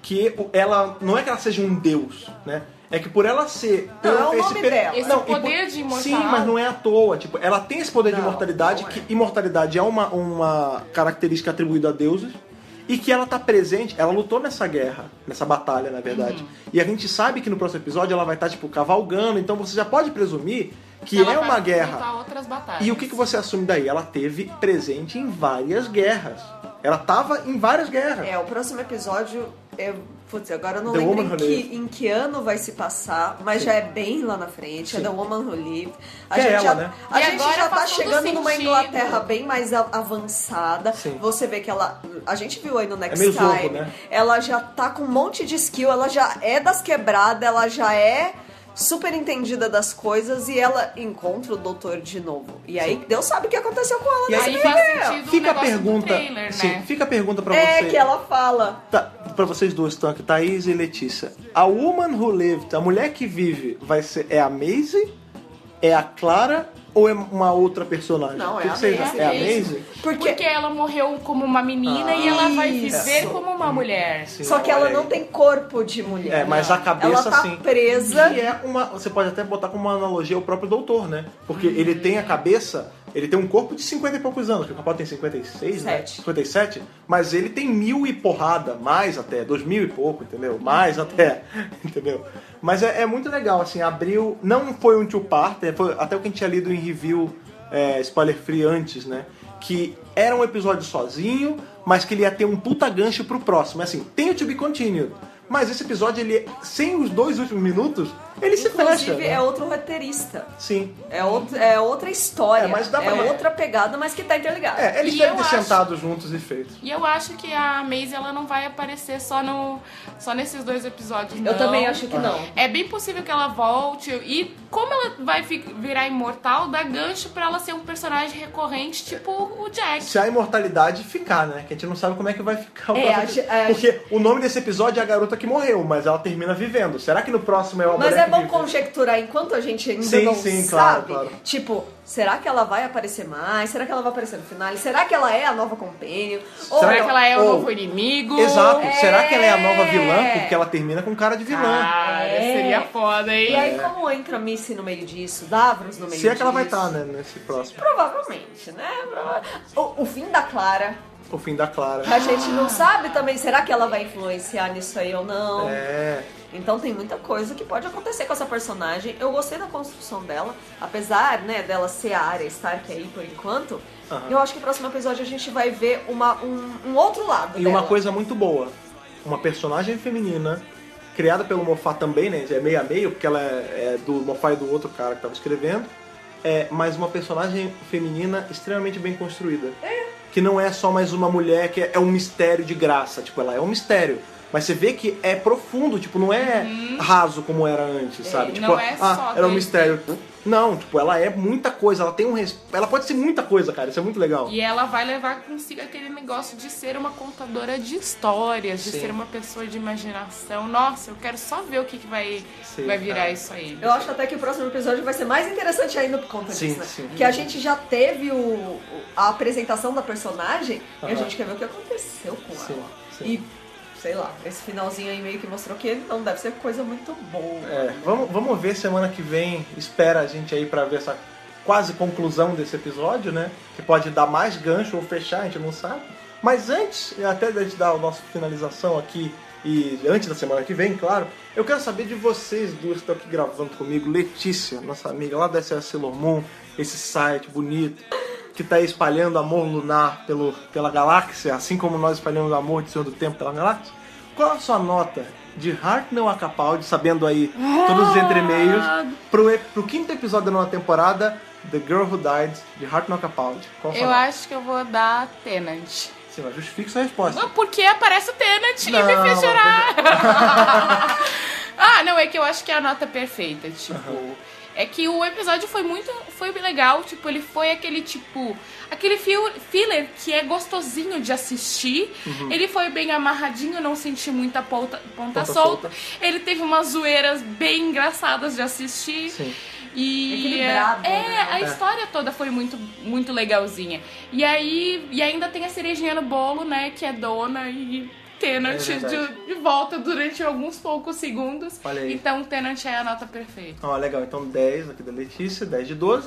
que o- ela não é que ela seja um deus, né? É que por ela ser
Não,
pelo-
é o nome
pe-
dela.
Esse
e por-
poder de imortal-
Sim, mas não é à toa, tipo, ela tem esse poder de
Não,
imortalidade
não é.
que imortalidade é uma, uma característica atribuída a deuses e que ela tá presente, ela lutou nessa guerra, nessa batalha, na
Uhum.
verdade. E a gente sabe que no próximo episódio ela vai estar tipo cavalgando, então você já pode presumir que
Ela
é
vai
uma guerra.
enfrentar Outras batalhas.
E o que, que você assume daí? Ela teve presente em várias guerras. Ela tava em várias guerras.
É, o próximo episódio é. Putz, agora eu não
The
lembro
Woman
em
Who
que,
Lived.
em que ano vai se passar, mas já é bem lá na frente. É
Sim.
The Woman Who Lived. A
Que é
gente
ela,
já,
né?
a
E
gente
agora
já tá
faz todo
chegando numa
sentido.
Inglaterra bem mais a- avançada.
Sim. É
Você vê que ela. A gente viu aí no Next
meio
Time.
Zorro, né?
Ela já tá com um monte de skill, ela já é das quebradas, ela já é. Super entendida das coisas e ela encontra o doutor de novo. E aí Deus sabe o que aconteceu com ela
E
nesse
Aí faz
primeiro.
sentido
Fica
o
a
negócio
pergunta.
do trailer,
Sim,
né?
fica a pergunta pra
É
você.
que ela fala.
Tá, pra vocês dois, estão aqui, Thaís e Letícia. A woman who lived, a mulher que vive, vai ser é a Maisie? É a Clara ou é uma outra personagem?
Não,
O
é
que
a
que vocês acham?
Maisie.
É a
É a
Maisie?
Porque,
Porque... ela morreu como uma menina e ela vai
Ah,
viver
Isso.
como uma mulher.
Sim,
Só que ela
olha
não
aí.
tem corpo de mulher.
É, mas a cabeça
Ela tá
sim.
presa.
Que é uma. Você pode até botar como uma analogia o próprio doutor, né? Porque
Uhum.
ele tem a cabeça. Ele tem um corpo de 50 e poucos anos, que o Capaldi tem 56, né?
Sete.
57, mas ele tem mil e porrada, mais até, dois mil e pouco, entendeu? Mais até, entendeu? Mas é, é muito legal, assim, abriu. Não foi um two-parter, foi até o que a gente tinha lido em review é, spoiler free antes, né? Que era um episódio sozinho, mas que ele ia ter um puta gancho pro próximo. É Assim, tem o to be continued. Mas esse episódio, ele, sem os dois últimos minutos, ele se fecha.
Inclusive,
né?
é outro roteirista.
Sim.
É, outro, é outra história.
É, mas dá pra-
outra pegada, mas que tá interligada.
É, eles
E
devem ter
eu acho-
sentado juntos e feito.
E eu acho que a Maisie ela não vai aparecer só no só nesses dois episódios.
Eu
não.
também acho que não.
É bem possível que ela volte e como ela vai fi- virar imortal, dá gancho pra ela ser um personagem recorrente, tipo o Jack.
se a imortalidade ficar, né? Que a gente não sabe como é que vai ficar o
É,
próximo-
a ge- a-
Porque o nome desse episódio é a garota que morreu, mas ela termina vivendo. Será que no próximo é o
Mas é bom conjecturar enquanto a gente ainda
Sim,
não
sim, claro,
sabe.
claro.
Tipo, será que ela vai aparecer mais? Será que ela vai aparecer no final? Será que ela é a nova companion? Ou
Será que ela é o
Ou-
novo inimigo?
Oh. Exato.
É.
Será que ela é a nova vilã? Porque ela termina com cara de vilã.
Cara,
É.
Ah, seria foda, hein?
E aí, como entra Missy no meio disso? Davros no meio
É. Se é que ela vai
disso?
estar, né? Nesse próximo.
Provavelmente, né? Prova- O, o fim da Clara.
O fim da Clara.
A gente não sabe também, será que ela vai influenciar nisso aí ou não?
É.
Então tem muita coisa que pode acontecer com essa personagem. Eu gostei da construção dela, apesar né, dela ser a área Stark aí por enquanto. Eu acho que no próximo episódio a gente vai ver uma, um, um outro lado.
E
dela.
uma coisa muito boa, uma personagem feminina, criada pelo Moffat também, né? É meio a meio, porque ela é é do Moffat e do outro cara que tava escrevendo. É, mas uma personagem feminina extremamente bem construída. Que não é só mais uma mulher que é um mistério de graça. Tipo, ela é um mistério. Mas você vê que é profundo, tipo, não é raso como era antes, sabe? Tipo,
Uhum. não é
ah,
só
era um
dois
mistério. Não, tipo, ela é muita coisa, ela tem um res... Ela pode ser muita coisa, cara, isso é muito legal.
E ela vai levar consigo aquele negócio de ser uma contadora de histórias, de
Sim.
ser uma pessoa de imaginação. Nossa, eu quero só ver o que, que vai,
Sim, é.
vai virar
cara.
isso aí.
Eu acho até que o próximo episódio vai ser mais interessante ainda por conta
Sim,
disso, né?
sim.
Porque a gente já teve o, o- a apresentação da personagem e a
Aham.
gente quer ver o que aconteceu com ela.
Sim, sim.
E, sei lá, esse finalzinho aí meio que mostrou que não deve ser coisa muito boa.
É, vamos, vamos ver semana que vem. Espera a gente aí pra ver essa quase conclusão desse episódio, né? Que pode dar mais gancho ou fechar, a gente não sabe. Mas antes, até da gente dar a nossa finalização aqui, e antes da semana que vem, claro, eu quero saber de vocês duas que estão aqui gravando comigo. Letícia, nossa amiga lá da SOS Sailor Moon, esse site bonito, que tá aí espalhando amor lunar pelo, pela galáxia, assim como nós espalhamos amor de Senhor do Tempo pela galáxia. Qual a sua nota de Hartnell a Capaldi, sabendo aí todos os entremeios, pro, e- pro quinto episódio da nova temporada, The Girl Who Died, de Hartnell a Capaldi? Qual a sua
Eu
nota?
acho que eu vou dar Tenant.
Você vai justificar sua resposta.
Não, Porque aparece o Tenant e me
Não,
fez chorar. ah, não, é que eu acho que é a nota perfeita, tipo. É que o episódio foi muito. Foi legal, tipo, ele foi aquele tipo. Aquele fil- filler que é gostosinho de assistir. Ele foi bem amarradinho, não senti muita ponta, ponta,
Uhum. Ponta
solta.
solta.
Ele teve umas zoeiras bem engraçadas de assistir.
Sim.
E
Equilibrado,
é,
né?
a história toda foi muito, muito legalzinha. E aí, e ainda tem a cerejinha no bolo, né? Que é dona e Tenant
É verdade.
de, de volta durante alguns poucos segundos.
Olha aí.
Então Tenant é a nota perfeita.
Ó, legal. Então 10 aqui da Letícia, 10 de 12.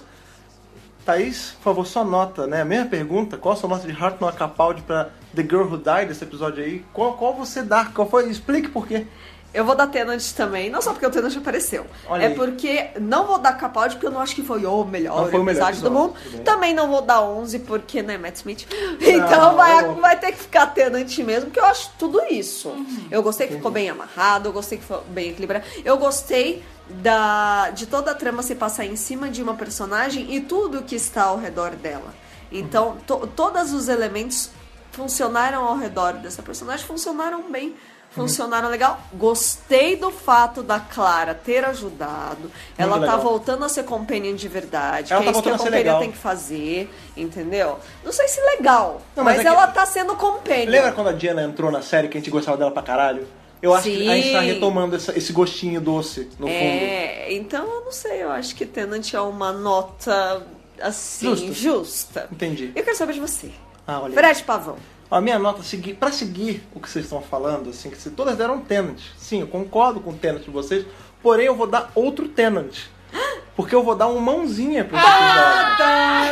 Thaís, por favor, sua nota, né? A mesma pergunta, qual a sua nota de Hartnell a Capaldi pra The Girl Who Died, esse episódio aí? Qual, qual você dá? Qual foi? Explique por quê.
Eu vou dar Tenant também, não só porque o Tenant apareceu.
Olha
é
aí.
porque não vou dar Capaldi, porque eu não acho que foi o melhor
Não foi o melhor
episódio do
episódio,
mundo.
tudo bem.
Também não vou dar 11, porque, né, Matt Smith. Então
Não.
vai, vai ter que ficar Tenant mesmo, porque eu acho tudo isso. Eu gostei que ficou bem amarrado, eu gostei que foi bem equilibrado. Eu gostei da, de toda a trama se passar em cima de uma personagem e tudo que está ao redor dela.
Uhum.
Então, to- todos os elementos funcionaram ao redor dessa personagem, funcionaram bem.
Uhum.
Funcionaram legal. Gostei do fato da Clara ter ajudado. ela tá
legal.
voltando a ser companion de verdade.
Ela
que
tá
é isso que a
voltando a ser
companion
legal.
tem que fazer. Entendeu? Não sei se legal,
Não, mas
mas,
é que-
ela tá sendo companion.
Lembra quando a Diana entrou na série que a gente gostava dela pra caralho? Eu acho que a gente tá
Sim.
retomando essa- esse gostinho doce no fundo.
É, então eu não sei, eu acho que Tenant é uma nota assim,
Justo.
justa.
Entendi.
Eu quero saber de você.
Ah, olha aí.
Fred Pavão.
A minha nota, segui- pra seguir o que vocês estão falando, assim, que se- todas deram Tenant. Sim, eu concordo com o Tenant de vocês, porém eu vou dar outro Tenant. Porque eu vou dar um mãozinha pra esse episódio.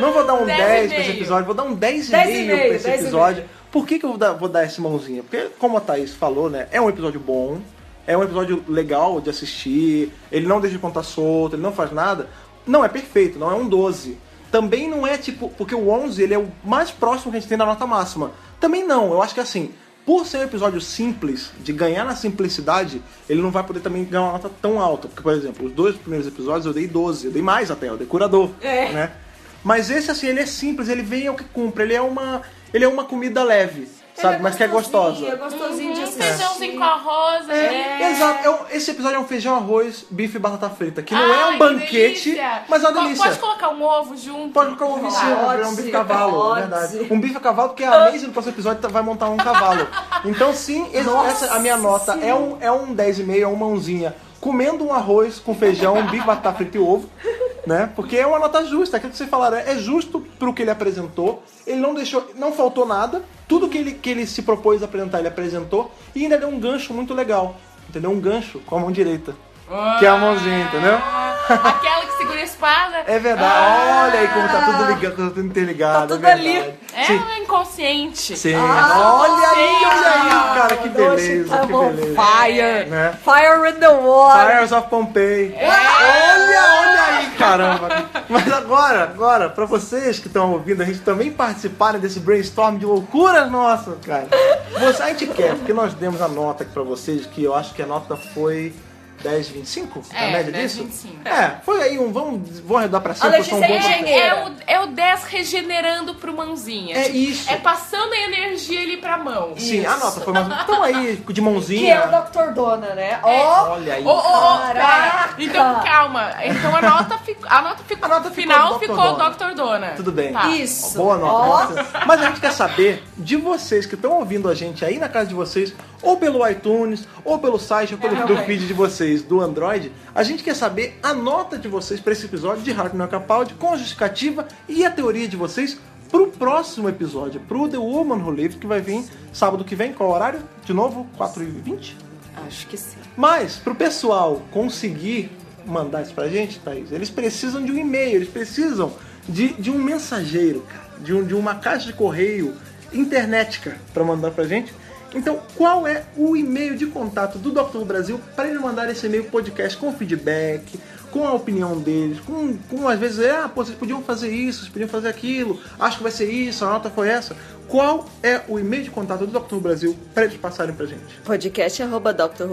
Não vou dar um 10,
Ah, tá, Dez e
pra esse
meio.
episódio, vou dar um 10,5
Dez e meio,
pra esse
dez e
episódio.
meio.
Por que, que eu vou dar, vou dar esse mãozinha? Porque, como a Thaís falou, né, é um episódio bom, é um episódio legal de assistir, ele não deixa de contar solto, ele não faz nada. Não é perfeito, não é um 12. Também não é tipo. Porque o 11 ele é o mais próximo que a gente tem da nota máxima. Também não, eu acho que assim. Por ser um episódio simples, de ganhar na simplicidade, ele não vai poder também ganhar uma nota tão alta. Porque, por exemplo, os dois primeiros episódios eu dei 12, eu dei mais até, eu dei curador.
É.
Né? Mas esse, assim, ele é simples, ele vem ao que cumpre, ele é uma, ele é uma comida leve, sabe? Mas que é gostosa.
É gostosinho de
Um
assistir.
feijãozinho com arroz, né?
Exato. É um- esse episódio é um feijão, arroz, bife e batata frita, que não é
Ai,
um
que
banquete,
delícia.
mas é uma
Po-
delícia.
Pode colocar um ovo junto.
Pode colocar um bife,
Pode,
um bife cavalo,
pode.
é verdade. Um bife a cavalo, porque a Maisie no próximo episódio tá- vai montar um cavalo. Então, sim, esse- essa, a minha nota é um, é um 10,5, é uma mãozinha. Comendo um arroz com feijão, um bife, batata frita e ovo, né? Porque é uma nota justa, aquilo que vocês falaram, é justo pro que ele apresentou. Ele não deixou, não faltou nada. Tudo que ele, que ele se propôs a apresentar, ele apresentou. E ainda deu um gancho muito legal, entendeu? Um gancho com a mão direita. Que é a mãozinha, entendeu?
Aquela que segura a espada.
É verdade. Olha aí como tá tudo ligado, tá tudo interligado.
Ah. Tá tudo
é verdade.
ali. Ah,
É
Sim.
uma inconsciente.
Sim. olha aí, olha aí, cara, que beleza, que
Tamo
beleza.
tá Fire.
Né?
Fire in the water.
Fires of Pompeii.
É.
Olha, olha aí, caramba. Mas agora, agora, pra vocês que estão ouvindo, a gente também participarem desse brainstorm de loucura nossa, cara. Você, a gente quer, porque nós demos a nota aqui pra vocês, que eu acho que a nota foi 10,25?
É,
a média
10,
disso?
25.
É, foi aí um, vamos, vou arredar pra cima,
A
porque eu sou um bom...
Letícia é
português.
engenheira.
É o, é o 10 regenerando pro mãozinha.
É
Tipo,
isso.
É passando a energia ali pra mão.
Sim, a nota foi mais... Então aí, de mãozinha...
Que é o Dr. Dona, né? Ó,
Olha aí.
Ô, ô, ô, pera.
Caraca!
Então calma. Então a nota ficou. A nota ficou.
A nota ficou
final
Dr.
ficou
Dona.
Dr. Dona.
Tudo bem.
Tá.
isso.
Boa nota.
Ó,
né? Mas a gente quer saber de vocês que estão ouvindo a gente aí na casa de vocês, ou pelo iTunes, ou pelo site, ou
É,
pelo do feed de vocês do Android, a gente quer saber a nota de vocês para esse episódio de Hard Knock Capaldi, com a justificativa e a teoria de vocês pro próximo episódio, pro The Woman Who Lived, que vai vir sábado que vem, qual é horário? De novo, 4h20?
Acho que sim.
Mas, pro pessoal conseguir mandar isso pra gente, Thaís, eles precisam de um e-mail, eles precisam de, de um mensageiro, cara, de, um- de uma caixa de correio internetica pra mandar pra gente. Então, qual é o e-mail de contato do Dr. Brasil para ele mandar esse e-mail podcast com feedback, com a opinião deles, com, com às vezes, é, ah, pô, vocês podiam fazer isso, vocês podiam fazer aquilo, acho que vai ser isso, a nota foi essa. Qual é o e-mail de contato do Dr. Brasil para eles passarem pra gente?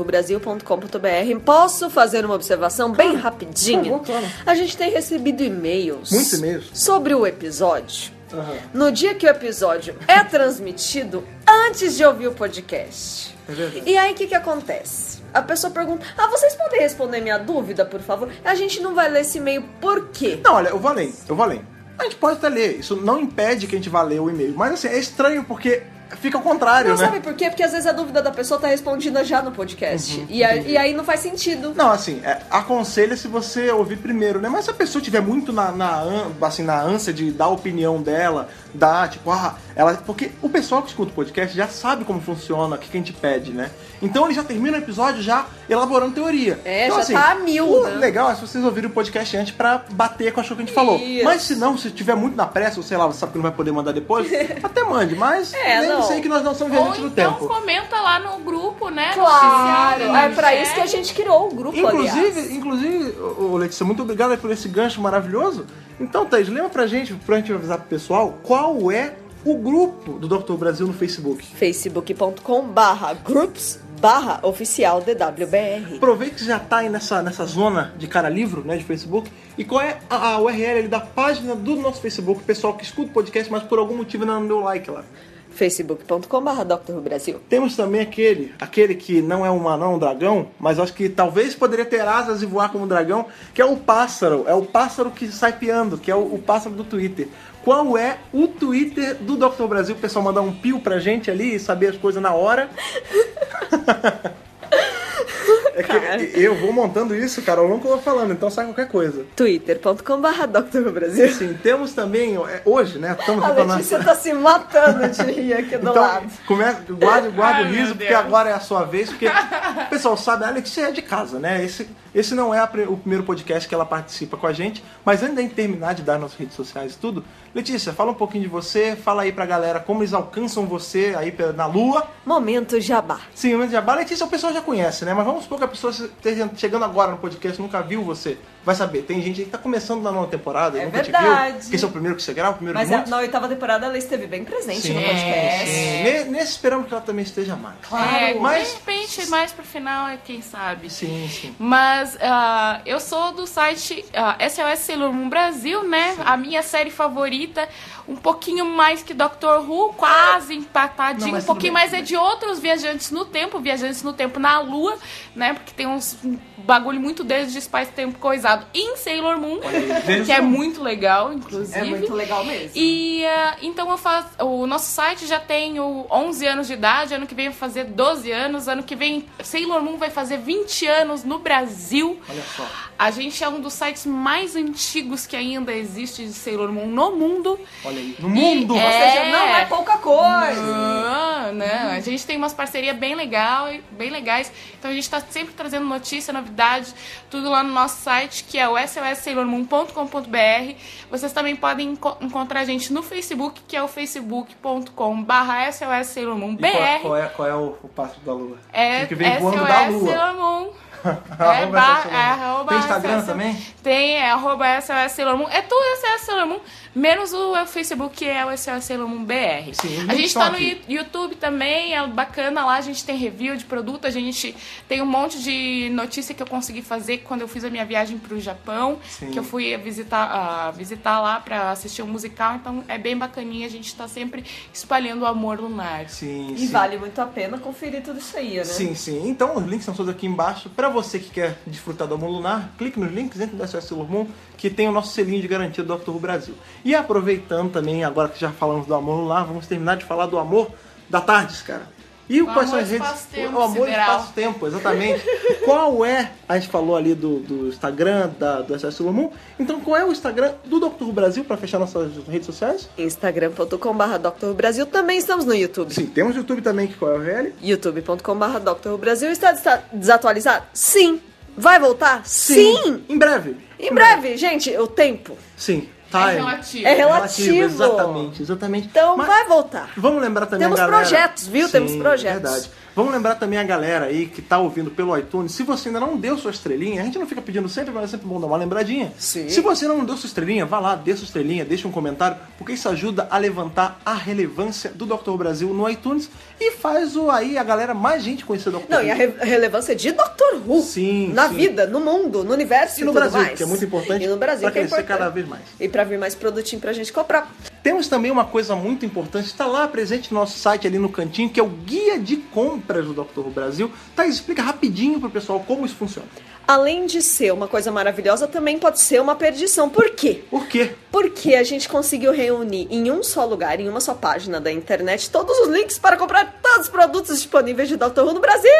podcast.drrubrasil.com.br Posso fazer uma observação bem rapidinha? A gente tem recebido e-mails.
Muitos e-mails.
Sobre o episódio.
Aham.
No dia que o episódio é transmitido, antes de ouvir o podcast.
É verdade.
E aí, o que, que acontece? A pessoa pergunta: Ah, vocês podem responder minha dúvida, por favor? A gente não vai ler esse e-mail, por quê?
Não, olha, eu vou além, eu vou além. A gente pode até ler, isso não impede que a gente vá ler o e-mail. Mas assim, é estranho porque fica ao contrário,
Não
né?
sabe por quê? Porque às vezes a dúvida da pessoa tá respondida já no podcast.
Uhum,
e, a- e aí não faz sentido.
Não, assim, é, aconselha se você ouvir primeiro, né? Mas se a pessoa tiver muito na, na, an- assim, na ânsia de dar a opinião dela, dar, tipo, ah, ela. Porque o pessoal que escuta o podcast já sabe como funciona, o que, que a gente pede, né? Então ele já termina o episódio já elaborando teoria.
É,
então,
já
assim,
tá a mil,
o
né?
legal é se vocês ouvirem o podcast antes pra bater com a show que a gente falou.
Isso.
Mas se não, se tiver muito na pressa, ou sei lá, você sabe que não vai poder mandar depois, até mande. Mas
É,
nem
não.
sei que nós não somos
Ou
viajantes
então
do tempo.
comenta lá no grupo, né?
Claro!
noticiário,
É pra
hashtag.
isso que a gente criou o grupo, aliás.
Inclusive, inclusive, ô, ô, Letícia, muito obrigado por esse gancho maravilhoso. Então, Thaís, lembra pra gente, pra gente avisar pro pessoal, qual é o grupo do Dr. Brasil no Facebook?
facebook.com barra groups barra oficial DWBR.
Aproveita que já tá aí nessa, nessa zona de cara livro, né, de Facebook. E qual é a, a URL ali da página do nosso Facebook, pessoal que escuta o podcast, mas por algum motivo não deu like lá.
facebook.com barra Dr. Brasil.
Temos também aquele, aquele que não é um anão, um dragão, mas acho que talvez poderia ter asas e voar como um dragão, que é o pássaro, é o pássaro que sai piando, que é o, o pássaro do Twitter. Qual é o Twitter do Dr. Brasil? O pessoal mandar um pio pra gente ali e saber as coisas na hora. É que eu vou montando isso, cara, ao longo que eu vou falando, então sai qualquer coisa.
twitter.com barra Dr. Brasil.
Sim, temos também, é, hoje, né? Estamos
A
aqui com a nossa- Então-
Letícia tá se matando de rir aqui do lado.
Começa, guarda, guarda
Ai,
o
meu
riso, porque
Deus.
agora é a sua vez, porque o pessoal sabe, a Letícia é de casa, né? Esse, esse não é a pri- o primeiro podcast que ela participa com a gente, mas antes de terminar de dar nossas redes sociais e tudo, Letícia, fala um pouquinho de você, fala aí pra galera como eles alcançam você aí pe- na lua.
Momento jabá.
Sim, mas já, a Letícia o pessoal já conhece, né? Mas vamos supor que a pessoa esteja chegando agora no podcast, nunca viu você, vai saber. Tem gente aí que tá começando na nova temporada,
É
nunca te viu,
verdade.
porque esse é o primeiro que você grava, o primeiro
Mas
de
a-
muitos.
na oitava temporada ela esteve bem presente
Sim,
no podcast.
sim. Ne- Nesse esperamos que ela também esteja mais.
É,
Mas-
de repente, mais pro final, é quem sabe.
Sim, sim.
Mas ah, eu sou do site ah, SOS Sailor Moon Brasil, né? A minha série favorita, um pouquinho mais que Doctor Who, quase
Não,
empatadinho,
mas tudo
um pouquinho
bem,
mais
tudo
é de outros viajantes no tempo, viajantes no tempo na Lua, né? Porque tem uns um bagulho muito desde espaço-tempo coisado em Sailor Moon,
Deus
que é
do-
muito legal, inclusive.
É muito legal mesmo.
E ah, então eu faço. O nosso site já tem o 11 anos de idade, ano que vem vai fazer 12 anos, ano que vem Sailor Moon vai fazer 20 anos no Brasil.
Olha só.
A gente é um dos sites mais antigos que ainda existe de Sailor Moon no mundo.
Olha aí. No mundo!
é-
Ou seja, não é pouca coisa.
Ah, não.
Hum.
A gente tem umas parcerias bem, legal, bem legais. Então a gente tá sempre trazendo notícia, novidade, tudo lá no nosso site, que é o sossailormoon.com.br. Vocês também podem enco- encontrar a gente no Facebook, que é o facebook.com barra
E qual,
sossailormoon.br.
qual é, qual é o, o passo da lua?
É
Tem que vem voando da lua.
sossailormoon. É,
Arroba
bar,
essa
é,
lua.
arroba
Tem Instagram
essa-
também?
Tem, é arroba SOS Sailor Moon. É tudo SOS Sailor Moon, menos o Facebook, que é o SOS Sailor Moon
Sim,
BR.
os
a
links
gente
estão
tá no
aqui.
Yu- YouTube também, é bacana lá, a gente tem review de produto, a gente tem um monte de notícia que eu consegui fazer quando eu fiz a minha viagem pro Japão,
Sim.
que eu fui visitar, ah, visitar lá pra assistir um musical, então é bem bacaninha, a gente tá sempre espalhando o amor lunar.
Sim,
E
sim.
vale muito a pena conferir tudo isso aí, né?
Sim, sim. Então, os links estão todos aqui embaixo. Pra você que quer desfrutar do Amor Lunar, clique nos links dentro da SOS Sailor Moon, que tem o nosso selinho de garantia do Doctor Who Brasil. E aproveitando também, agora que já falamos do Amor Lunar, vamos terminar de falar do Amor da Tardes, cara. E o
O
quais são
amor
as redes...
espaço-tempo
o Amor
sideral.
Espaço-Tempo, exatamente. qual é... A gente falou ali do, do Instagram, da, do SOS Sailor Moon. Então, qual é o Instagram do Doctor Who Brasil, pra fechar nossas redes sociais?
Instagram.com.br Dr. Brasil. Também estamos no YouTube.
Sim, temos o YouTube também, que qual é o RL?
youtube.com.br Dr. Brasil. Está desa- desatualizado? Sim. Vai voltar? Sim.
Em breve.
Em breve, gente, o tempo
Sim. tá,
É
Time.
relativo.
é relativo.
Exatamente, exatamente.
Então
Mas
vai voltar.
Vamos lembrar também
Temos
a galera...
projetos, viu?
Sim, é
Temos projetos.
verdade. Vamos lembrar também a galera aí que tá ouvindo pelo iTunes. Se você ainda não deu sua estrelinha, a gente não fica pedindo sempre, mas é sempre bom dar uma lembradinha.
Sim.
Se você não deu sua estrelinha, vá lá, dê sua estrelinha, deixa um comentário, porque isso ajuda a levantar a relevância do Dr. Brasil no iTunes e faz o aí a galera mais gente conhecer o Dr.
Não, e a
Brasil.
re- relevância de Dr. Who
Sim,
na
sim.
vida, no mundo, no universo
E no
tudo
Brasil,
mais.
que é muito importante
E no Brasil,
pra
que é
crescer
importante.
cada vez mais.
E pra vir mais produtinho pra gente comprar.
Temos também uma coisa muito importante, está lá presente no nosso site ali no cantinho, que é o guia de compras do Dr. Who Brasil. Thaís, explica rapidinho pro pessoal como isso funciona.
Além de ser uma coisa maravilhosa, também pode ser uma perdição. Por quê?
Por quê?
Porque a gente conseguiu reunir em um só lugar, em uma só página da internet, todos os links para comprar todos os produtos disponíveis de Dr. Who no Brasil.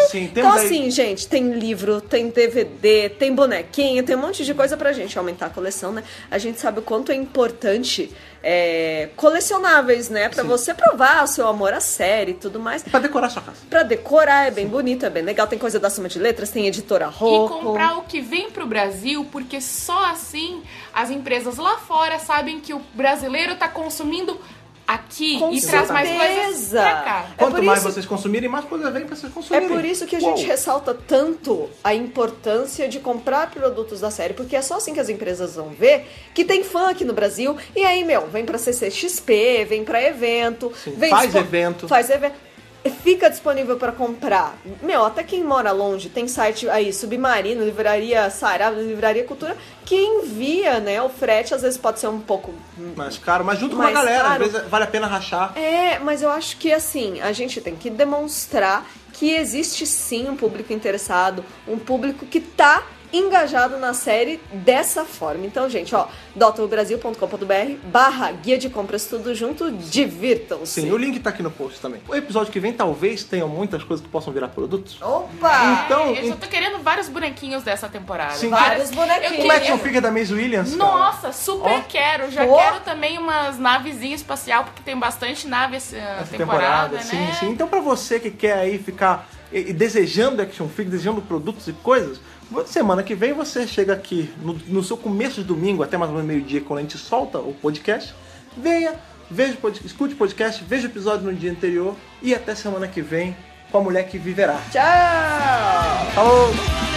Sim, sim, temos
Então,
aí-
assim, gente, tem livro, tem DVD, tem bonequinho, tem um monte de coisa pra gente aumentar a coleção, né? A gente sabe o quanto é importante é, colecionáveis, né? Pra você provar o seu amor à série e tudo mais.
Pra decorar sua casa.
Pra decorar, é bem bonito, é bem legal. Tem coisa da soma de letras, tem editora
e
Rocco.
comprar o que vem pro Brasil, porque só assim as empresas lá fora sabem que o brasileiro tá consumindo aqui
Com
e traz mais coisas
certeza.
pra cá.
É
Quanto
por
mais
isso-
vocês consumirem, mais coisa vem pra vocês
É
consumirem.
por isso que a gente
Uou.
ressalta tanto a importância de comprar produtos da série, porque é só assim que as empresas vão ver que tem fã aqui no Brasil. E aí, meu, vem pra CCXP, vem pra evento,
Sim,
vem
faz
dispo-
evento.
Faz evento. E Fica disponível pra comprar. Meu, até quem mora longe tem site aí, Submarino, Livraria Sarava, Livraria Cultura, que envia, né? O frete às vezes pode ser um pouco
Mais caro, mas junto
Mais
com a galera,
caro.
às vezes vale a pena rachar.
é, mas eu acho que assim, a gente tem que demonstrar que existe sim um público interessado, um público que tá engajado na série dessa forma. Então, gente, ó, dotobrasil.com.br barra guia de compras tudo junto, divirtam-se.
Sim, o link tá aqui no post também. O episódio que vem talvez tenham muitas coisas que possam virar produtos.
Hum.
Opa!
Então,
É, eu já tô querendo vários bonequinhos dessa temporada.
Sim.
Vários
Eu
bonequinhos.
como é que
queria-
eu fica da Maze Williams? cara?
Nossa, super
Ó.
quero. Já
Ó.
quero também umas navezinhas espacial, porque tem bastante nave essa,
essa
temporada,
temporada,
né?
sim, sim. Então pra você que quer aí ficar e- e desejando action figure, desejando produtos e coisas, vo- semana que vem você chega aqui no, no seu começo de domingo, até mais ou menos meio-dia, quando a gente solta o podcast, venha, veja, o pod- escute o podcast, veja o episódio no dia anterior e até semana que vem com a mulher que viverá.
Tchau!
Falou!